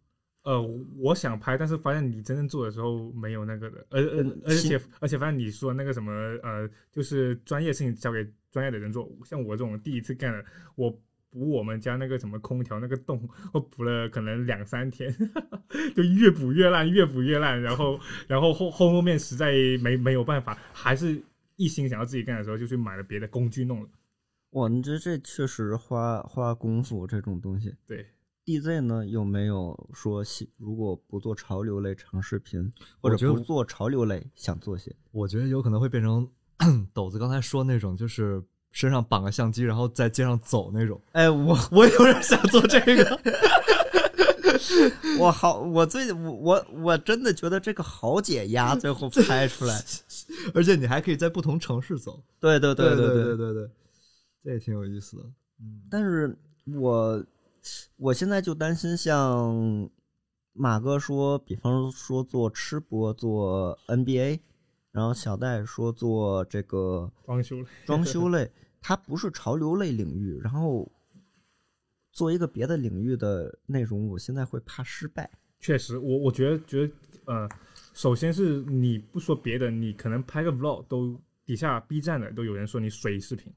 Speaker 3: 呃，我想拍，但是发现你真正做的时候没有那个的，而而而且而且发现你说那个什么呃，就是专业性交给专业的人做，像我这种第一次干的，我补我们家那个什么空调那个洞，我补了可能两三天， 就越补越烂，越补越烂，然后然后后后后面实在没没有办法，还是一心想要自己干的时候，就去买了别的工具弄了，
Speaker 1: 哇，你这这确实花花功夫这种东西。
Speaker 3: 对。
Speaker 1: DZ 呢有没有说喜如果不做潮流类长视频，或
Speaker 4: 我觉
Speaker 1: 者
Speaker 4: 得
Speaker 1: 不做潮流类，想做些？
Speaker 4: 我觉得有可能会变成 斗子刚才说那种，就是身上绑个相机，然后在街上走那 种。
Speaker 1: 哎，我
Speaker 4: 我有点想做这个，
Speaker 1: 我好，我最我我我真的觉得这个好解压，最后拍出来。
Speaker 4: 而且你还可以在不同城市走。
Speaker 1: 对对对
Speaker 4: 对
Speaker 1: 对
Speaker 4: 对对对，这也挺有意思的。嗯，
Speaker 1: 但是我我现在就担心，像马哥说，比方说做吃播、做 NBA，然后小戴说做这 个
Speaker 3: 装修了。
Speaker 1: 装修类，它不是潮流类领域，然后做一个别的领域的内容，我现在会怕失败。
Speaker 3: 确实，我我觉得觉得呃，首先是你不说别的，你可能拍个 vlog 都底下 B 站的都有人说你水视频，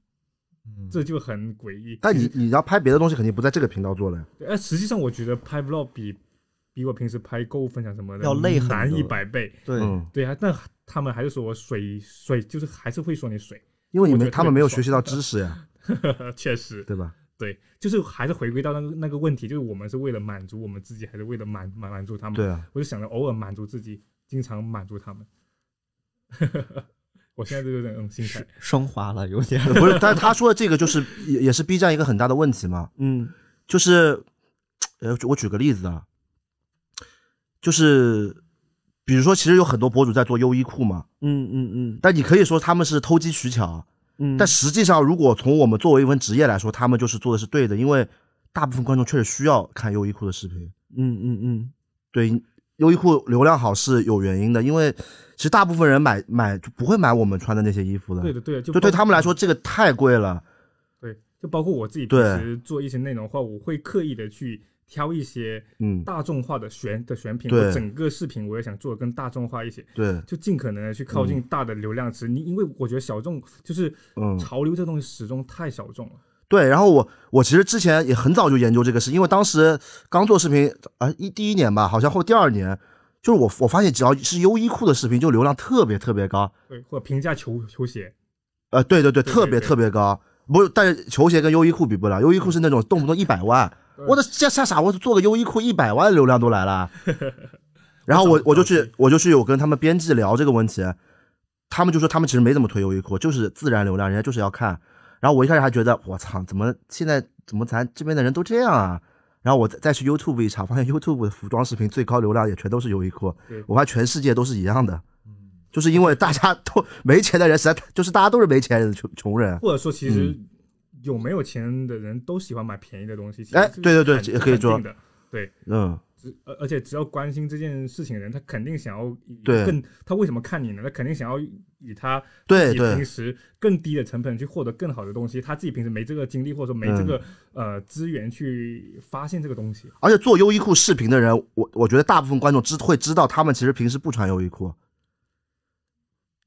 Speaker 4: 嗯
Speaker 3: 这就很诡异。
Speaker 2: 但你你要拍别的东西，肯定不在这个频道做了呀。
Speaker 3: 对，哎，实际上我觉得拍 vlog 比比我平时拍购物分享什么的
Speaker 1: 要累很多
Speaker 3: 难一百倍。
Speaker 1: 对
Speaker 2: 嗯，
Speaker 3: 对啊，但他们还是说我水水，就是还是会说你水。
Speaker 2: 因为你
Speaker 3: 我觉
Speaker 2: 们
Speaker 3: 得
Speaker 2: 他们没有
Speaker 3: 特别
Speaker 2: 学习到知识呀，
Speaker 3: 确实，
Speaker 2: 对吧？
Speaker 3: 对，就是还是回归到那个那个问题，就是我们是为了满足我们自己，还是为了满满满足他
Speaker 1: 嗯
Speaker 3: 们？
Speaker 2: 对啊，
Speaker 3: 我就想着偶尔满足自己，经常满足他们。 我现在就有点这种心态。
Speaker 1: 升华了有点，
Speaker 2: 不是，但是他说的这个就是也也是 B 站一个很大的问题嘛，
Speaker 1: 嗯
Speaker 2: 就是，呃，我举个例子啊，就是比如说，其实有很多博主在做优衣库嘛，
Speaker 1: 嗯嗯嗯
Speaker 2: 但你可以说他们是偷机取巧，
Speaker 1: 嗯，
Speaker 2: 但实际上，如果从我们作为一份职业来说，他们就是做的是对的，因为大部分观众确实需要看优衣库的视频。
Speaker 1: 嗯嗯嗯，
Speaker 2: 对，优衣库流量好是有原因的，因为其实大部分人买买就不会买我们穿的那些衣服的，
Speaker 3: 对的，对的，就
Speaker 2: 就对
Speaker 3: 包
Speaker 2: 他们来说，这个太贵了。
Speaker 3: 对，就包括我自己平
Speaker 2: 对
Speaker 3: 时做一些内容的话，我会刻意的去挑一些
Speaker 2: 嗯，
Speaker 3: 大众化的选的选品，
Speaker 2: 对
Speaker 3: 我整个视频我也想做的更大众化一些，
Speaker 2: 对，
Speaker 3: 就尽可能的去靠近大的流量池。你因为我觉得小众就是
Speaker 2: 嗯，
Speaker 3: 潮流这东西始终太小众了，
Speaker 2: 对。然后我我其实之前也很早就研究这个事，因为当时刚做视频啊、一第一年吧，好像或第二年，就是我我发现只要是优衣库的视频，就流量特别特别高。
Speaker 3: 对，或者平价球球鞋，
Speaker 2: 呃，对对对，
Speaker 3: 对
Speaker 2: 特别
Speaker 3: 对
Speaker 2: 特别高。不是，但是球鞋跟优衣库比不了，优衣库是那种动不动一百万，
Speaker 3: 对
Speaker 2: 我的吓吓傻，我做个优衣库一百万流量都来了。然后我我就去我就去有跟他们编辑聊这个问题，他们就说他们其实没怎么推优衣库，就是自然流量，人家就是要看。然后我一开始还觉得我操，怎么现在怎么咱这边的人都这样啊？然后我再再去 YouTube 一查，发现 YouTube 的服装视频最高流量也全都是优衣库
Speaker 3: 对，嗯
Speaker 2: 我发现全世界都是一样的。就是因为大家都没钱的人，实在太就是大家都是没钱人，穷穷人。
Speaker 3: 或者说其实
Speaker 2: 嗯
Speaker 3: 有没有钱的人都喜欢买便宜的东西。其实
Speaker 2: 哎
Speaker 3: 是
Speaker 2: 对对对
Speaker 3: 肯
Speaker 2: 这可以
Speaker 3: 肯定
Speaker 2: 说
Speaker 3: 的，对。
Speaker 2: 嗯，
Speaker 3: 只而而且只要关心这件事情的人，他肯定想要以
Speaker 2: 对
Speaker 3: 更他为什么看你呢？他肯定想要以他
Speaker 2: 对
Speaker 3: 自己
Speaker 2: 对
Speaker 3: 平时更低的成本去获得更好的东西，他自己平时没这个精力或者说没
Speaker 2: 嗯
Speaker 3: 这个、呃资源去发现这个东西。
Speaker 2: 而且做优衣库视频的人，我我觉得大部分观众知会知道，他们其实平时不穿优衣库，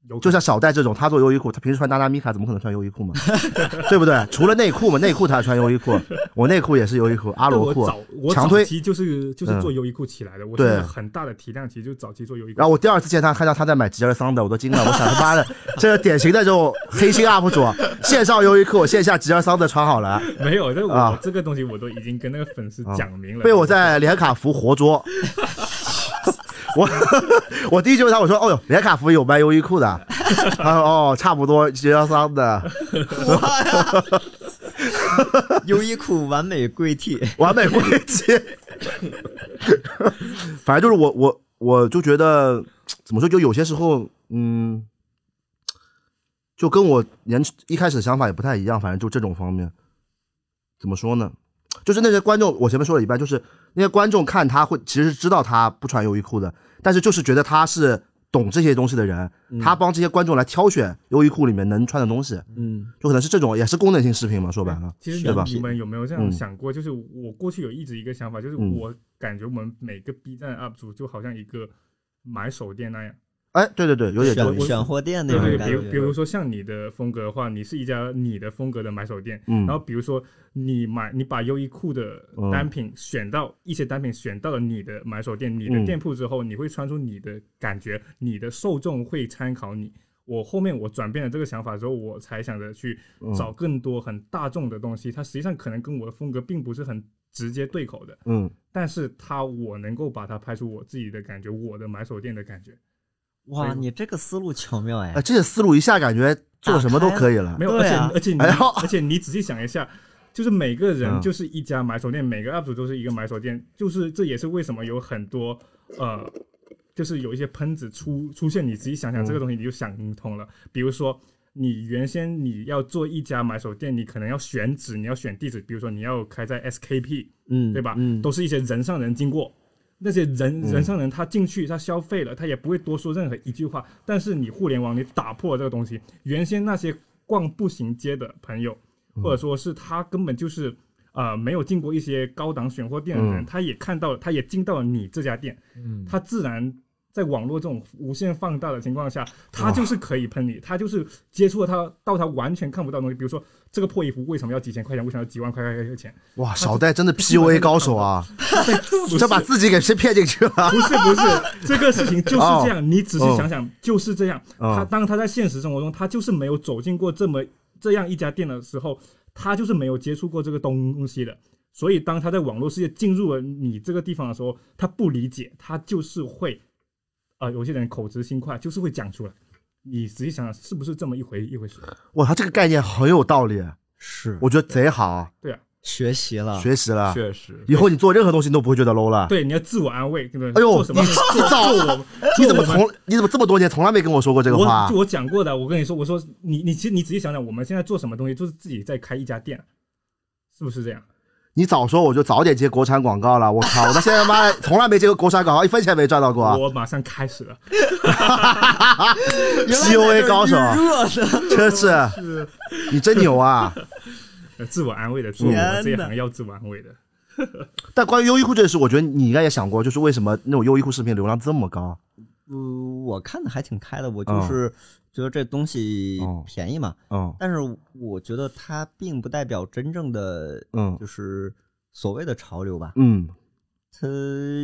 Speaker 3: 有
Speaker 2: 就
Speaker 3: 可能
Speaker 2: 像小戴这种，他做优衣库，他平时穿娜娜米卡，怎么可能穿优衣库嘛？ 对不对？除了内裤嘛，内裤他穿优衣库，我内裤也是优衣库，阿
Speaker 3: 但
Speaker 2: 罗
Speaker 3: 我
Speaker 2: 裤。
Speaker 3: 早我
Speaker 2: 强
Speaker 3: 早
Speaker 2: 推
Speaker 3: 期就是就是
Speaker 2: 嗯
Speaker 3: 做优衣库起来的，我
Speaker 2: 对
Speaker 3: 现在很大的体量其实就早期做优衣库。
Speaker 2: 然后我第二次见他，看到他在买吉尔桑的，我都惊了。我想 他妈的，这是典型的这种黑心 UP 主，啊线上优衣库，线下吉尔桑的穿好了，
Speaker 3: 没有，但
Speaker 2: 啊
Speaker 3: 我这个东西我都已经跟那个粉丝讲明了，
Speaker 2: 被我在连卡福活捉。 我我第一句问他，我说：“哦哟，连卡福有卖优衣库的。” 他说：“哦，差不多吉尔桑的
Speaker 1: 优衣库完美跪替，
Speaker 2: 完美归结。” 反正就是我我我就觉得怎么说，就有些时候，嗯，就跟我年一开始的想法也不太一样。反正就这种方面，怎么说呢？就是那些观众，我前面说了一半，就是那些观众看他会其实知道他不穿优衣库的，但是就是觉得他是懂这些东西的人，他帮这些观众来挑选优衣库里面能穿的东西，
Speaker 1: 嗯，
Speaker 2: 就可能是这种也是功能性饰品嘛。说白了，
Speaker 3: 其实
Speaker 1: 对吧
Speaker 3: 你你们有没有这
Speaker 2: 嗯
Speaker 3: 样想过？就是我过去有一直一个想法，就是
Speaker 2: 嗯
Speaker 3: 我感觉我们每个 B 站 UP 主就好像一个买手店那样。
Speaker 2: 哎，对对对，有点这
Speaker 1: 选
Speaker 2: 种，
Speaker 1: 选货店那
Speaker 3: 对
Speaker 1: 种
Speaker 3: 对，
Speaker 1: 感
Speaker 3: 比如比
Speaker 1: 觉，
Speaker 3: 如说像你的风格的话，你是一家你的风格的买手店，
Speaker 2: 嗯
Speaker 3: 然后比如说你买你把优衣库的
Speaker 2: 嗯
Speaker 3: 单品选到、一些单品选到了你的买手店、你
Speaker 2: 嗯
Speaker 3: 的店铺之后，你会穿出你的感觉，你的受众会参考你。我后面我转变了这个想法之后，我才想着去
Speaker 2: 嗯
Speaker 3: 找更多很大众的东西，它实际上可能跟我的风格并不是很直接对口的，
Speaker 2: 嗯，
Speaker 3: 但是它我能够把它拍出我自己的感觉，我的买手店的感觉。
Speaker 1: 哇，你这个思路巧妙哎
Speaker 2: 哎，，这些思路一下感觉做什么都可以了
Speaker 3: 没。有，而
Speaker 1: 对
Speaker 3: 且
Speaker 1: 啊
Speaker 3: 而且你
Speaker 2: 哎呦
Speaker 3: 而且你仔细想一下，就是每个
Speaker 2: 嗯
Speaker 3: 人就是一家买手店，每个 UP 主都是一个买手店，就是这也是为什么有很多呃，就是有一些喷子出出现，你仔细想想这
Speaker 2: 嗯
Speaker 3: 个东西你就想通了。比如说你原先你要做一家买手店，你可能要选址，你要选地址，比如说你要开在 SKP，
Speaker 1: 嗯，
Speaker 3: 对吧？
Speaker 1: 嗯，
Speaker 3: 都是一些人上人经过，那些人人上人他进去他消费了，他也不会多说任何一句话。但是你互联网你打破了这个东西，原先那些逛步行街的朋友，或者说是他根本就是。呃，没有进过一些高档选货店的人，
Speaker 2: 嗯
Speaker 3: 他也看到了，他也进到了你这家店，
Speaker 4: 嗯，
Speaker 3: 他自然在网络这种无限放大的情况下，他就是可以喷你，他就是接触了他到他完全看不到的东西，比如说这个破衣服为什么要几千块钱，为什么要几万块块钱，
Speaker 2: 哇，小戴真的 PUA 高手啊！
Speaker 3: 嗯
Speaker 2: 这把自己给骗进去了。
Speaker 3: 不是不是，这个事情就是这样。你仔细想想，就是这样。
Speaker 2: 哦
Speaker 3: 他当他在现实生活中，他就是没有走进过这么这样一家店的时候，他就是没有接触过这个东西的。所以，当他在网络世界进入了你这个地方的时候，他不理解，他就是会，啊、有些人口直心快，就是会讲出来。你仔细想想，是不是这么一回一回事？
Speaker 2: 哇，他这个概念很有道理，
Speaker 1: 是
Speaker 2: 我觉得贼好，
Speaker 3: 对啊，
Speaker 1: 学习了，
Speaker 2: 学习了。
Speaker 4: 啊确实，
Speaker 2: 以后你做任何东西你都不会觉得 low 了。
Speaker 3: 对，你要自我安慰，对不对？
Speaker 2: 哎呦
Speaker 3: 做什么？
Speaker 2: 你
Speaker 3: 做
Speaker 2: 你早
Speaker 3: 做我
Speaker 2: 你怎么
Speaker 3: 做我们
Speaker 2: 从你怎么这么多年从来没跟我说过这个
Speaker 3: 我
Speaker 2: 话
Speaker 3: 就？我讲过的，我跟你说，我说你你其实你仔细想想，我们现在做什么东西，就是自己在开一家店，是不是这样？
Speaker 2: 你早说我就早点接国产广告了。我靠，我到现在妈的从来没接过国产广告，一分钱没赚到过。啊
Speaker 3: 我马上开始了，
Speaker 2: PUA 高手，
Speaker 1: 热的，
Speaker 2: 真是
Speaker 3: 是
Speaker 2: 你真牛啊！
Speaker 3: 呃自我安慰的，做我们这一行要自我安慰的。
Speaker 2: 但关于优衣库这件事，我觉得你应该也想过，就是为什么那种优衣库视频流量这么高？
Speaker 1: 呃，我看的还挺开的，我就是觉得这东西
Speaker 2: 哦
Speaker 1: 便宜嘛，
Speaker 2: 嗯
Speaker 1: 但是我觉得它并不代表真正的
Speaker 2: 嗯
Speaker 1: 就是所谓的潮流吧，
Speaker 2: 嗯
Speaker 1: 它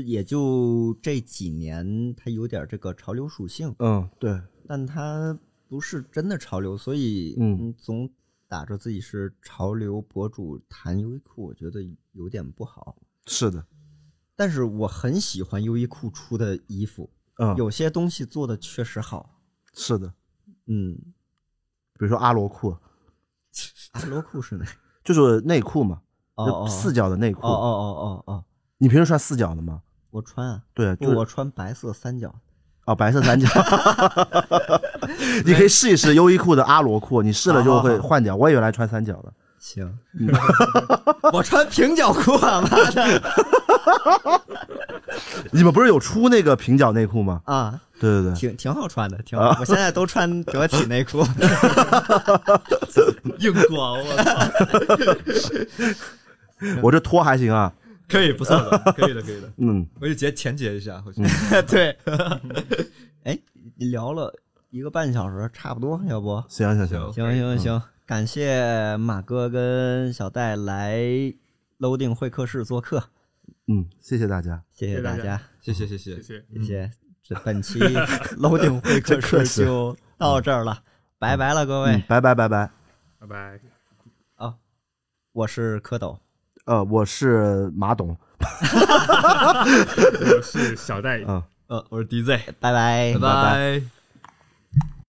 Speaker 1: 也就这几年它有点这个潮流属性，
Speaker 2: 嗯，对，
Speaker 1: 但它不是真的潮流，所以
Speaker 2: 嗯，
Speaker 1: 总打着自己是潮流博主谈优衣库，我觉得有点不好。
Speaker 2: 是的，
Speaker 1: 但是我 很喜欢优衣库出的衣服，
Speaker 4: 啊
Speaker 2: 嗯，
Speaker 1: 有些东西做的确实好。
Speaker 2: 是的，
Speaker 1: 嗯，
Speaker 2: 比如说阿罗裤，
Speaker 1: 阿罗库是哪？
Speaker 2: 就是内裤嘛，
Speaker 1: 哦
Speaker 2: 就
Speaker 1: 哦，
Speaker 2: 四角的内裤。
Speaker 1: 哦哦哦哦哦，
Speaker 2: 你平时穿四角的吗？
Speaker 1: 我穿啊，
Speaker 2: 对，
Speaker 1: 不
Speaker 2: 就是
Speaker 1: 我穿白色三角。
Speaker 2: 哦，白色三 角。你可以试一试优衣库的阿罗裤，你试了就
Speaker 1: 哦
Speaker 2: 会换掉。我也原来穿三角的，
Speaker 1: 行，嗯 我穿平角裤啊，妈的
Speaker 2: 你们不是有出那个平角内裤吗？
Speaker 1: 啊，
Speaker 2: 对对对，
Speaker 1: 挺挺好穿的，挺好。我现在都穿得体内裤，
Speaker 4: 硬 广，我
Speaker 1: 哎
Speaker 4: 操，
Speaker 2: 我这拖还行啊。
Speaker 4: 可以，不错的，可以的，可以的，
Speaker 2: 嗯，
Speaker 1: 嗯
Speaker 4: 回去截前截一下，回去。
Speaker 1: 对。哎，聊了一个半小时差不多，要不
Speaker 2: 行行行，
Speaker 1: 行行行，感谢马哥跟小戴来 Loading 会客室做客，
Speaker 2: 嗯，谢谢大家，
Speaker 1: 谢
Speaker 3: 谢谢
Speaker 1: 大
Speaker 3: 大
Speaker 1: 家，
Speaker 4: 谢谢谢谢
Speaker 3: 谢，谢。
Speaker 1: 谢谢。这本期 Loading 会客
Speaker 2: 客
Speaker 1: 室
Speaker 2: 室
Speaker 1: 就到这儿了，拜拜了各
Speaker 2: 嗯
Speaker 1: 位，，
Speaker 2: 拜拜拜拜。
Speaker 3: 拜拜。
Speaker 1: 我是蝌蚪，
Speaker 2: 呃，我是马董，
Speaker 3: 我是小戴。
Speaker 2: 嗯。
Speaker 4: 呃，我是 DZ，
Speaker 1: 嗯拜拜
Speaker 4: 拜。拜